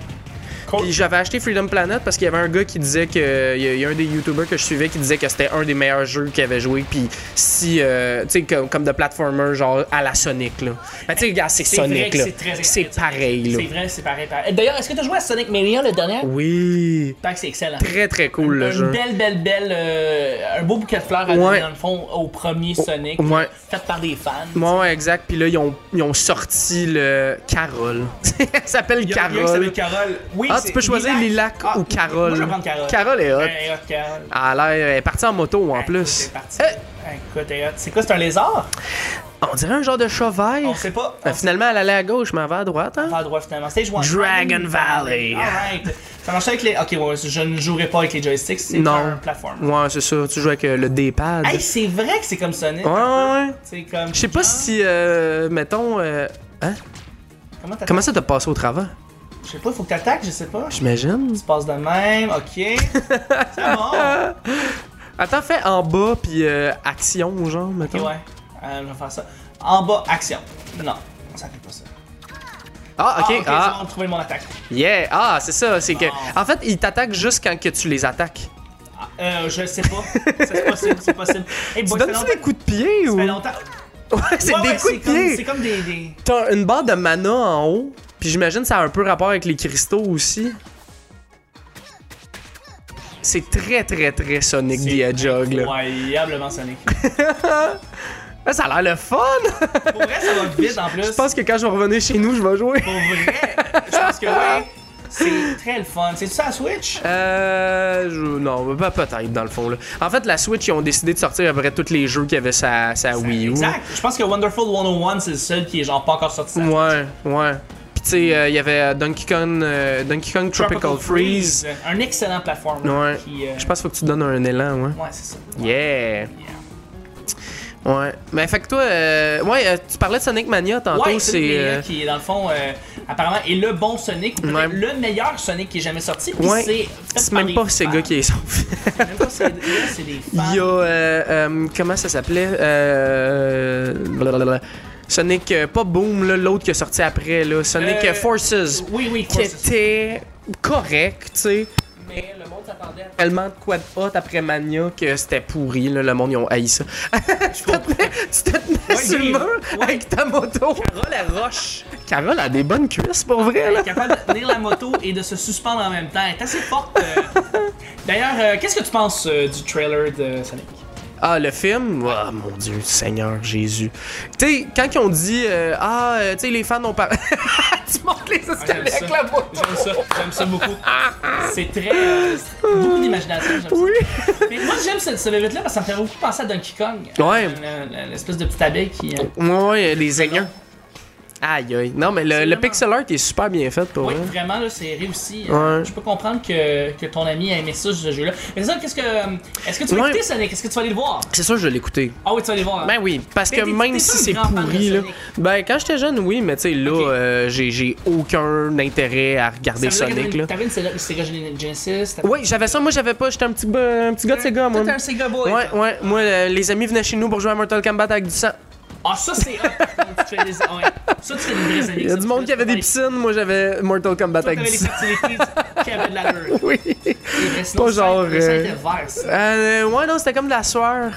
Cool. Puis j'avais acheté Freedom Planet parce qu'il y avait un gars qui disait que. Il y a- il y, a un des YouTubers que je suivais qui disait que c'était un des meilleurs jeux qu'il avait joué. Puis si. euh, tu sais, comme, comme de platformer, genre à la Sonic, là. Ben, tu sais, gars, c'est C'est vrai Sonic, que là. c'est très C'est expressif. pareil, là. C'est vrai, c'est pareil, pareil. D'ailleurs, est-ce que t'as joué à Sonic Mania le dernier? Oui. Je pense que c'est excellent. Très, très cool, le une jeu. belle, belle, belle. euh, un beau bouquet de fleurs à Ouais. Oh. donner, dans le fond, au premier Sonic. ouais. Fait par des fans. Ouais, ouais, exact. Puis là, ils ont, ils ont sorti le. Carole. Elle s'appelle Il y a un gars qui s'appelle Carole. Carole. Oui, Ah, c'est tu peux choisir Lilac Ah, ou Carole. Moi, je vais prendre Carole. Carole est hot. Hey, hot, Carole. Elle a l'air. Ah, Elle est partie en moto, en Hey, écoute, plus. Ah, C'est parti. Eh, Hey, écoute, hey, hot. C'est quoi, c'est un lézard? on dirait un genre de chat vert. On sait pas. On Euh, finalement, elle allait à gauche, mais elle va à droite, hein? sait pas à droit, finalement. C'est joué en- Dragon Valley. Alright. Ça marche avec les. Ok, ouais, je ne jouerai pas avec les joysticks. C'est Non. un platform. Ouais, c'est ça. Tu joues avec euh, le D-pad. Ah. Hey, c'est vrai que c'est comme Sonic. ouais, ouais, ouais. C'est comme. Je sais pas si, euh, mettons. euh, hein? Comment t'attaques? Comment ça t'a passé au travers? Je sais pas, faut que t'attaques, je sais pas. Je J'imagine. passe de même, ok. C'est bon. Attends, fais en bas, puis euh, action, genre, Ok, mettons. ouais. Euh, je vais faire ça. En bas, action. Non, ça fait pas ça. Ah, ok. Ah, Ah, ok, c'est bon, Ah. trouver mon attaque. yeah. Ah, c'est ça. C'est que. Bon. En fait, ils t'attaquent juste quand que tu les attaques. Ah, euh, je sais pas. C'est possible, c'est possible. Hey, Tu boy, ça fait donnes-tu des longtemps- coups de pied ça ou. fait longtemps. Ouais, c'est Ouais, des ouais, coups c'est de comme- pied. C'est comme des. des... T'as une barre de mana en haut, puis j'imagine ça a un peu rapport avec les cristaux aussi. C'est très très très Sonic the Hedgehog là. Incroyablement Sonic. Ah, Ça a l'air le fun! Pour vrai, ça va vite en plus. Je pense que quand je vais revenir chez nous, je vais jouer. Pour vrai, je pense que ouais. C'est très le fun. C'est ça à Switch? Euh. je- Non, bah, peut-être dans le fond là. En fait, la Switch, ils ont décidé de sortir à peu près tous les jeux qui avaient sa, sa Wii U. Exact. Je pense que Wonderful 101, c'est le seul qui est genre pas encore sorti. Ouais, ouais. Puis tu sais, euh, il y avait euh, Donkey Kong, euh, Donkey Kong Tropical, Freeze. Un excellent plateforme. Ouais. Qui, euh, Je pense qu'il faut que tu donnes un élan, ouais. Ouais, c'est ça. Yeah! Yeah. Ouais. Mais fait que toi, euh, ouais, euh, tu parlais de Sonic Mania tantôt, Ouais, c'est. c'est euh, qui est dans le fond euh, apparemment est le bon Sonic, ou peut-être Ouais. le meilleur Sonic qui est jamais sorti. puis Ouais. c'est C'est même pas ces Ah. gars qui les ont fait. Même pas ces gars, c'est des fans. Il y a. euh, euh, comment ça s'appelait euh, blablabla. Sonic, euh, pas Boom, là, l'autre qui est sorti après, là, Sonic Euh, euh, Forces, Oui, oui, qui Forces. était correct, tu sais. Mais le monde s'attendait. à- Tellement de quad hot après Mania que c'était pourri, là, le monde, ils ont haï ça. tu te tenais, tu te tenais Ouais, sur le j'ai- mur ouais. avec ta moto. Carole à roche. Carole a des bonnes cuisses, pour vrai, Elle là. est capable de tenir la moto et de se suspendre en même temps. Elle est assez forte. euh. D'ailleurs, euh, qu'est-ce que tu penses euh, du trailer de Sonic? Ah, le film? Ah, mon Dieu, Seigneur Jésus. Tu sais, quand ils ont dit, euh, ah, euh, tu sais, les fans ont parlé. tu montes les escaliers ça. avec la moto. Ah, J'aime ça, j'aime ça beaucoup. C'est très. euh, beaucoup d'imagination, j'aime ça. Oui. Mais moi, j'aime ce, ce bébé-là parce que ça me fait beaucoup penser à Donkey Kong. Ouais. Euh, le- le- L'espèce de petite abeille qui. euh, Ouais, ouais, les aignons. Aïe, aïe. Non, mais le, le vraiment- pixel art est super bien fait pour Oui, vrai. vraiment, là, c'est réussi. Euh, Ouais. Je peux comprendre que, que ton ami a aimé ça, ce jeu-là. Mais ça, qu'est-ce que. euh, Est-ce que tu vas Ouais. écouter Sonic Est-ce que tu vas aller le voir C'est sûr, je l'ai écouté. Ah oui, tu vas aller le voir. hein? Ben oui, parce Mais que t'es- même t'es si pas c'est une grande fan de pourri, là, Sonic. ben quand j'étais jeune, oui, mais tu sais, là, Ok. euh, j'ai- j'ai aucun intérêt à Ça veut regarder dire que Sonic, t'avais- là. T'avais une Sega- Sega Gen- Genesis t'avais- Oui, j'avais ça, moi j'avais pas, j'étais un petit, gars- un petit gars de Sega, moi. Toi, t'es un Sega Boy. Ouais, ouais, moi, euh, les amis venaient chez nous pour jouer à Mortal Kombat avec du sang. Ah, ça, c'est hot. par contre, tu fais des- ouais. Ça, tu fais des vrais Sonic. Il y a du monde qui avait des piscines, moi j'avais Mortal Kombat Toi, avec du t'avais les sang. fertilités qui avaient de l'allure. Oui. Mais sinon, Pas le sang- genre, Le sang euh, était vert, ça. Euh, ouais, non, c'était comme de la sueur.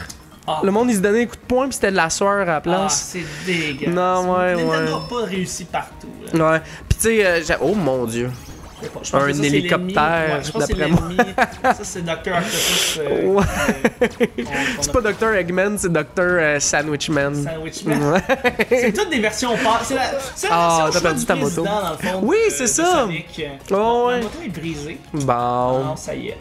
Ah. Le monde, il se donnait des coups de poing, puis c'était de la sueur à la Ah, place. c'est dégueulasse. Non, ouais, Nintendo ouais. n'a pas réussi partout. là. Ouais. Puis tu sais, euh, j'ai- oh mon dieu. Je pense Un que ça, c'est l'ennemi. hélicoptère, Ouais, je pense que c'est d'après moi. l'ennemi. Ça, c'est Dr. Octopus. euh, Ouais. qu'on- qu'on C'est a- pas Dr. Eggman, c'est Dr. euh, Sandwichman. Sandwichman. Ouais. C'est toutes des versions pas. C'est la, c'est la Ah, version t'as choix perdu du ta président, moto. dans le fond. Oui, de- c'est de ça. Sonic. Oh, ouais. La moto est brisée. Bon. Non, ça y est.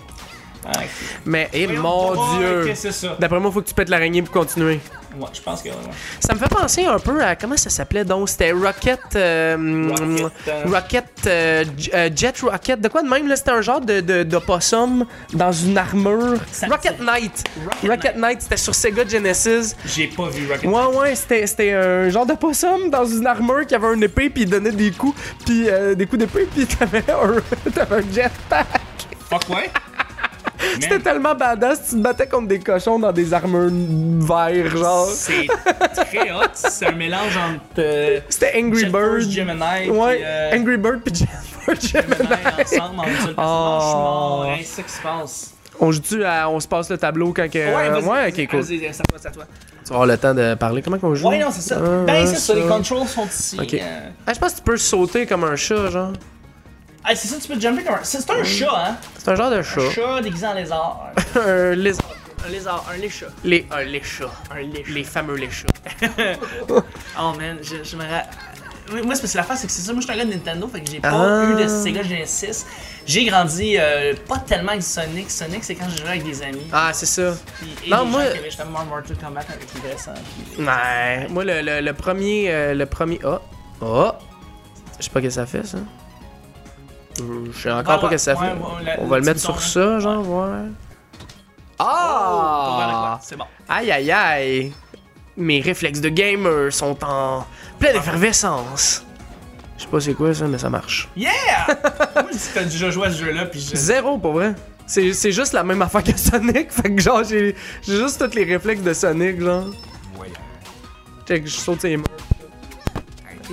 Ah, ok. Mais, eh Voyons, mon on va voir dieu. que c'est ça. D'après moi, faut que tu pètes l'araignée pour continuer. Ouais, je pense que. ouais, ouais. Ça me fait penser un peu à. Comment ça s'appelait donc C'était Rocket. euh, Rocket, euh, Rocket. euh, J- euh, Jet Rocket. De quoi de même là C'était un genre de, de, d'opossum dans une armure. Ça me Rocket Knight. Rocket Rocket Knight, c'était sur Sega Genesis. J'ai pas vu Rocket. Ouais, ouais, c'était c'était un genre de possum dans une armure qui avait une épée, puis il donnait des coups, puis euh, des coups d'épée, puis t'avais un, t'avais un jetpack. Fuck, ouais. Hein? C'était tellement badass, tu te battais contre des cochons dans des armures vertes, genre. C'est très hot. C'est un mélange entre. euh, C'était Angry Jet Bird. Force Gemini. ouais, puis, euh, Angry Bird puis Jet Force Gemini. Gemini ensemble en une seule personne. Oh. Je suis mort. Hey, C'est ça qui se passe. On joue-tu à On se passe le tableau quand que. vas-y, Euh, ok, cool. Vas-y, c'est à toi, c'est à toi. Tu vas avoir le temps de parler. Comment qu'on joue Ouais, non, c'est ça. Ah, ben, c'est ah, ça, les controls sont ici. Ok. euh. Ah, je pense que tu peux sauter comme un chat, genre. Ah, c'est ça, tu peux jumper comme un. C'est c'est un chat, hein? C'est un genre de Un chat. chat déguisé en lézard. Un lés- un lézard, un léchat. Les, un léchat. Un léchat. Les fameux les chats. Oh man, je, je me ra... Oui, Moi, c'est parce que l'affaire, c'est que c'est ça. Moi, je suis un gars de Nintendo, fait que j'ai pas Ah. eu de Sega Genesis. J'ai grandi euh, pas tellement avec Sonic. Sonic, c'est quand je jouais avec des amis. Ah, c'est ça. Puis- et non, des gens moi- qui avaient justement Mortal Kombat avec les dressants. puis- Ouais. Moi, le, le, le premier. euh, le premier. Oh. Oh. Je sais pas qu'est-ce que ça fait, ça. Euh, Je sais encore Ouais, pas qu'est-ce que ça ouais, fait. ouais, la- On va le petit mettre sur bouton, ça, là. genre, ouais. Oh, t'as ouvert la Ah! cloche, C'est bon. Aïe aïe aïe! Mes réflexes de gamer sont en pleine effervescence. Je sais pas c'est quoi ça, mais ça marche. Yeah! Moi, je dis que t'as déjà joué à ce jeu-là, puis je. Zéro pour vrai. C'est c'est juste la même affaire que Sonic, fait que genre j'ai j'ai juste tous les réflexes de Sonic, genre. Voyons. Check, je saute les murs.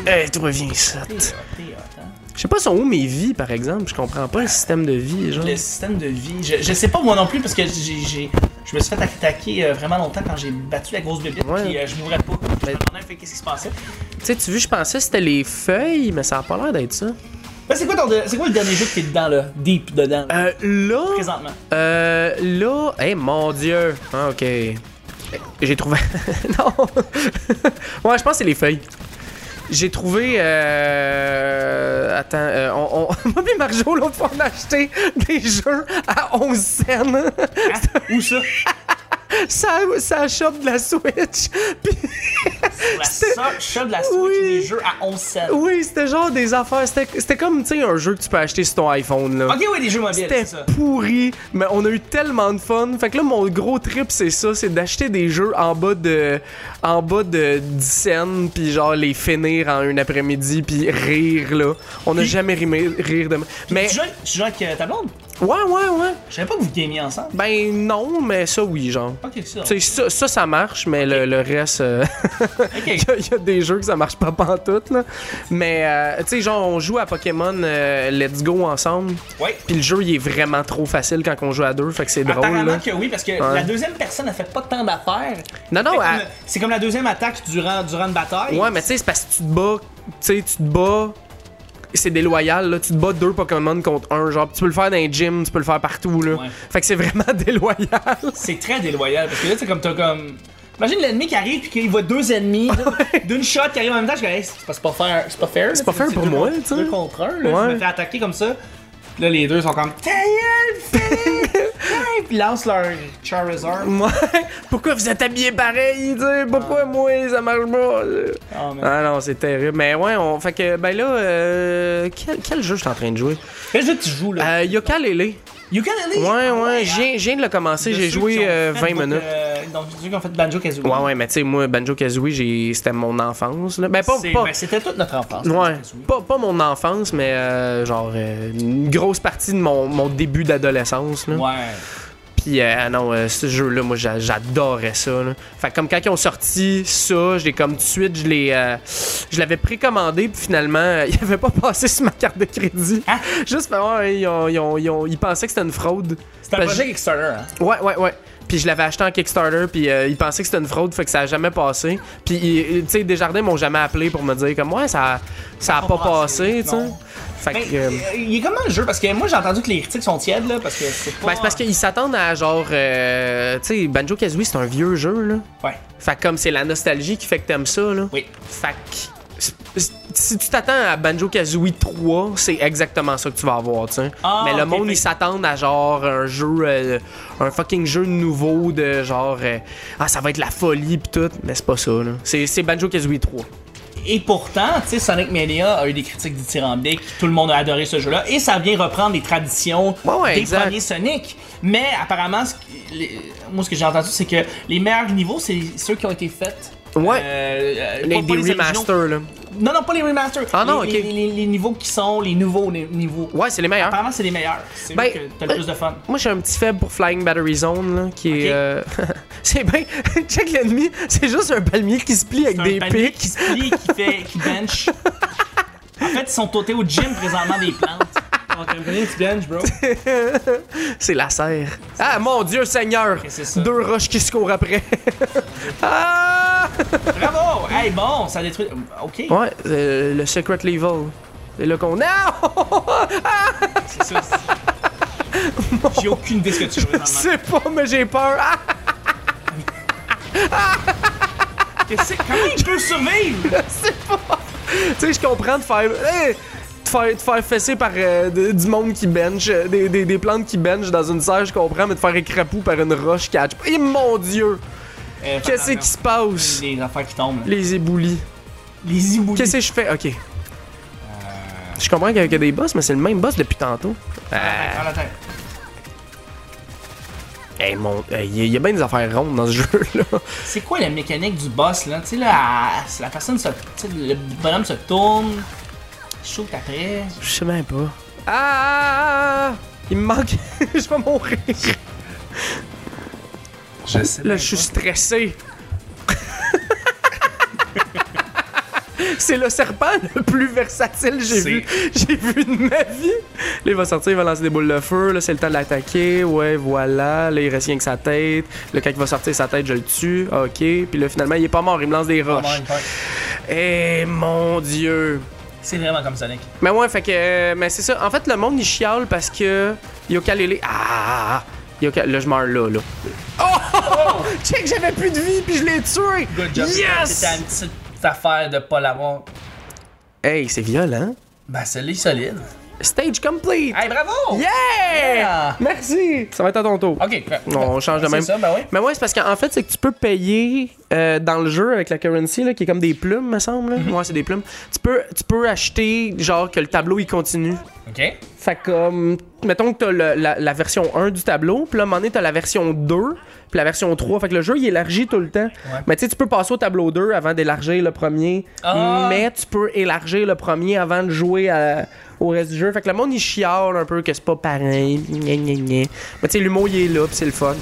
T'es Hey, tout revient ici. t'es hot, t'es hot, hein? Je sais pas sont où mes vies par exemple, je comprends pas le système de vie, genre. Le système de vie, je, je sais pas moi non plus parce que j'ai, j'ai- je me suis fait attaquer euh, vraiment longtemps quand j'ai battu la grosse bébête Ouais. puis euh, je m'ouvrais pas. Je me demandais fait, qu'est-ce qui se passait. Tu sais, tu vois, je pensais que c'était les feuilles, mais ça a pas l'air d'être ça. Ben, c'est, quoi ton de- c'est quoi le dernier jeu qui est dedans là? Deep dedans là, Euh, là. présentement. hein? Euh, là, eh mon dieu. Ah, ok. J'ai trouvé. non. ouais, je pense que c'est les feuilles. J'ai trouvé. Euh... Attends, euh, on, on... moi et Marjo, l'autre fois, on a acheté des jeux à 11 cents. Où ça? ça, ça shop de la Switch. Puis, La search de la Switch Oui. des jeux à 11 cents. oui, c'était genre des affaires. C'était c'était comme, tu sais, un jeu que tu peux acheter sur ton iPhone, là. Ok, oui, des jeux mobiles, C'était c'est ça. pourri, mais on a eu tellement de fun. Fait que là, mon gros trip, c'est ça, c'est d'acheter des jeux en bas de, en bas de 10 cents, puis genre les finir en un après-midi, puis rire, là. On n'a Puis- jamais rimé, rire de... Mais, Tu joues, tu joues avec euh, ta blonde? ouais, ouais, ouais. Je savais pas que vous gamiez ensemble. Ben non, mais ça, oui, genre. Pas que ça. Tu sais, ça, ça, ça marche, mais le, le reste... euh, Ok. Il y, a des jeux que ça marche pas pantoute, là. Mais, euh, tu sais, genre, on joue à Pokémon euh, Let's Go ensemble. Ouais. Puis le jeu, il est vraiment trop facile quand on joue à deux, fait que c'est drôle, Apparemment là. que oui, parce que Ouais. Ah la deuxième personne, elle fait pas tant d'affaires. Non, non, Fait à- comme- C'est comme la deuxième attaque durant, durant une bataille. Ouais, mais tu sais, c'est parce que tu te bats. Tu sais, tu te bats. C'est déloyal, là. Tu te bats deux Pokémon contre un. Genre, tu peux le faire dans les gyms, tu peux le faire partout, là. Ouais. Fait que c'est vraiment déloyal. C'est très déloyal parce que là, c'est comme t'as comme. Imagine l'ennemi qui arrive puis qu'il voit deux ennemis là, d'une shot qui arrive en même temps. Je dis, Hey, c'est pas- c'est pas fair, c'est pas fair. là, C'est pas tu- fair tu pour deux moi, contre- tu sais. Deux contre un, là, Ouais. je me fais attaquer comme ça. Puis là, les deux sont comme. Ta gueule, fais- Puis lancent leur Charizard. Moi, pourquoi vous êtes habillés pareil? tu sais? Ah. Pourquoi moi, ça marche pas? là? Oh, man. Ah non, c'est terrible. Mais ouais, on... fait que, ben là, euh, quel, quel jeu je suis en train de jouer? Quel jeu tu joues là? Euh, Yoka Lele. Ukulele? Ouais, Ah, ouais, je hein. viens- je viens de le commencer, De j'ai ceux joué qui ont euh, fait 20 beaucoup de- minutes. donc, ceux qui ont fait Banjo Kazooie. Ouais, ouais, mais tu sais, moi, Banjo Kazooie, j'ai- c'était mon enfance. Là. Ben, pas. C'est- pas... ben, c'était toute notre enfance. Ouais, Banjo-Kazooie. pas, pas mon enfance, mais euh, genre euh, une grosse partie de mon, mon début d'adolescence. là. Ouais. Puis euh, ah non, euh, ce jeu-là, moi j'a- j'adorais ça. là. Fait que comme quand ils ont sorti ça, j'ai comme tout de suite, je l'ai, euh, je l'avais précommandé, puis finalement, euh, il avait pas passé sur ma carte de crédit. Ah! Juste, fait, ouais, ils, ont- ils ont- ils ont- ils pensaient que c'était une fraude. C'était un Parce- projet Kickstarter, hein? Ouais, ouais, ouais. Puis je l'avais acheté en Kickstarter, puis euh, ils pensaient que c'était une fraude, fait que ça a jamais passé. Puis, ils- tu sais, Desjardins m'ont jamais appelé pour me dire comme, ouais, ça, ça a pas passé, tu sais. non. Fait Ben, que. euh, euh, il est comment le jeu? Parce que moi, j'ai entendu que les critiques sont tièdes, là, parce que c'est pas... ben, c'est parce qu'ils s'attendent à genre. euh, tu sais, Banjo Kazooie, c'est un vieux jeu, là. Ouais, Fait que comme c'est la nostalgie qui fait que t'aimes ça, là. oui. Fait que. c'est- c'est- Si tu t'attends à Banjo Kazooie 3, c'est exactement ça que tu vas avoir, tu sais. Ah, Mais le ok, monde, fait- ils s'attendent à genre un jeu. euh, un fucking jeu nouveau de genre. euh, ah, ça va être la folie pis tout. Mais c'est pas ça, là. C'est c'est Banjo Kazooie 3. Et pourtant, tu sais, Sonic Mania a eu des critiques dithyrambiques, tout le monde a adoré ce jeu-là, et ça vient reprendre les traditions Ouais, ouais, des exact. premiers Sonic. Mais apparemment, ce qui- les- moi, ce que j'ai entendu, c'est que les meilleurs niveaux, c'est ceux qui ont été faits. Ouais. euh, euh, les pas- pas des originaux. remasters, là. Non, non, pas les remasters. Ah non, les, ok. les, les- les niveaux qui sont les nouveaux ni- niveaux. Ouais, c'est les meilleurs. Apparemment, c'est les meilleurs. C'est Ben, eux que t'as le plus de fun. Moi, j'ai un petit faible pour Flying Battery Zone, là, qui est. Ok. euh, c'est bien. Check l'ennemi, c'est juste un palmier qui se plie avec C'est un des panier pics. qui se plie, qui fait, qui bench. En fait, ils sont totés au gym présentement des plantes. Donc, un brin, tu bench, bro. C'est la serre. Ah, mon Dieu Seigneur! c'est ça. Deux roches qui se courent après. ah! Bravo! Hey, bon, ça détruit. Ok, Ouais, euh, le Secret Level. C'est là qu'on. Ah! Non! c'est ça. J'ai aucune idée ce que tu veux Je présentement. sais pas, mais j'ai peur. Ah! Qu'est-ce que- Comment il peut survivre? Euh, Tu sais, je comprends de faire. Hey! De faire, de faire fesser par euh, de- du monde qui bench, euh, des, des- des plantes qui bench dans une serre, je comprends, mais de faire écrapou par une roche catch. Et mon dieu! Euh, Qu'est-ce qui se passe? Les affaires qui tombent. là. Les éboulis. Les iboulis. Qu'est-ce que je fais? Ok. Je comprends qu'il y a que des boss, mais c'est le même boss depuis tantôt. Prends la tête. Euh, Hey, mon. Il y, a- y a bien des affaires rondes dans ce jeu-là. C'est quoi la mécanique du boss là? Tu sais là, la, la personne se. tu sais, le bonhomme se tourne, shoot après. Je sais même pas. Ah, ah, ah, ah! Il me manque. je vais mourir. Je sais. Là, je suis stressé. C'est le serpent le plus versatile que j'ai C'est- vu. J'ai vu de ma vie. Là, il va sortir, il va lancer des boules de feu. Là, c'est le temps de l'attaquer. Ouais, voilà. Là, il reste rien que sa tête. Là, quand il va sortir sa tête, je le tue. OK. Puis là, finalement, il est pas mort. Il me lance des roches. Eh, mon Dieu. C'est vraiment comme Sonic. Mais ouais, fait que. euh, mais c'est ça. En fait, le monde, il chiale parce que. Yokalele. Ah, Ah! ah. Yoka... Là, je meurs là, là. Oh! Check, j'avais plus de vie, puis je l'ai tué! Good job. Yes! C'était une petite affaire de pas l'avoir. Hey, c'est violent. Ben, celui solide. Stage complete! Hey, bravo! Yeah! Yeah! Merci! Ça va être à ton tour. Ok. Non, on change de C'est même. ça, ben oui. Mais ouais, c'est parce qu'en fait, c'est que tu peux payer euh, dans le jeu avec la currency, là, qui est comme des plumes, me semble. là. Mhm. Ouais, c'est des plumes. Tu peux, tu peux acheter, genre, que le tableau, il continue. Ok. Fait que, comme, mettons que t'as le- la, la version 1 du tableau, puis là, à un moment donné, t'as la version 2, puis la version 3. Fait que le jeu, il élargit tout le temps. Mais tu sais, tu peux passer au tableau 2 avant d'élargir le premier, Ah! mais tu peux élargir le premier avant de jouer à- au reste du jeu. Fait que le monde, il chiale un peu que c'est pas pareil, gna, gna, gna. Mais tu sais, l'humour, il est là, puis c'est le fun.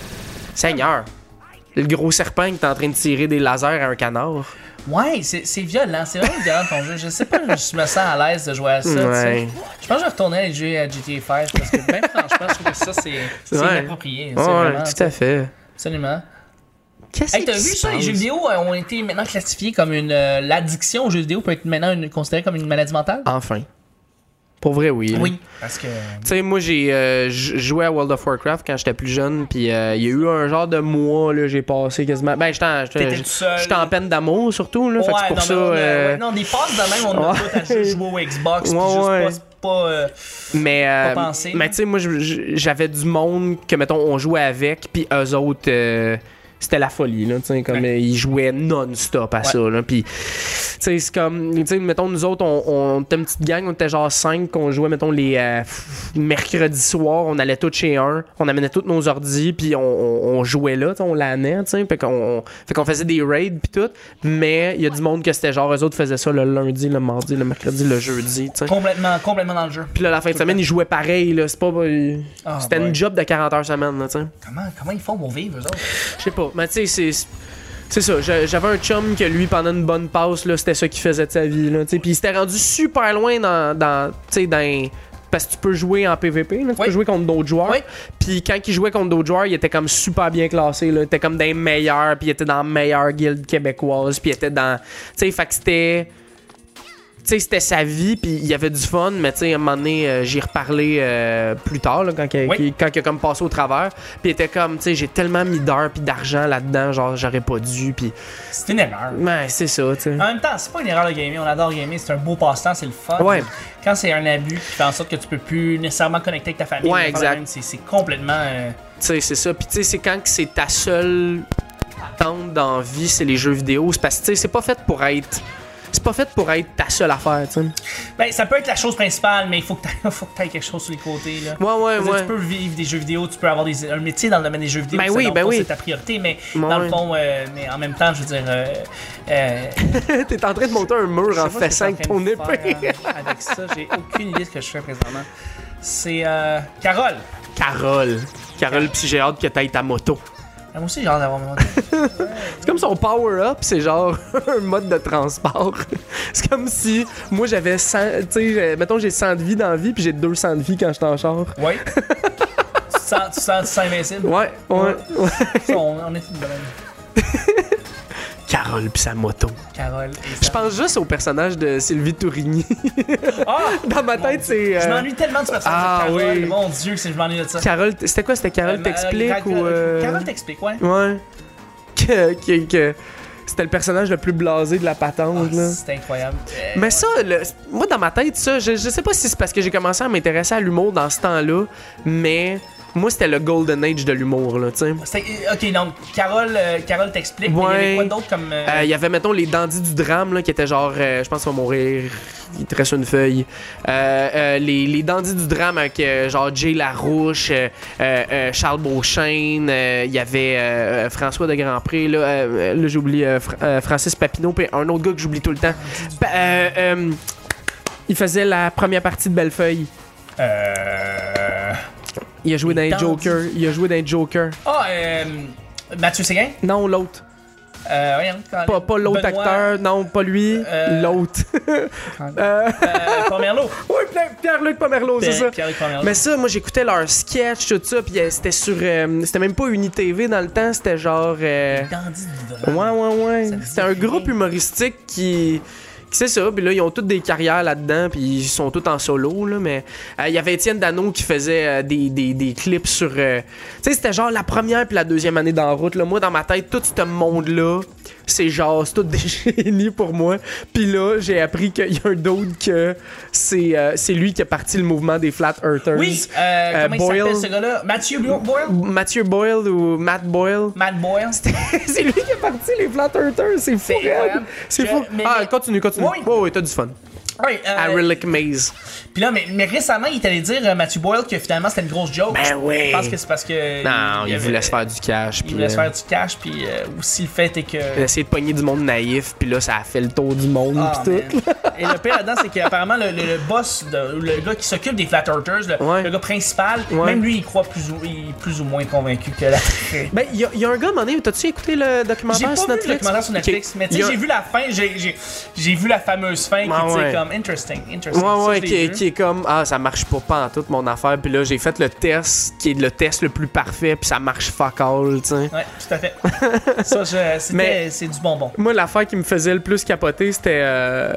Seigneur! Le gros serpent qui est en train de tirer des lasers à un canard. Ouais, c'est c'est violent, c'est vraiment violent ton jeu. Je sais pas, je me sens à l'aise de jouer à ça. tu sais. Ouais. Je pense que je vais retourner à jouer à GTA 5 parce que, ben franchement, je trouve que ça, c'est c'est Ouais. inapproprié. Ouais, c'est vraiment, tout à fait. Absolument. Qu'est-ce Hey, t'as qui vu se ça, les passe? jeux vidéo euh, ont été maintenant classifiés comme une. euh, L'addiction aux jeux vidéo peut être maintenant une- considérée comme une maladie mentale? Enfin. Pour vrai, Ah, oui. hein. là. Oui. Parce que. Tu sais, moi, j'ai euh, j- joué à World of Warcraft quand j'étais plus jeune, puis euh, il y a eu un genre de mois, là, j'ai passé quasiment. Ben, j'étais en- j'étais T'étais tout seul. j'étais en peine d'amour, surtout, là. fait que c'est pour non, ça. mais on a- euh, ouais, non, des passes de même, on a Ouais. tout à jouer au Xbox, puis Ouais, juste ouais. pas se pas. euh, Mais, euh, Pas pensé, là. mais tu sais, moi, je- je- j'avais du monde que, mettons, on jouait avec, puis eux autres, euh, c'était la folie, là, tu sais, comme Ouais. euh, ils jouaient non-stop à ça, là, puis, tu sais, c'est comme, tu sais, mettons, nous autres, on, on était une petite gang, on était genre 5, qu'on jouait, mettons, les euh, f- mercredis soirs, on allait tous chez un, on amenait tous nos ordis, puis on, on- on jouait là, tu sais, on l'annait, tu sais, fait qu'on fait qu'on faisait des raids, puis tout, mais il y a du monde que c'était genre, eux autres faisaient ça le lundi, le mardi, le mercredi, le jeudi, tu sais. complètement, complètement dans le jeu. Puis là, la fin de Tout le semaine, temps. ils jouaient pareil, là. C'est pas. euh, Ah, C'était boy. une job de 40 heures semaine, là, tu sais. Comment, comment ils font pour vivre, eux autres? Je sais pas. Mais tu sais, c'est. C'est ça, j'a- j'avais un chum que lui, pendant une bonne passe, là, c'était ça qu'il faisait de sa vie. Là, tu sais. puis il s'était rendu super loin dans. dans, tu sais, dans parce que tu peux jouer en PVP, là, tu Oui. peux jouer contre d'autres joueurs. Oui. Puis quand il jouait contre d'autres joueurs, il était comme super bien classé. Là. Il était comme des meilleurs, puis il était dans la meilleure guilde québécoise, puis il était dans. Tu sais, fait que c'était. Tu sais, c'était sa vie, puis il y avait du fun, mais tu sais, à un moment donné, euh, j'y ai reparlé euh, plus tard, là, quand, il- Oui. quand il a comme passé au travers. Puis il était comme, tu sais, j'ai tellement mis d'heures puis d'argent là-dedans, genre, j'aurais pas dû, puis. C'est une erreur. Ouais, c'est ça, tu sais. En même temps, c'est pas une erreur de gamer, on adore gamer, c'est un beau passe-temps, c'est le fun. Ouais. Quand c'est un abus qui fait en sorte que tu peux plus nécessairement connecter avec ta famille, Ouais, ou faire la exact. même, c'est c'est complètement. euh, Tu sais, c'est ça. Puis tu sais, c'est quand que c'est ta seule attente dans la vie, c'est les jeux vidéo. C'est parce que, tu sais, c'est pas fait pour être. C'est pas fait pour être ta seule affaire, tu sais. Ben, ça peut être la chose principale, mais il faut que tu faut que t'ailles quelque chose sur les côtés. Là. Ouais, ouais, Je veux dire, ouais. Tu peux vivre des jeux vidéo, tu peux avoir des- un métier dans le domaine des jeux vidéo. Ben ça, oui, dans le ben fond, oui. C'est ta priorité, mais Ouais, dans le ouais. fond, euh, mais en même temps, je veux dire. euh, euh, T'es en train de monter un mur je sais en pas ce que faisant avec t'es en ton train de épée. faire, hein, avec ça, j'ai aucune idée de ce que je fais présentement. C'est euh, Carole. Carole. Carole, pis j'ai hâte que t'ailles ta moto. Ah, Moi aussi, j'ai hâte d'avoir mon C'est comme son power-up, c'est genre un mode de transport. c'est comme si moi j'avais 100, tu sais, j'ai- mettons j'ai 100 de vie dans la vie, puis j'ai 200 de vie quand je t'en char. Ouais. tu, te sens, tu te sens, tu te sens invincible. Ouais, ouais. Ouais. Ça, on, on est une bonne Carole pis sa moto. Carole. et Je ça. pense juste au personnage de Sylvie Tourigny. Ah! dans ma tête, c'est. euh, Je m'ennuie tellement du personnage Ah, de Carole. oui. Mon dieu, que c'est- je m'ennuie de ça. Carole, t- c'était quoi C'était Carole Euh, t'explique Carole- ou. euh, Carole t'explique, ouais. Ouais. Que, que, que- C'était le personnage le plus blasé de la patente, là. Ah, C'est incroyable. Euh, Mais ça, le- moi dans ma tête, ça, je, je sais pas si c'est parce que j'ai commencé à m'intéresser à l'humour dans ce temps-là, mais moi c'était le golden age de l'humour, là, tu sais. c'est- euh, Ok, donc Carole, euh, Carole t'explique, mais il y avait Ouais. quoi d'autre comme. euh, Euh, Il y avait, mettons, les dandys du drame, là, qui étaient genre, euh, je pense, on va mourir, il te reste une feuille. Euh, euh, les, les dandys du drame avec, euh, genre, Jay Larouche, euh, euh, euh, Charles Beauchesne, euh, il y avait euh, François de Grandpré, là, euh, là j'oublie euh, Fra- euh, Francis Papineau, puis un autre gars que j'oublie tout le temps. Pa- euh, euh, il faisait la première partie de Bellefeuille. euh, Il a joué dans Les les dandys. Joker. Il a joué dans les Joker. Ah, euh, Mathieu Séguin. Non, l'autre. Euh, voyons, Pas, pas l'autre Benoît, acteur. Non, pas lui. Euh, L'autre. Euh, Pomerleau. oui, Pierre- Pierre-Luc Pomerleau, c'est ça. Pierre-Luc Pomerleau. Mais ça, moi, j'écoutais leurs sketchs, tout ça. Puis euh, c'était sur. euh, c'était même pas UniTV dans le temps. C'était genre. euh, Dandy du Ouais, drame. ouais, ouais. Ça me dit C'était un rien. groupe humoristique qui. qui C'est ça, puis là, ils ont toutes des carrières là-dedans, puis ils sont tous en solo, là, mais euh, il y avait Étienne Dano qui faisait euh, des, des, des clips sur... euh, tu sais, c'était genre la première puis la deuxième année d'en route, là. Moi, dans ma tête, tout ce monde-là, c'est genre, c'est tout des génies pour moi. Puis là, j'ai appris qu'il y a un d'autre que c'est euh, c'est lui qui a parti le mouvement des Flat Earthers. Oui, euh, Euh, comment il s'appelle Boyle. ce gars-là Mathieu Bo- Boyle Mathieu Boyle ou Matt Boyle. Matt Boyle. c'est lui qui est parti, les Flat Earthers, c'est fou, C'est incroyable. raide. C'est Je- fou. mais- ah, mais- continue, continue. Oui. Oui, oui, t'as du fun. Ouais, euh, À Relic Maze. Puis là, mais, mais récemment, il est allé dire euh, Mathieu Boyle que finalement c'était une grosse joke. Ben oui. Je pense que c'est parce que. Non, il, avait- voulait se faire du cash. Il puis voulait se euh, faire du cash, puis euh, aussi le fait est que. il a essayé de pogner du monde naïf, puis là, ça a fait le tour du monde, Ah, puis tout. man. Et le pire là-dedans, c'est qu'apparemment, le, le- le boss, de- ou le gars qui s'occupe des Flat Earthers, le, Ouais. le gars principal, Ouais. même lui, il croit plus ou, il est plus ou moins convaincu que la. J'ai Ben, il y, a- il y a un gars, à un moment donné, t'as-tu écouté le pas documentaire sur vu le Netflix? documentaire sur Netflix, Ok. mais tu Il y sais, a- j'ai vu la fin, j'ai- j'ai j'ai vu la fameuse fin qui Ah, était ouais. comme interesting, interesting. Ouais, Ça, ouais, je qui l'ai est, vu. qui est comme Ah, ça marche pas, pas en tout mon affaire. Puis là, j'ai fait le test, qui est le test le plus parfait, puis ça marche fuck all, tu sais. Ouais, tout à fait. ça, je- c'était- Mais- c'est du bonbon. Moi, l'affaire qui me faisait le plus capoter, c'était. euh,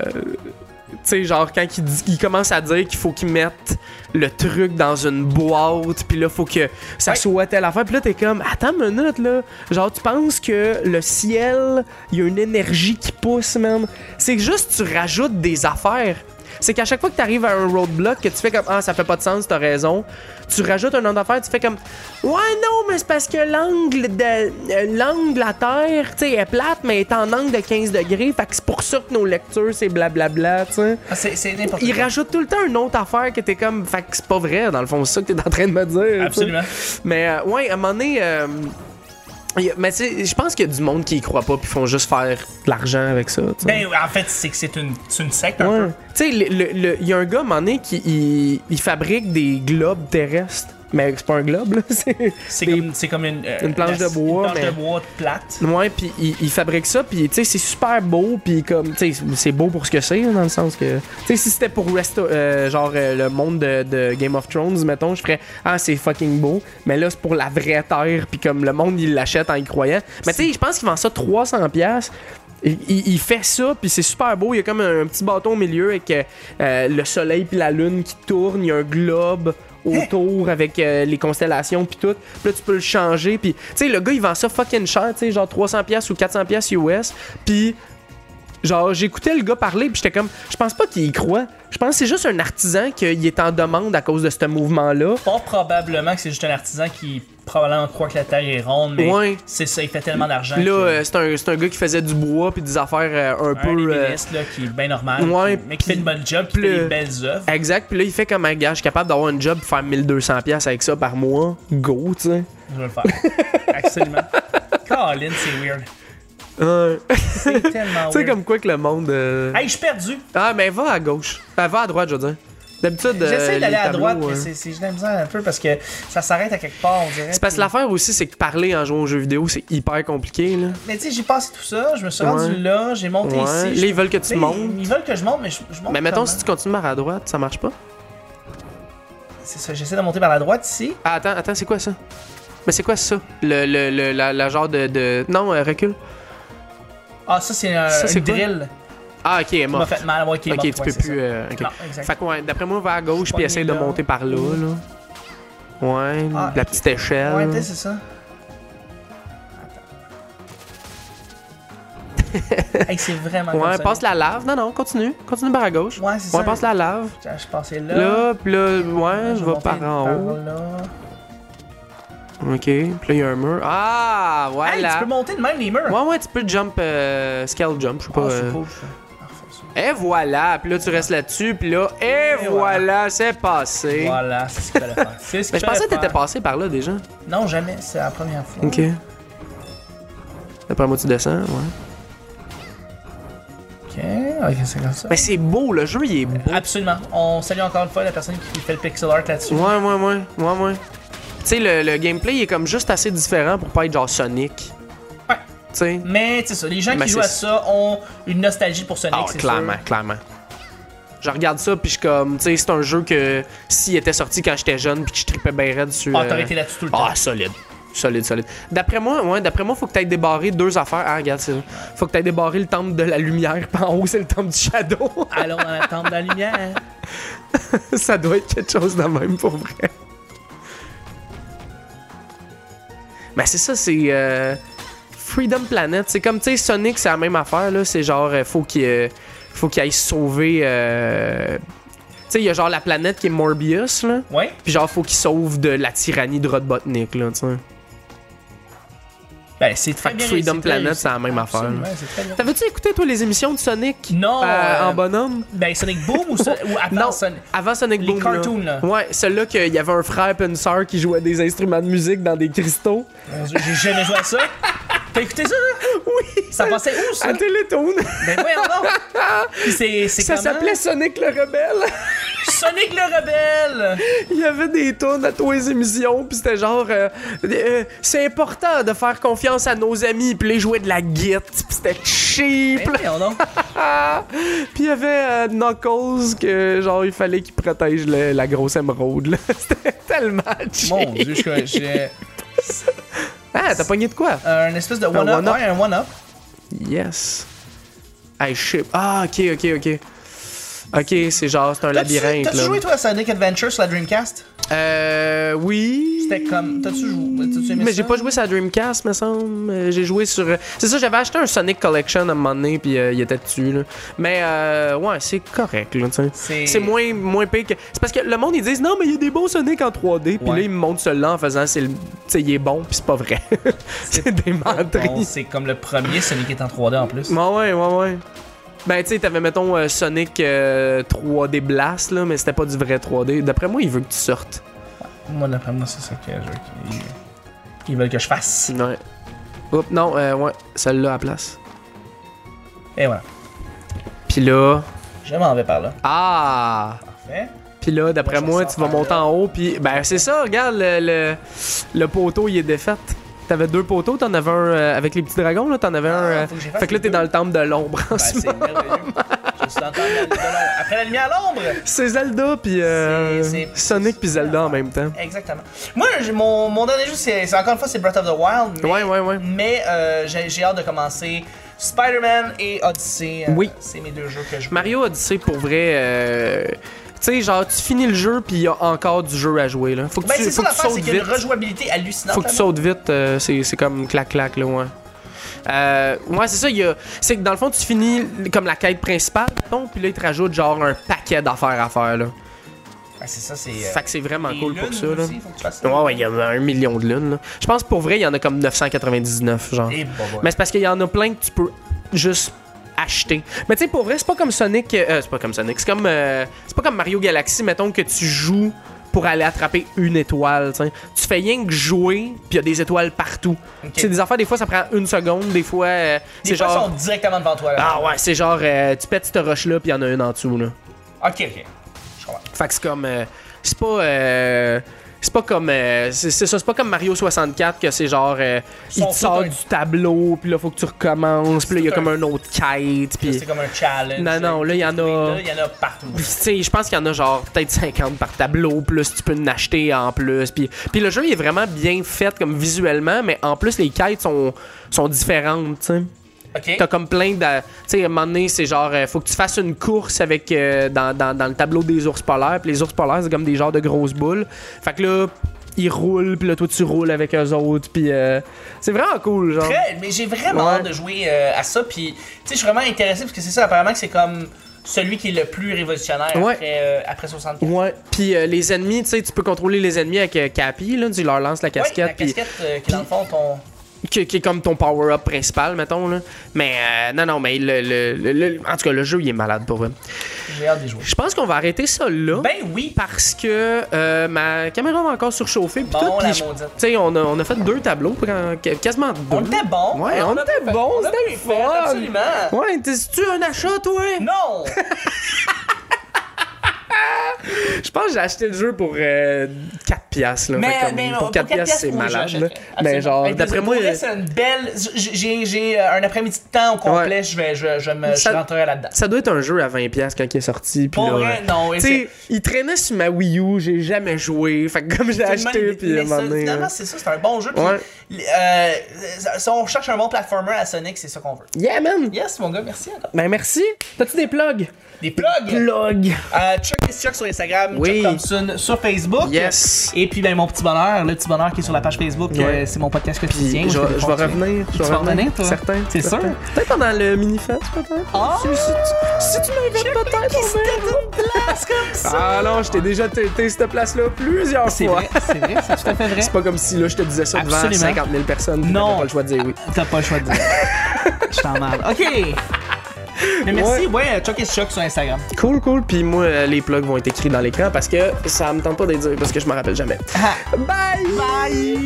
tu sais, genre, quand il, dit- il commence à dire qu'il faut qu'il mette le truc dans une boîte, puis là, faut que ça Ouais. soit telle affaire. Puis là, t'es comme, attends une minute, là. Genre, tu penses que le ciel, il y a une énergie qui pousse, même. C'est juste, tu rajoutes des affaires. c'est qu'à chaque fois que tu arrives à un roadblock, que tu fais comme Ah, ça fait pas de sens, t'as raison, tu rajoutes un nom d'affaires, tu fais comme Ouais, non, mais c'est parce que l'angle de euh, l'angle à terre, tu sais, est plate, mais elle est en angle de 15 degrés, fait que c'est pour ça que nos lectures, c'est blablabla, tu sais. Ah, c'est c'est n'importe Il quoi. rajoute tout le temps une autre affaire que t'es comme, fait que c'est pas vrai, dans le fond, c'est ça que t'es en train de me dire. tu sais. Absolument. Mais euh, ouais, à un moment donné. euh, il y a- mais tu sais, je pense qu'il y a du monde qui y croit pas puis font juste faire de l'argent avec ça. tu sais. Ben, en fait, c'est que c'est une, c'est une secte un Ouais. peu. Tu sais, le- le- le- il y a un gars, à un moment donné, qui il, il fabrique des globes terrestres. Mais c'est pas un globe, là. c'est- C'est Des- comme, c'est comme une, euh, Une planche de bois, Une planche mais- de bois plate. Ouais, puis il, il fabrique ça, puis tu sais, c'est super beau, puis comme, tu sais, c'est beau pour ce que c'est, hein, dans le sens que. Tu sais, si c'était pour resto- euh, genre euh, le monde de, de Game of Thrones, mettons, je ferais Ah, c'est fucking beau, mais là, c'est pour la vraie terre, puis comme le monde, il l'achète en y croyant. Mais tu sais, je pense qu'il vend ça 300$. piastres. Il, il- il fait ça, puis c'est super beau. Il y a comme un, un petit bâton au milieu avec euh, le soleil puis la lune qui tourne. Il y a un globe autour avec euh, les constellations puis tout. Puis là, tu peux le changer. Puis, tu sais, le gars, il vend ça fucking cher, tu sais, genre 300$ piastres ou 400$ piastres US. Puis, genre, j'écoutais le gars parler, puis j'étais comme, je pense pas qu'il y croit. Je pense que c'est juste un artisan qu'il est en demande à cause de ce mouvement-là. Fort probablement que c'est juste un artisan qui probablement croit que la terre est ronde, mais Ouais. c'est ça, il fait tellement d'argent. Là, que- euh, c'est un, c'est un gars qui faisait du bois puis des affaires euh, un un peu. euh, ébéniste, là, qui est bien normal, ouais, qui- mais qui fait puis- une bonne job, qui puis fait le- des belles œuvres. Exact, puis là il fait comme un gars, je suis capable d'avoir un job, faire 1200 pièces avec ça par mois, go, tu sais. Je vais le faire. Absolument. Colin, c'est weird. Euh, tu C'est tellement sais weird. comme quoi que le monde euh, Ah Hey, je suis perdu. Ah, mais va à gauche. Euh, va à droite, je veux dire. D'habitude euh, J'essaie d'aller les à tableaux, droite, euh, mais c'est- c'est j'ai de la misère un peu parce que ça s'arrête à quelque part, on dirait. c'est parce que puis- l'affaire aussi, c'est que parler en jouant aux jeux vidéo, c'est hyper compliqué, là. Mais tu sais, j'ai passé tout ça, je me suis Ouais. rendu là, j'ai monté Ouais. Ah, ici. Là, ils veulent que tu Mais montes. Ils veulent que je monte, mais je, je monte. Mais mettons, comment? si tu continues par à droite, ça marche pas. C'est ça, j'essaie de monter par la droite ici. Ah, attends, attends, c'est quoi ça? Mais c'est quoi ça? Le, le, le- la, la genre de. de- Non, euh, recule. Ah, ça, c'est un Ça, c'est une quoi? drill Ah, ok, elle est qui m'a morte. fait mal. Ouais, qui est Ok, morte, tu ouais, peux c'est plus. euh, ok. ça. Non, exact. Fait que ouais, d'après moi, va à Je gauche suis puis essaye de pogné là. monter par là, là. Ouais, Ah, la ok. petite échelle. Ouais, peut-être c'est ça. Attends. hey, c'est vraiment Ouais, comme ça. passe la lave. Non, non, continue. Continue par à gauche. Ouais, c'est Ouais, ça. passe la lave. Tiens, Je suis passé là. Ah, Là, puis là, ouais, je vais monter par en haut. là. Ok, puis là, il y a un mur. Ah, Hey, tu voilà. peux monter de même les murs. Ouais, ouais, tu peux jump, euh, scale jump, je sais Ah, pas. c'est euh. cool, ça. Parfait, ça. Et voilà, puis là, tu restes là-dessus, puis là, et, Et voilà. voilà, c'est passé. Voilà, c'est ce qu'il fallait faire. C'est ce Mais je pensais que fallait t'étais faire. passé par là déjà. Non, jamais, c'est la première fois. Ok. D'après moi, tu descends, ouais. Ok, ok, c'est comme ça. Mais c'est beau, le jeu, il est beau. Absolument. On salue encore une fois la personne qui fait le pixel art là-dessus. Ouais, ouais, ouais, ouais, ouais. Tu sais, le, le gameplay il est comme juste assez différent pour pas être genre Sonic. Ouais. Mm. Tu sais. Mais c'est ça, les gens Mais qui c'est jouent à ça. ça ont une nostalgie pour Sonic, Ah, c'est clairement, sûr. clairement. Je regarde ça, puis je suis comme, tu sais, c'est un jeu que s'il était sorti quand j'étais jeune, puis que je tripais bien raide sur. Ah, t'aurais euh, été là-dessus tout le temps. Ah, solide. Solide, solide. D'après moi, ouais, d'après moi, faut que t'ailles débarrer deux affaires. Ah, regarde, c'est ça. Faut que t'ailles débarrer le temple de la lumière, puis en haut, c'est le temple du shadow. Allons dans la tente de la lumière. ça doit être quelque chose de même pour vrai. Mais Ben, c'est ça, c'est euh, Freedom Planet. C'est comme, tu sais, Sonic, c'est la même affaire, là. C'est genre, euh, faut qu'il euh, faut qu'il aille sauver. euh, Tu sais, il y a genre la planète qui est Morbius, là. Ouais. Puis genre, faut qu'il sauve de la tyrannie de Robotnik, là, tu sais. Ben, c'est très que bien Freedom réussi, très Planet, réussi. c'est la même affaire. Absolument, c'est très bien. T'avais-tu écouté, toi, les émissions de Sonic Non, Euh, euh, En bonhomme Ben, Sonic Boom ou, ça, ou attends, Non, Sonic- avant Sonic les Boom. là. cartoons, là. Ouais, celui-là qu'il y avait un frère et une sœur qui jouaient des instruments de musique dans des cristaux. Mon Dieu, Ben, J'ai jamais joué à ça. T'as écouté ça, là? Oui! Ça passait où, ça? À Télétoon! Ben, voyons donc. Puis c'est c'est Ça comment? s'appelait Sonic le Rebelle! Sonic le Rebelle. Il y avait des tonnes à tous les émissions, puis c'était genre. euh, euh, c'est important de faire confiance à nos amis, puis les jouer de la guite, puis c'était cheap! Ben, voyons donc. Ah! Puis il y avait euh, Knuckles, que genre il fallait qu'il protège le- la grosse émeraude, là. C'était tellement cheap! Mon Dieu, je- j'ai Ah, t'as pogné de quoi? un espèce de one-up. one-up. ouais, un one-up. Yes. Hey, ship. Ah, ok, ok, ok. Ok, c'est genre, c'est un T'as-tu- labyrinthe. T'as-tu là. joué, toi, à Sonic Adventure sur la Dreamcast? Euh, oui. C'était comme. T'as-tu joué? T'as-tu aimé Mais ça? j'ai pas joué sur la Dreamcast, me semble. Euh, J'ai joué sur. C'est ça, j'avais acheté un Sonic Collection à un moment donné, puis euh, il était dessus. Là. Mais euh, ouais, c'est correct. Là, tu sais. C'est- c'est moins, moins pire que. C'est parce que le monde, ils disent non, mais il y a des bons Sonic en 3D, puis Ouais. là, ils me montrent celui-là en faisant, c'est le- tu sais, il est bon, puis c'est pas vrai. c'est des Bon, menteries. c'est comme le premier Sonic qui est en 3D en plus. Ouais, ouais, ouais, ouais. Ben, tu sais, t'avais, mettons, euh, Sonic euh, 3D Blast, là, mais c'était pas du vrai 3D. D'après moi, il veut que tu sortes. Moi, d'après moi, c'est ça que je veux qu'ils- qu'ils veulent que je fasse. Ouais. Oups, non, euh, ouais, celle-là à la place. Et voilà. Puis là. Je m'en vais par là. Hein? Ah! Parfait. Puis là, d'après Moi, je moi, sens tu vas par monter là. en haut, puis ben c'est ça, regarde, le, le, le poteau, il est défait. T'avais deux poteaux, t'en avais un euh, avec les petits dragons, là, t'en avais un... euh, Ah, faut que j'y fasse fait que là, les t'es deux. dans le temple de l'ombre en Ben, ce c'est moment. merveilleux. Je suis encore dans le- dans le- après la lumière à l'ombre. C'est Zelda, puis euh, C'est- c'est- Sonic, puis Zelda en même temps. Exactement. Moi, j'ai- mon, mon dernier jeu, c'est c'est encore une fois, c'est Breath of the Wild. Mais, Ouais, ouais, ouais. mais, euh, j'ai j'ai hâte de commencer Spider-Man et Odyssey. Euh, Oui. C'est mes deux jeux que je Mario Odyssey, pour vrai... euh, tu sais, genre, tu finis le jeu, puis il y a encore du jeu à jouer, là. Faut que Ben, tu, c'est faut ça que tu l'affaire, sautes c'est qu'il y a vite. une rejouabilité hallucinante. Faut que tu sautes vite, euh, c'est c'est comme clac-clac, là, ouais. Euh, ouais, c'est ça, il y a- c'est que dans le fond, tu finis comme la quête principale, mettons, puis là, ils te rajoutent genre un paquet d'affaires à faire, là. Ah, c'est ça, c'est. euh, Fait que c'est vraiment les cool pour lunes ça, là. aussi, faut que tu fasses ça. Ouais, ouais, il y a un million de lunes, là. Je pense que pour vrai, il y en a comme 999, genre. Eh, bah, bah. Mais c'est parce qu'il y en a plein que tu peux juste acheter. Mais tu sais, pour vrai, c'est pas comme Sonic. euh, c'est pas comme Sonic. C'est comme. euh, c'est pas comme Mario Galaxy, mettons, que tu joues pour aller attraper une étoile. tu sais. Tu fais rien que jouer, puis il y a des étoiles partout. C'est des affaires, des fois, ça prend une seconde, des fois. euh, Les c'est gens genre. sont directement devant toi, là. Ah ouais, c'est genre. euh, tu pètes cette roche-là, puis il y en a une en dessous, là. Ok, ok. Je comprends. Fait que c'est comme. euh, c'est pas. euh, c'est pas comme. euh, c'est c'est ça, c'est pas comme Mario 64 que c'est genre. euh, il Son te sort tout un- du tableau, puis là, faut que tu recommences, puis là, il y a tout comme un- un autre quête, puis. C'est comme un challenge. Non, non, euh, là, il y en a. Là, il y en a partout. Puis, tu sais, je pense qu'il y en a genre peut-être 50 par tableau, plus tu peux en acheter en plus. Puis, puis le jeu il est vraiment bien fait comme visuellement, mais en plus les quêtes sont, sont différentes. tu sais. Ok. T'as comme plein de. Tu sais, à un moment donné, c'est genre, euh, faut que tu fasses une course avec euh, dans, dans, dans le tableau des ours polaires. Puis les ours polaires, c'est comme des genres de grosses boules. Fait que là, ils roulent, puis là, toi, tu roules avec eux autres. Puis euh, c'est vraiment cool, genre. Très, mais j'ai vraiment Ouais. hâte de jouer euh, à ça. Puis, tu sais, je suis vraiment intéressé parce que c'est ça, apparemment, que c'est comme celui qui est le plus révolutionnaire Ouais. après, euh, après 64. Ouais, puis euh, les ennemis, tu sais, tu peux contrôler les ennemis avec euh, Cappy, là, tu leur lances la Ouais, casquette, la puis- casquette euh, qui est dans le fond, ton. qui, qui est comme ton power-up principal, mettons. Là. Mais euh, non, non, mais le, le- le- le- en tout cas, le jeu, il est malade pour vrai. J'ai hâte de jouer. Je pense qu'on va arrêter ça là. Ben oui! parce que euh, ma caméra va encore surchauffer. Pis Bon, tout, la pis je- maudite. tu sais, on a, on a fait deux tableaux, quand- qu- quasiment deux. On était bon! Ouais, on l'a était bien fait. bon, On l'a c'était bien le fait, fun. Absolument! Ouais, t'es-tu un achat, toi? Non! Je pense que j'ai acheté le jeu pour euh, 4 piastres. Là. Mais, Fait comme, mais pour 4 piastres, c'est oui, malade. j'achèterais. là. Absolument. Mais genre, Hey, d'après pour moi, vrai, c'est une belle. j'ai- J'ai, j'ai euh, un après-midi de temps au complet, je vais, je, je me, je Ça- rentrerai là-dedans. ça doit être un jeu à 20 piastres quand il est sorti. Pis Pour là, vrai, euh, non. et Tu c'est- sais, il traînait sur ma Wii U, j'ai jamais joué. Fait que comme j'ai Tout le acheté, monde- puis à un mais ça, moment donné, Finalement, euh, c'est ça, c'est un bon jeu. puis, Ouais. euh, si on cherche un bon platformer à Sonic, c'est ça qu'on veut. Yeah, man! Yes, mon gars, merci encore. Ben merci! T'as-tu des plugs? Des plugs! Plugs! Euh, Chuck is Chuck sur Instagram, Oui. Chuck Thompson sur Facebook. Yes! Et puis, ben, mon petit bonheur, le petit bonheur qui est sur la page Facebook, Ouais. euh, c'est mon podcast quotidien. Puis, je, où vais- fais des je vais contenus. revenir. Je Tu vais vas revenir, toi? Certain. C'est certain. sûr? Peut-être pendant le mini-fest, peut-être. Ah! Si, si tu, si tu m'invites, peut-être. on verra. place comme ça! Ah non, je t'ai déjà tenté cette place-là plusieurs C'est fois. vrai, c'est vrai, c'est tout à fait vrai. C'est pas comme si là, je te disais ça devant Absolument. 50 000 personnes. puis Non. t'avais pas le choix de dire oui. T'as pas le choix de dire. Je t'en marre. OK! Mais merci, ouais, Chuck is Chuck sur Instagram. Cool, cool. Puis moi, euh, les plugs vont être écrits dans l'écran parce que ça me tente pas de les dire parce que je me rappelle jamais. Ah. Bye! Bye!